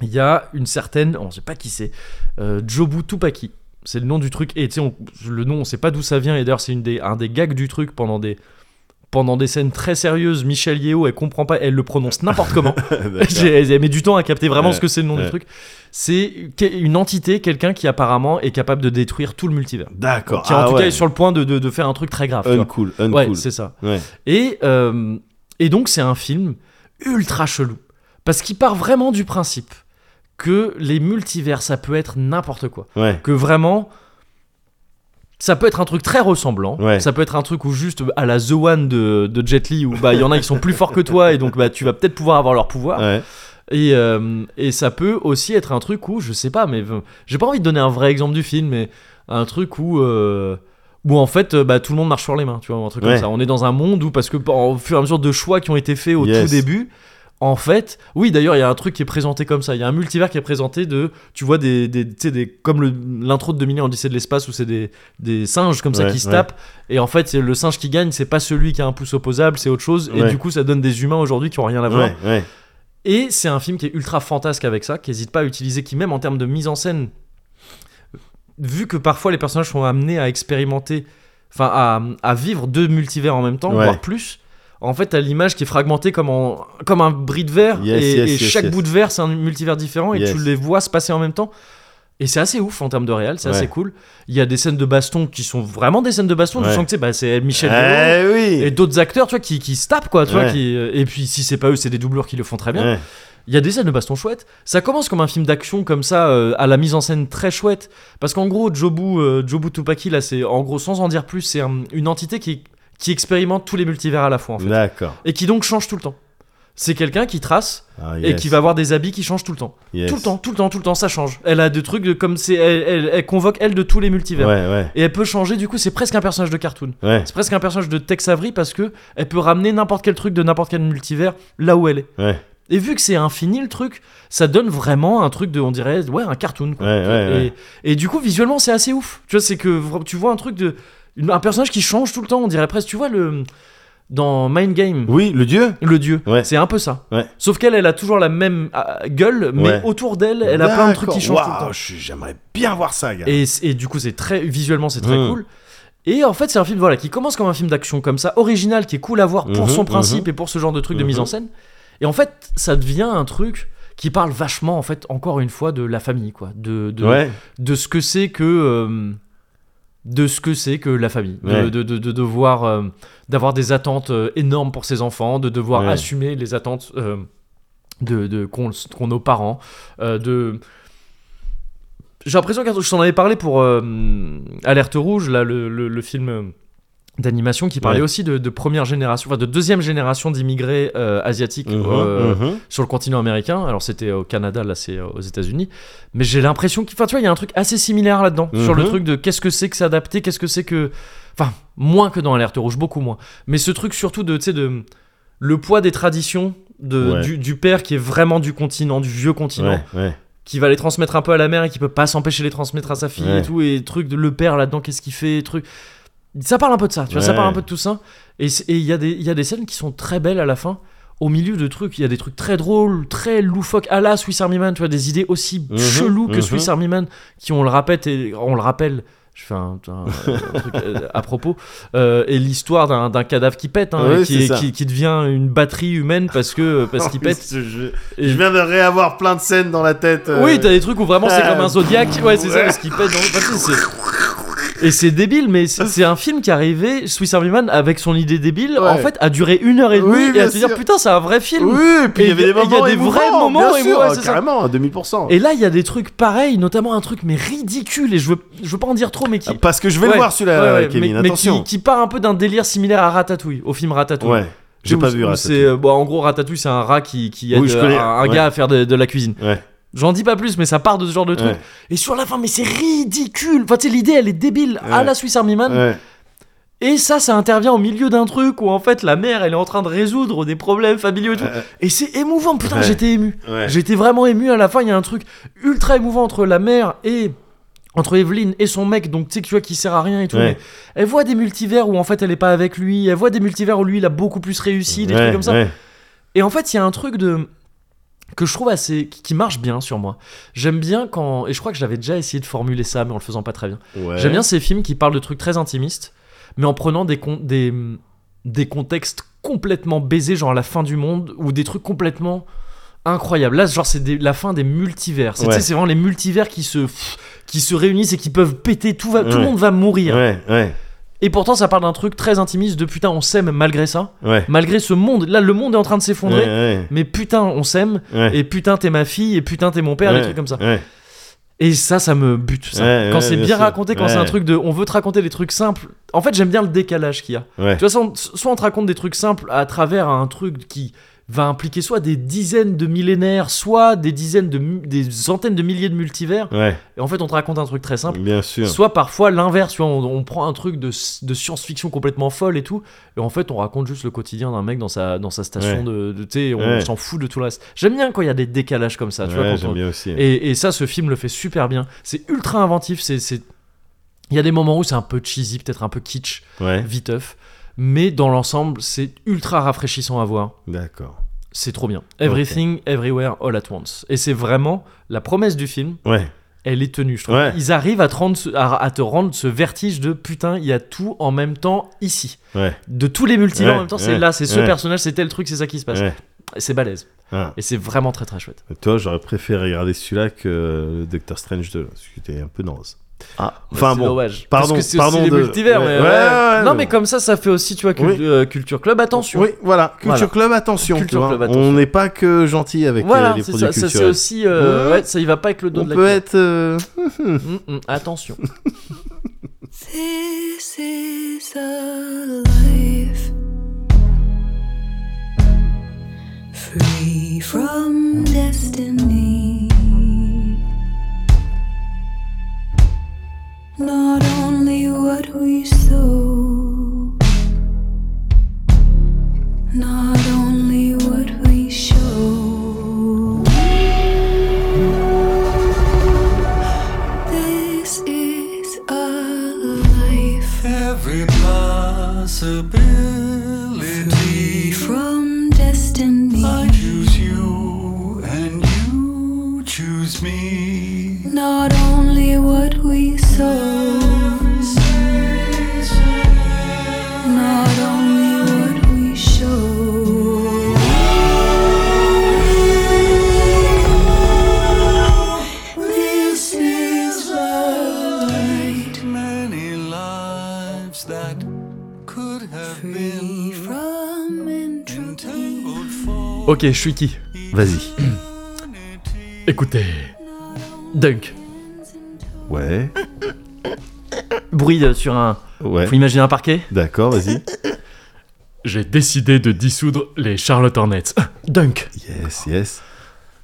il y a une certaine. On sait pas qui c'est. euh, Jobu Tupaki. C'est le nom du truc. Et tu sais, on- le nom, on sait pas d'où ça vient. Et d'ailleurs, c'est une des, un des gags du truc pendant des. Pendant des scènes très sérieuses, Michel Yeo, elle comprend pas, elle le prononce n'importe comment. D'accord. J'ai- Elle met du temps à capter vraiment Ouais, ce que c'est le nom ouais. du truc. C'est que- une entité, quelqu'un qui apparemment est capable de détruire tout le multivers. D'accord. Qui en Ah tout cas ouais. est sur le point de, de- de faire un truc très grave. tu vois. Uncool, uncool. ouais, c'est ça. Ouais. Et, euh, et donc c'est un film ultra chelou. Parce qu'il part vraiment du principe que les multivers, ça peut être n'importe quoi. Ouais. Que vraiment... Ça peut être un truc très ressemblant, Ouais. ça peut être un truc où juste bah, à la The One de, de Jet Li, où bah, il y en a qui sont plus forts que toi et donc bah, tu vas peut-être pouvoir avoir leur pouvoir. Ouais. Et, euh, et ça peut aussi être un truc où, je sais pas, mais euh, j'ai pas envie de donner un vrai exemple du film, mais un truc où, euh, où en fait, euh, bah, tout le monde marche sur les mains, tu vois, un truc Ouais. comme ça. On est dans un monde où, parce que par- au fur et à mesure de choix qui ont été faits au Yes. tout début, en fait, oui, d'ailleurs, il y a un truc qui est présenté comme ça. Il y a un multivers qui est présenté de, tu vois, des, des, tu sais, des comme le- l'intro de 2000 en lycée de l'espace où c'est des, des singes comme ça Ouais, qui se ouais. tapent. Et en fait, c'est le singe qui gagne, c'est pas celui qui a un pouce opposable, c'est autre chose. Et Ouais. du coup, ça donne des humains aujourd'hui qui ont rien à voir. Ouais, ouais. Et c'est un film qui est ultra fantasque avec ça, qui n'hésite pas à utiliser, qui même en termes de mise en scène, euh, vu que parfois les personnages sont amenés à expérimenter, enfin à, à vivre deux multivers en même temps, Ouais. voire plus, en fait t'as l'image qui est fragmentée comme, en- comme un bris de verre, Yes, et, yes, et yes, chaque yes. bout de verre c'est un multivers différent, et Yes. tu les vois se passer en même temps. Et c'est assez ouf en termes de réel, c'est Ouais. assez cool. Il y a des scènes de baston qui sont vraiment des scènes de baston. Ouais. Tu sens que tu sais, bah, c'est Michel Delon Eh oui et d'autres acteurs, tu vois, qui, qui se tapent, quoi. Tu vois, Ouais. qui, euh, et puis si c'est pas eux, c'est des doublures qui le font très bien. Ouais. Il y a des scènes de baston chouettes. Ça commence comme un film d'action comme ça, euh, à la mise en scène très chouette. Parce qu'en gros, Jobu, euh, Jobu Tupaki, là, c'est en gros, sans en dire plus, c'est un- une entité qui, qui expérimente tous les multivers à la fois, en fait. D'accord. Et qui donc change tout le temps. C'est quelqu'un qui trace Ah, et yes, qui va avoir des habits qui changent tout le temps. yes. Tout le temps, tout le temps, tout le temps, ça change. Elle a des trucs de, comme c'est. Elle, elle- elle convoque, elle, de tous les Ouais, multivers. ouais, Et elle peut changer, du coup, c'est presque un personnage de cartoon. ouais, C'est presque un personnage de Tex Avery parce que elle peut ramener n'importe quel truc de n'importe quel multivers là où elle est. ouais, Et vu que c'est infini le truc, ça donne vraiment un truc de, on dirait, ouais, un cartoon. ouais, Quoi. ouais, ouais. Et, et du coup, visuellement, c'est assez ouf. Tu vois, c'est que vra- tu vois un truc de. une- Un personnage qui change tout le temps, on dirait presque. Tu vois, le. Dans Mind Game, Oui, le dieu le dieu, Ouais. c'est un peu ça. Ouais. Sauf qu'elle, elle a toujours la même euh, gueule, mais Ouais. autour d'elle, elle a plein de trucs qui changent tout le temps. Waouh, je- J'aimerais bien voir ça, gars. Et, c- et du coup, c'est très visuellement, c'est très Mhm. cool. Et en fait, c'est un film voilà, qui commence comme un film d'action comme ça, original, qui est cool à voir pour Mhm, son mhm. principe et pour ce genre de truc de mise en Mhm. scène. Et en fait, ça devient un truc qui parle vachement, en fait, encore une fois, de la famille, quoi. De, de, Ouais, de ce que c'est que. euh, de ce que c'est que la famille, de- Ouais. de, de- de devoir euh, d'avoir des attentes euh, énormes pour ses enfants, de devoir Ouais. assumer les attentes euh, de, de- qu'ont qu'ont nos parents, euh, de j'ai l'impression que je t'en avais parlé pour euh, Alerte Rouge, là, le, le- le film euh, d'animation qui parlait Ouais. aussi de, de première génération, enfin de deuxième génération d'immigrés euh, asiatiques Mhm, euh, mhm. sur le continent américain. Alors c'était au Canada, là c'est euh, aux États-Unis. Mais j'ai l'impression qu'il, enfin tu vois, il y a un truc assez similaire là-dedans sur le Mhm. truc de qu'est-ce que c'est que s'adapter, qu'est-ce que c'est que, enfin moins que dans Alerte Rouge, beaucoup moins. Mais ce truc surtout de, tu sais, de le poids des traditions de, Ouais. du, du père qui est vraiment du continent, du vieux continent, ouais, ouais. qui va les transmettre un peu à la mère et qui peut pas s'empêcher de les transmettre à sa fille Ouais. et tout et truc de le père là-dedans qu'est-ce qu'il fait truc ça parle un peu de ça tu vois ça Ouais. parle un peu de tout ça et c'est- et il y a des il y a des scènes qui sont très belles à la fin au milieu de trucs il y a des trucs très drôles très loufoques à la Swiss Army Man tu vois des idées aussi Mhm, cheloues que mhm. Swiss Army Man qui on le répète et on le rappelle je fais un, un- un truc euh, à propos euh, et l'histoire d'un- d'un cadavre qui pète hein, Ouais, et qui, c'est est- ça. qui, qui devient une batterie humaine parce que parce qu'il Oh, mais pète ce jeu. Et- Je viens de réavoir plein de scènes dans la tête. euh, oui, t'as des trucs où vraiment c'est euh, comme un zodiaque. Ouais, c'est ça, ouais. parce qu'il pète dans le papier, c'est- Et c'est débile, mais c'est c'est un film qui est arrivé, Swiss Army Man, avec son idée débile, Ouais. en fait, a duré une heure et demie Oui, et à bien se dire sûr. putain, c'est un vrai film. Oui, et puis Et il y avait y a- des et il y a moments des émouvants, vrais moments bien émouvants, sûr, Ah, ouais, c'est ça. carrément, à 2000%. Et là, il y a des trucs pareils, notamment un truc mais ridicule, et je veux, je veux pas en dire trop, mais qui. Ah, Parce que je vais Ouais, le voir celui-là, ouais, ouais, Kevin, mais, mais attention. qui, qui part un peu d'un délire similaire à Ratatouille, au film Ratatouille. Ouais, j'ai Où- pas vu où Ratatouille. c'est, euh, bon, en gros, Ratatouille, c'est un rat qui, qui aide Oui, je euh, connais, un, un ouais. gars à faire de, de la cuisine. Ouais. J'en dis pas plus, mais ça part de ce genre de truc. Ouais. Et sur la fin, mais c'est ridicule. Enfin, tu sais, l'idée, elle est débile à Ouais. la Swiss Army Man. Ouais. Et ça, ça intervient au milieu d'un truc où en fait la mère, elle est en train de résoudre des problèmes familiaux et tout. Ouais. Et c'est émouvant, putain, Ouais. j'étais ému. Ouais. J'étais vraiment ému à la fin. Il y a un truc ultra émouvant entre la mère et. Entre Evelyn et son mec, donc tu sais, tu vois, qui sert à rien et tout. mais Ouais. elle voit des multivers où en fait elle est pas avec lui. Elle voit des multivers où lui il a beaucoup plus réussi, des Ouais, trucs comme ça. ouais. Et en fait, il y a un truc de que je trouve assez qui qui marche bien sur moi. J'aime bien quand et je crois que j'avais déjà essayé de formuler ça mais en le faisant pas très bien. Ouais. J'aime bien ces films qui parlent de trucs très intimistes mais en prenant des con- des des contextes complètement baisés genre la fin du monde ou des trucs complètement incroyables. Là, genre c'est des- la fin des multivers. C'est tu Ouais. sais, c'est vraiment les multivers qui se pff, qui se réunissent et qui peuvent péter tout va tout le Ouais. monde va mourir. Ouais, ouais, Et pourtant ça parle d'un truc très intimiste de putain on s'aime malgré ça, ouais. malgré ce monde. Là le monde est en train de s'effondrer. Ouais, Mais putain, on s'aime, ouais, ouais. et putain, t'es ma fille, et putain, t'es mon père, Ouais, des trucs comme ça. ouais. Et ça, ça me bute. Ça. Ouais, quand ouais, c'est bien bien, sûr. raconté, quand Ouais. c'est un truc de. On veut te raconter des trucs simples. En fait, j'aime bien le décalage qu'il y a. Ouais. Tu vois, soit on, soit on te raconte des trucs simples à travers un truc qui va impliquer soit des dizaines de millénaires, soit des dizaines de. mu- des centaines de milliers de multivers. Ouais, Et en fait, on te raconte un truc très simple. bien sûr. Soit parfois l'inverse, tu vois, on, on prend un truc de, de science-fiction complètement folle et tout, et en fait on raconte juste le quotidien d'un mec dans sa, dans sa station Ouais. de, de thé, on Ouais. s'en fout de tout le reste. J'aime bien quand il y a des décalages comme ça, tu vois. Ouais, quand on- j'aime bien aussi. Et, et ça, ce film le fait super bien. C'est ultra inventif, c'est, c'est... il y a des moments où c'est un peu cheesy, peut-être un peu kitsch, Ouais, viteuf, mais dans l'ensemble, c'est ultra rafraîchissant à voir. d'accord. C'est trop bien. Everything, everywhere, all at once. Et c'est vraiment la promesse du film, Ouais, elle est tenue, je trouve. Ouais. Ils arrivent à te, rendre ce, à, à te rendre ce vertige de putain, il y a tout en même temps ici. ouais, De tous les multivers Ouais, en même temps, c'est ouais, là, c'est ce ouais. personnage, c'est tel truc, c'est ça qui se passe. ouais. et c'est balèze. Ah. Et c'est vraiment très très chouette. Toi, j'aurais préféré regarder celui-là que euh, le Doctor Strange 2, parce que t'es un peu naze. Ah, Enfin, c'est bon. dommage. Pardon, Parce que c'est pardon aussi de- les multivers. Ouais. mais Ouais, ouais, ouais, non, mais mais bon. comme ça, ça fait aussi, tu vois, cul- Oui. euh, Culture Club, attention. Oui, voilà. Culture Voilà. Club, attention. Culture tu vois. Club, attention. On n'est pas que gentil avec euh, Voilà, les c'est produits ça. ça, c'est culturels. aussi. euh, Ouais. ouais, ça y va pas avec le dos On de la peut cuillère. être. euh, Mm, mm, attention. This is a life free from destiny. Not only what we sow, not only what we show. This is a life. Every possibility. from destiny. I choose you and you choose me. Not only what we sow, not only what we show. This is a light Many lives that could have free been from entropy. entangled for Ok, je suis qui Vas-y. Écoutez. Dunk. Ouais. Bruit euh, sur un. Ouais. Faut imaginer un parquet D'accord, vas-y. J'ai décidé de dissoudre les Charlotte Hornets. Dunk. Yes, yes.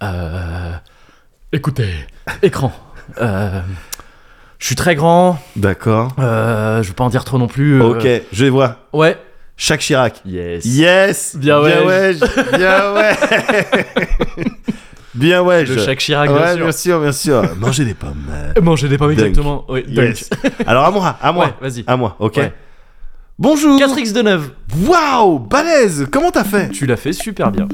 Euh, Écoutez. Écran. Euh, Je suis très grand. D'accord. Euh, je veux pas en dire trop non plus. euh, Ok, je vois. Ouais. Chaque Chirac. Yes. Yes. Bien Bien ouais. ouais. Bien ouais. Bien ouais. Le Jacques Chirac, bien Ouais, sûr. bien sûr, bien sûr. Manger des pommes. euh, Manger des pommes, Dunk. exactement. Oui, dunk. Yes. Alors à moi, à moi. Ouais, vas-y. À moi, ok. Ouais. Bonjour. 4x de neuf. Waouh, balèze. Comment t'as fait Tu l'as fait super bien.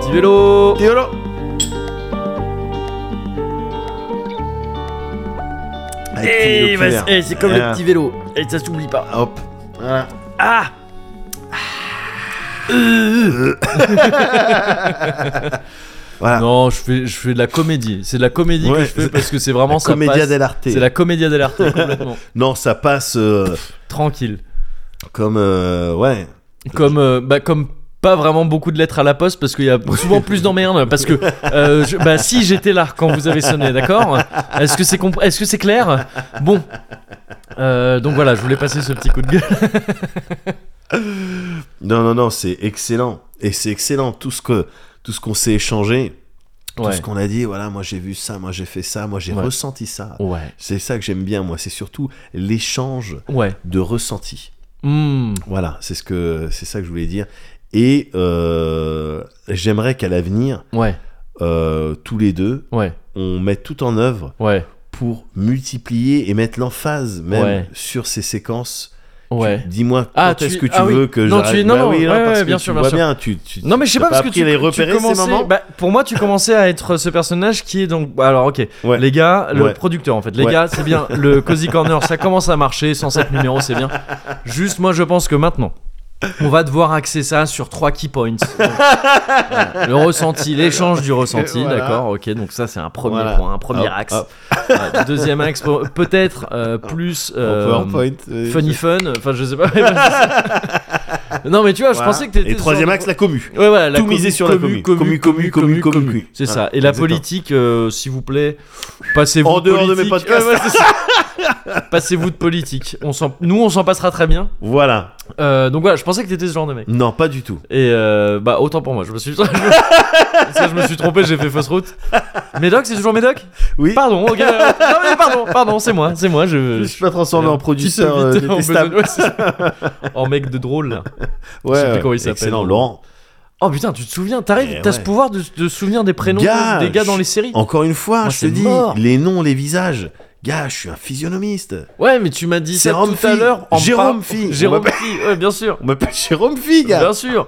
Petit vélo. Yolo. Ah, le petit vélo vas-y, clair. eh, c'est comme Ah, le petit vélo. Et ça s'oublie pas. Hop. Voilà. Ah. Ah Voilà. Non, je fais, je fais de la comédie. C'est de la comédie Ah. Ouais, que je fais c'est- parce que c'est vraiment La ça Commedia passe. dell'arte. C'est la comédia dell'arte complètement. Non, ça passe euh, Tranquille. comme euh, ouais. Comme, euh, bah, comme pas vraiment beaucoup de lettres à la poste parce qu'il y a souvent plus d'emmerdes parce que euh, je- bah si j'étais là quand vous avez sonné d'accord est-ce que c'est compr- est-ce que c'est clair bon Euh, donc voilà je voulais passer ce petit coup de gueule Non, non, non, c'est excellent. Et c'est excellent tout ce que tout ce qu'on s'est échangé, tout ouais ce qu'on a dit. Voilà, moi j'ai vu ça, moi j'ai fait ça, moi j'ai Ouais. ressenti ça. ouais C'est ça que j'aime bien, moi. C'est surtout l'échange ouais de ressentis. Hmm. Voilà, c'est ce que c'est ça que je voulais dire. Et euh, j'aimerais qu'à l'avenir, ouais euh, tous les deux, ouais on mette tout en œuvre ouais pour multiplier et mettre l'emphase même Ouais. sur ces séquences. Tu- ouais Dis-moi Ah, quand est-ce tu- que tu ah oui. veux que Non, tu j'arrête es- non, Bah non, ouais, oui, parce ouais, que bien tu sûr, vois bien sûr. bien, tu, tu- Non mais je sais t'as pas parce que appris tu, à les tu repérer, ces commençais- moments bah, pour moi tu commençais à être ce personnage qui est donc bah, alors ok Ouais. les gars le Ouais. producteur en fait les Ouais. gars c'est bien le cozy corner ça commence à marcher 107 numéros c'est bien juste moi je pense que maintenant On va devoir axer ça sur trois key points. Donc, voilà. Le ressenti, l'échange du ressenti, Voilà. d'accord, ok, donc ça c'est un premier Voilà. point, un premier Hop, axe. hop. Voilà. Deuxième axe, pour- peut-être euh, plus euh, en PowerPoint. euh, funny fun, enfin je sais pas. non mais tu vois, je voilà. pensais que t'étais. Et troisième sur- axe, la commu. Ouais, voilà, la Tout miser sur la commu. Commu, commu, commu, commu, commu. C'est Voilà, ça. Et la exactement. politique, euh, s'il vous plaît, passez-vous En de dehors de mes politique. podcasts. Ouais, ouais, c'est ça. passez-vous de politique. On s'en- Nous, on s'en passera très bien. Voilà. Euh, donc voilà, je pensais que t'étais ce genre de mec. Non, pas du tout. Et euh, bah autant pour moi, je me suis Parce que je me suis trompé, j'ai fait fausse route. Médoc, c'est toujours Médoc Oui. Pardon, ok. euh, Non mais pardon, pardon, c'est moi, c'est moi, Je je suis pas transformé euh, en producteur euh, petit peu vite, en détestable. besogne- ouais, c'est ça. en mec de drôle. là. je Ouais, sais plus ouais. comment il s'appelle. Excellent, Laurent. Oh putain, tu te souviens, t'arrives, Eh t'as ouais. ce pouvoir de, de souvenir des prénoms Gars, des gars dans je- les séries. Encore une fois, Moi, je te c'est dis, mort. les noms, les visages. Gars, je suis un physionomiste. Ouais, mais tu m'as dit ça Jérôme tout à Fille. l'heure. en Jérôme par- Fille. On Jérôme m'appelle- Fille, ouais, bien sûr. On m'appelle Jérôme Fille, gars. Bien sûr.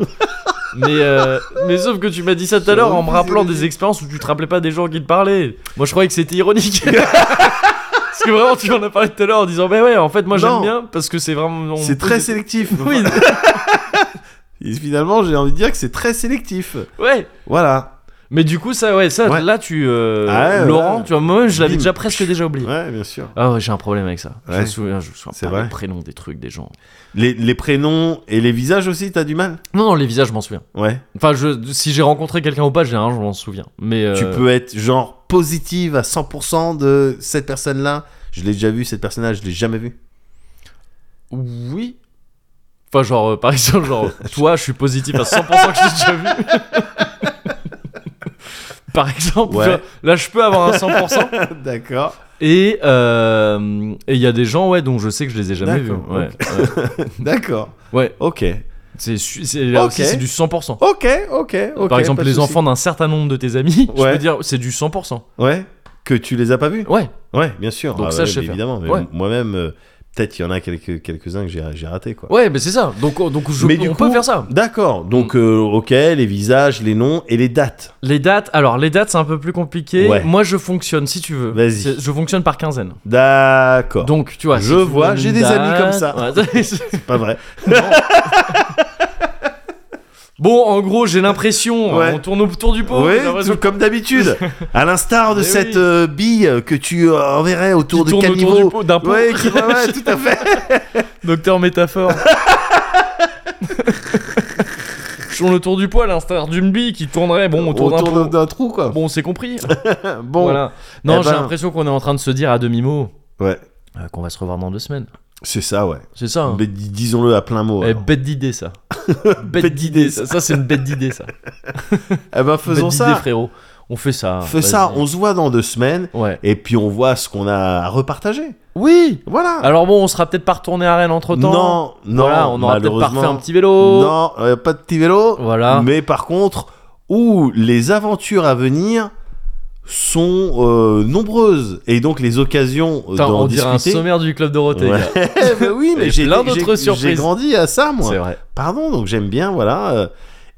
mais, euh, mais sauf que tu m'as dit ça tout à l'heure en me Jérôme rappelant Fille. des expériences où tu te rappelais pas des gens qui te parlaient. Moi je croyais que c'était ironique. Parce que vraiment tu en as parlé tout à l'heure en disant bah ouais en fait moi j'aime Non. bien parce que c'est vraiment on C'est peut- très sélectif. oui Et finalement, j'ai envie de dire que c'est très sélectif. ouais Voilà. mais du coup ça ouais ça Ouais. là tu euh, Ah ouais, Laurent ouais. tu vois moi je l'avais Bim. déjà presque déjà oublié Ouais, bien sûr. ah ouais j'ai un problème avec ça je me Ouais. souviens je me souviens C'est pas vrai. des prénoms des trucs des gens Les, les prénoms et les visages aussi, t'as du mal non non les visages je m'en souviens Ouais. enfin je si j'ai rencontré quelqu'un ou pas j'ai un je m'en souviens mais Tu euh, peux être genre positive à 100% de cette personne-là. Je l'ai déjà vu, cette personne-là, je l'ai jamais vue. Oui. Enfin, genre, euh, par exemple, genre, toi, je suis positif à 100% que je t'ai déjà vu. par exemple, Ouais. tu vois, là, je peux avoir un 100%. D'accord. Et euh, et il y a des gens, ouais, dont je sais que je les ai jamais vus. D'accord, Ouais, ouais. D'accord. Ouais. Ok. C'est, su- c'est, là Ok. aussi, c'est du 100%. Ok, ok, ok. par exemple, pas de les souci. enfants d'un certain nombre de tes amis, je Ouais. peux dire, c'est du 100%. Ouais. Que tu les as pas vus Ouais, Ouais, bien sûr. Donc Ah ça, ouais, je sais mais faire. Évidemment. mais Ouais. Moi-même, euh, peut-être il y en a quelques- quelques-uns que j'ai j'ai raté, quoi. ouais, mais c'est ça. Donc, on- donc je, Mais du on coup- peut faire ça. D'accord. Donc, Mm. euh, ok, les visages, les noms et les dates. Les dates, alors les dates, c'est un peu plus compliqué. Ouais. Moi, je fonctionne, si tu veux. Vas-y. C'est- Je fonctionne par quinzaine. D'accord. Donc, Donc, tu vois. Je si tu vois, donnes j'ai une des amis date- comme ça. Ouais, c'est- pas vrai. bon, en gros, j'ai l'impression, hein, Ouais. on tourne autour du pot. Oui, j'ai l'impression tout comme d'habitude. À l'instar de Mais cette oui. euh, bille que tu euh, enverrais autour qu'il de tourne autour du caniveau. pot- d'un pot. Ouais, qui- ouais, ouais, tout à fait. Docteur Métaphore. Je tourne autour du pot à l'instar d'une bille qui tournerait. Bon, autour d'un Autour pot. d'un trou, quoi. Bon, c'est compris. Bon. Voilà. Non, Eh j'ai ben. l'impression qu'on est en train de se dire à demi-mot Ouais, euh, qu'on va se revoir dans deux semaines. c'est ça, ouais. C'est ça. hein. Mais dis- Disons-le à plein mot. Eh, alors. bête d'idée, ça. bête d'idée, ça. Ça, c'est une bête d'idée, ça. Eh ben, faisons bête d'idée, ça. frérot. On fait ça. hein. Fais ça, vas-y. on se voit dans deux semaines. Ouais. Et puis on voit ce qu'on a à repartager. Oui Voilà. Alors bon, on sera peut-être pas retourné à Rennes entre temps. non, non. Voilà, on aura peut-être pas malheureusement. refait un petit vélo. Non, euh, pas de petit vélo. Voilà. Mais par contre, où les aventures à venir sont euh, nombreuses et donc les occasions euh, Putain, d'en on dirait un discuter. sommaire du club Dorothée. Ouais. gars. Bah oui, mais Et j'ai plein j'ai- d'autres J'ai surprises. grandi à ça, moi. C'est vrai. Pardon, donc j'aime bien, voilà. euh,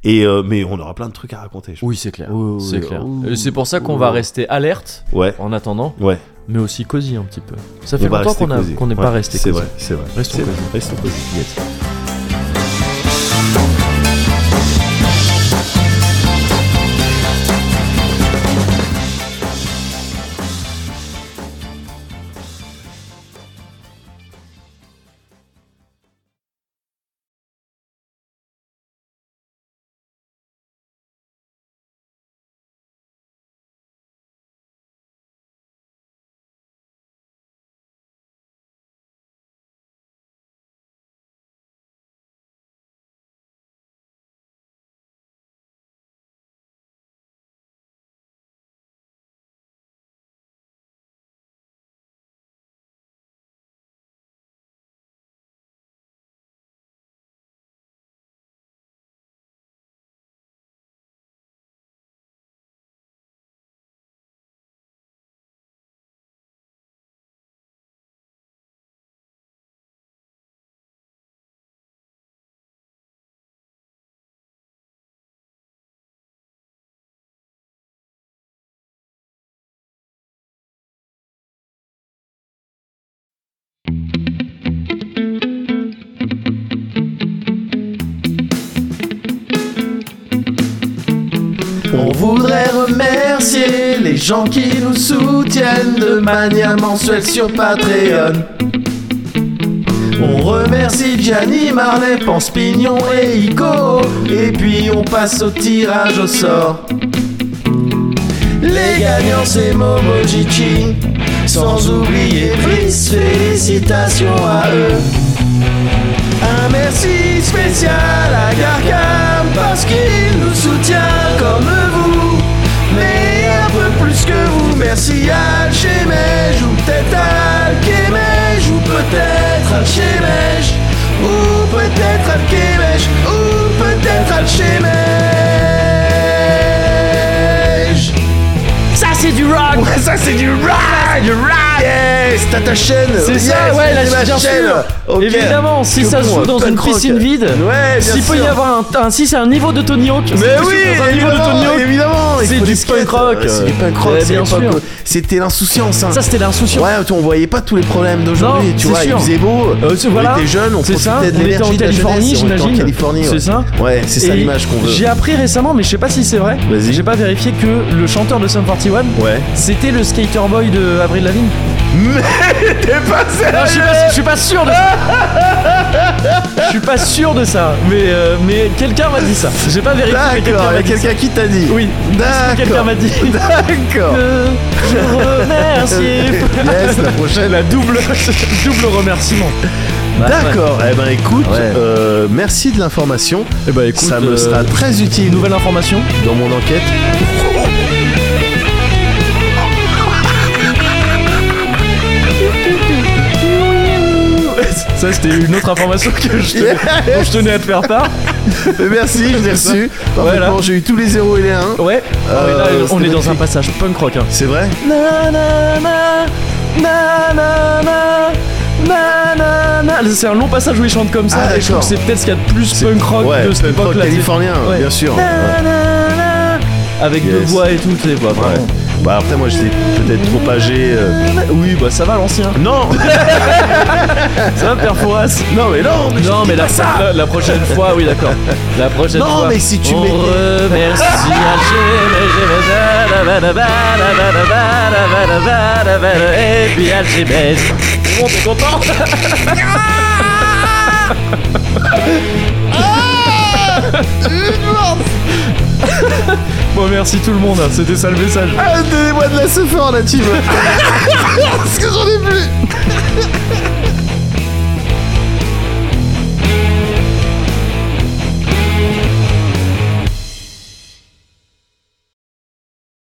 et euh, mais on aura plein de trucs à raconter. je Oui, c'est clair. Oui, oui, c'est oui. clair. Ouh. Et c'est pour ça qu'on Ouh. va rester alerte pense. Ouais, en attendant, ouais. mais aussi cosy un petit peu. Ça fait on va longtemps rester qu'on a- Eh bah, cosy. qu'on n'est Ouais, pas resté C'est cosy. vrai, c'est vrai. Restons C'est cosy. vrai, Restons cosy. yes. voudrait remercier les gens qui nous soutiennent de manière mensuelle sur Patreon. On remercie Gianni Marley, Pense Pignon et Ico. Et puis on passe au tirage au sort. Les gagnants c'est Momo Gigi. Sans oublier Brice, félicitations à eux. Un merci spécial à Gargam parce qu'il nous soutient comme vous, mais un peu plus que vous. Merci à Chemège ou peut-être à Alchemège ou peut-être à Chemège ou peut-être à Alchemège ou peut-être à Alchemège. Ça, Ah, c'est du rock Ouais, ça c'est du rap, du rap. Yes, t'as ta chaîne. C'est Yes, ça, ouais, la j'ai ma bien sûr. Ok. Évidemment, si Je ça se prends joue un dans punk une rock. piscine vide, Ouais, bien s'il peut y sûr. avoir un, un- si c'est un niveau de Tony Hawk, Mais c'est oui, un niveau de Tony évidemment, Hawk. évidemment, il C'est faut du skate. punk rock. Ouais, C'est du punk rock, Ouais, c'est bien l'époque sûr. où- C'était l'insouciance. hein. Ça, c'était l'insouciance. Ouais, tu- on voyait pas tous les problèmes d'aujourd'hui, Non, tu c'est vois, sûr. il faisait beau, Euh, c'est- on voilà. était jeunes, on C'est ça, profitait de on était en l'énergie de la Californie, jeunesse, on était en j'imagine. Californie, ouais. C'est ça Ouais, c'est ça Et l'image qu'on veut. J'ai appris récemment, mais je sais pas si c'est vrai. Vas-y. J'ai pas vérifié que le chanteur de Sum 41, Ouais. c'était le skater boy de Avril Lavigne. T'es pas Non, je suis pas- je suis pas sûr de ça. Je suis pas sûr de ça, mais euh, mais quelqu'un m'a dit ça. J'ai pas vérifié, mais D'accord, quelqu'un m'a il y a dit ça. quelqu'un qui t'a dit. Oui, D'accord. quelqu'un m'a dit. D'accord. Euh, Je remercie. Yes, la prochaine. La double, double remerciement. D'accord. Eh ben écoute, Ouais. euh, merci de l'information. Et bah écoute, Ça me sera très utile nouvelle information. dans mon enquête. Ça, c'était une autre information que je tenais, dont je tenais à te faire part. Euh, Merci, je l'ai reçu. Voilà. Parfaitement, j'ai eu tous les 0 et les 1. Ouais. Euh, Ah, mais là, on est c'était dans un magnifique. passage punk rock. Hein. C'est vrai Na, na, na, na, na, na, na, na, na. C'est un long passage où ils chantent comme ça. Ah, et je trouve d'accord. que c'est peut-être ce qu'il y a de plus C'est- punk rock ouais, de cette punk rock époque-là. c'est- californien, Ouais. bien sûr. Na, na, na. Avec deux Yes. voix et tout, c'est bah, Ouais. vraiment. Bah après moi j'étais peut-être trop âgé. euh. Oui, bah ça va l'ancien. Non Ça va, Perforas Non mais non mais je Non, dis mais pas la, ça la, la prochaine fois, oui, d'accord. La prochaine Non, fois. mais si tu on mettais- remercie Alchemège et puis Alchemège. Tout le monde est content Bon, merci tout le monde, hein, c'était ça le message. Ah, Donnez-moi de la fort la team Parce que j'en ai plus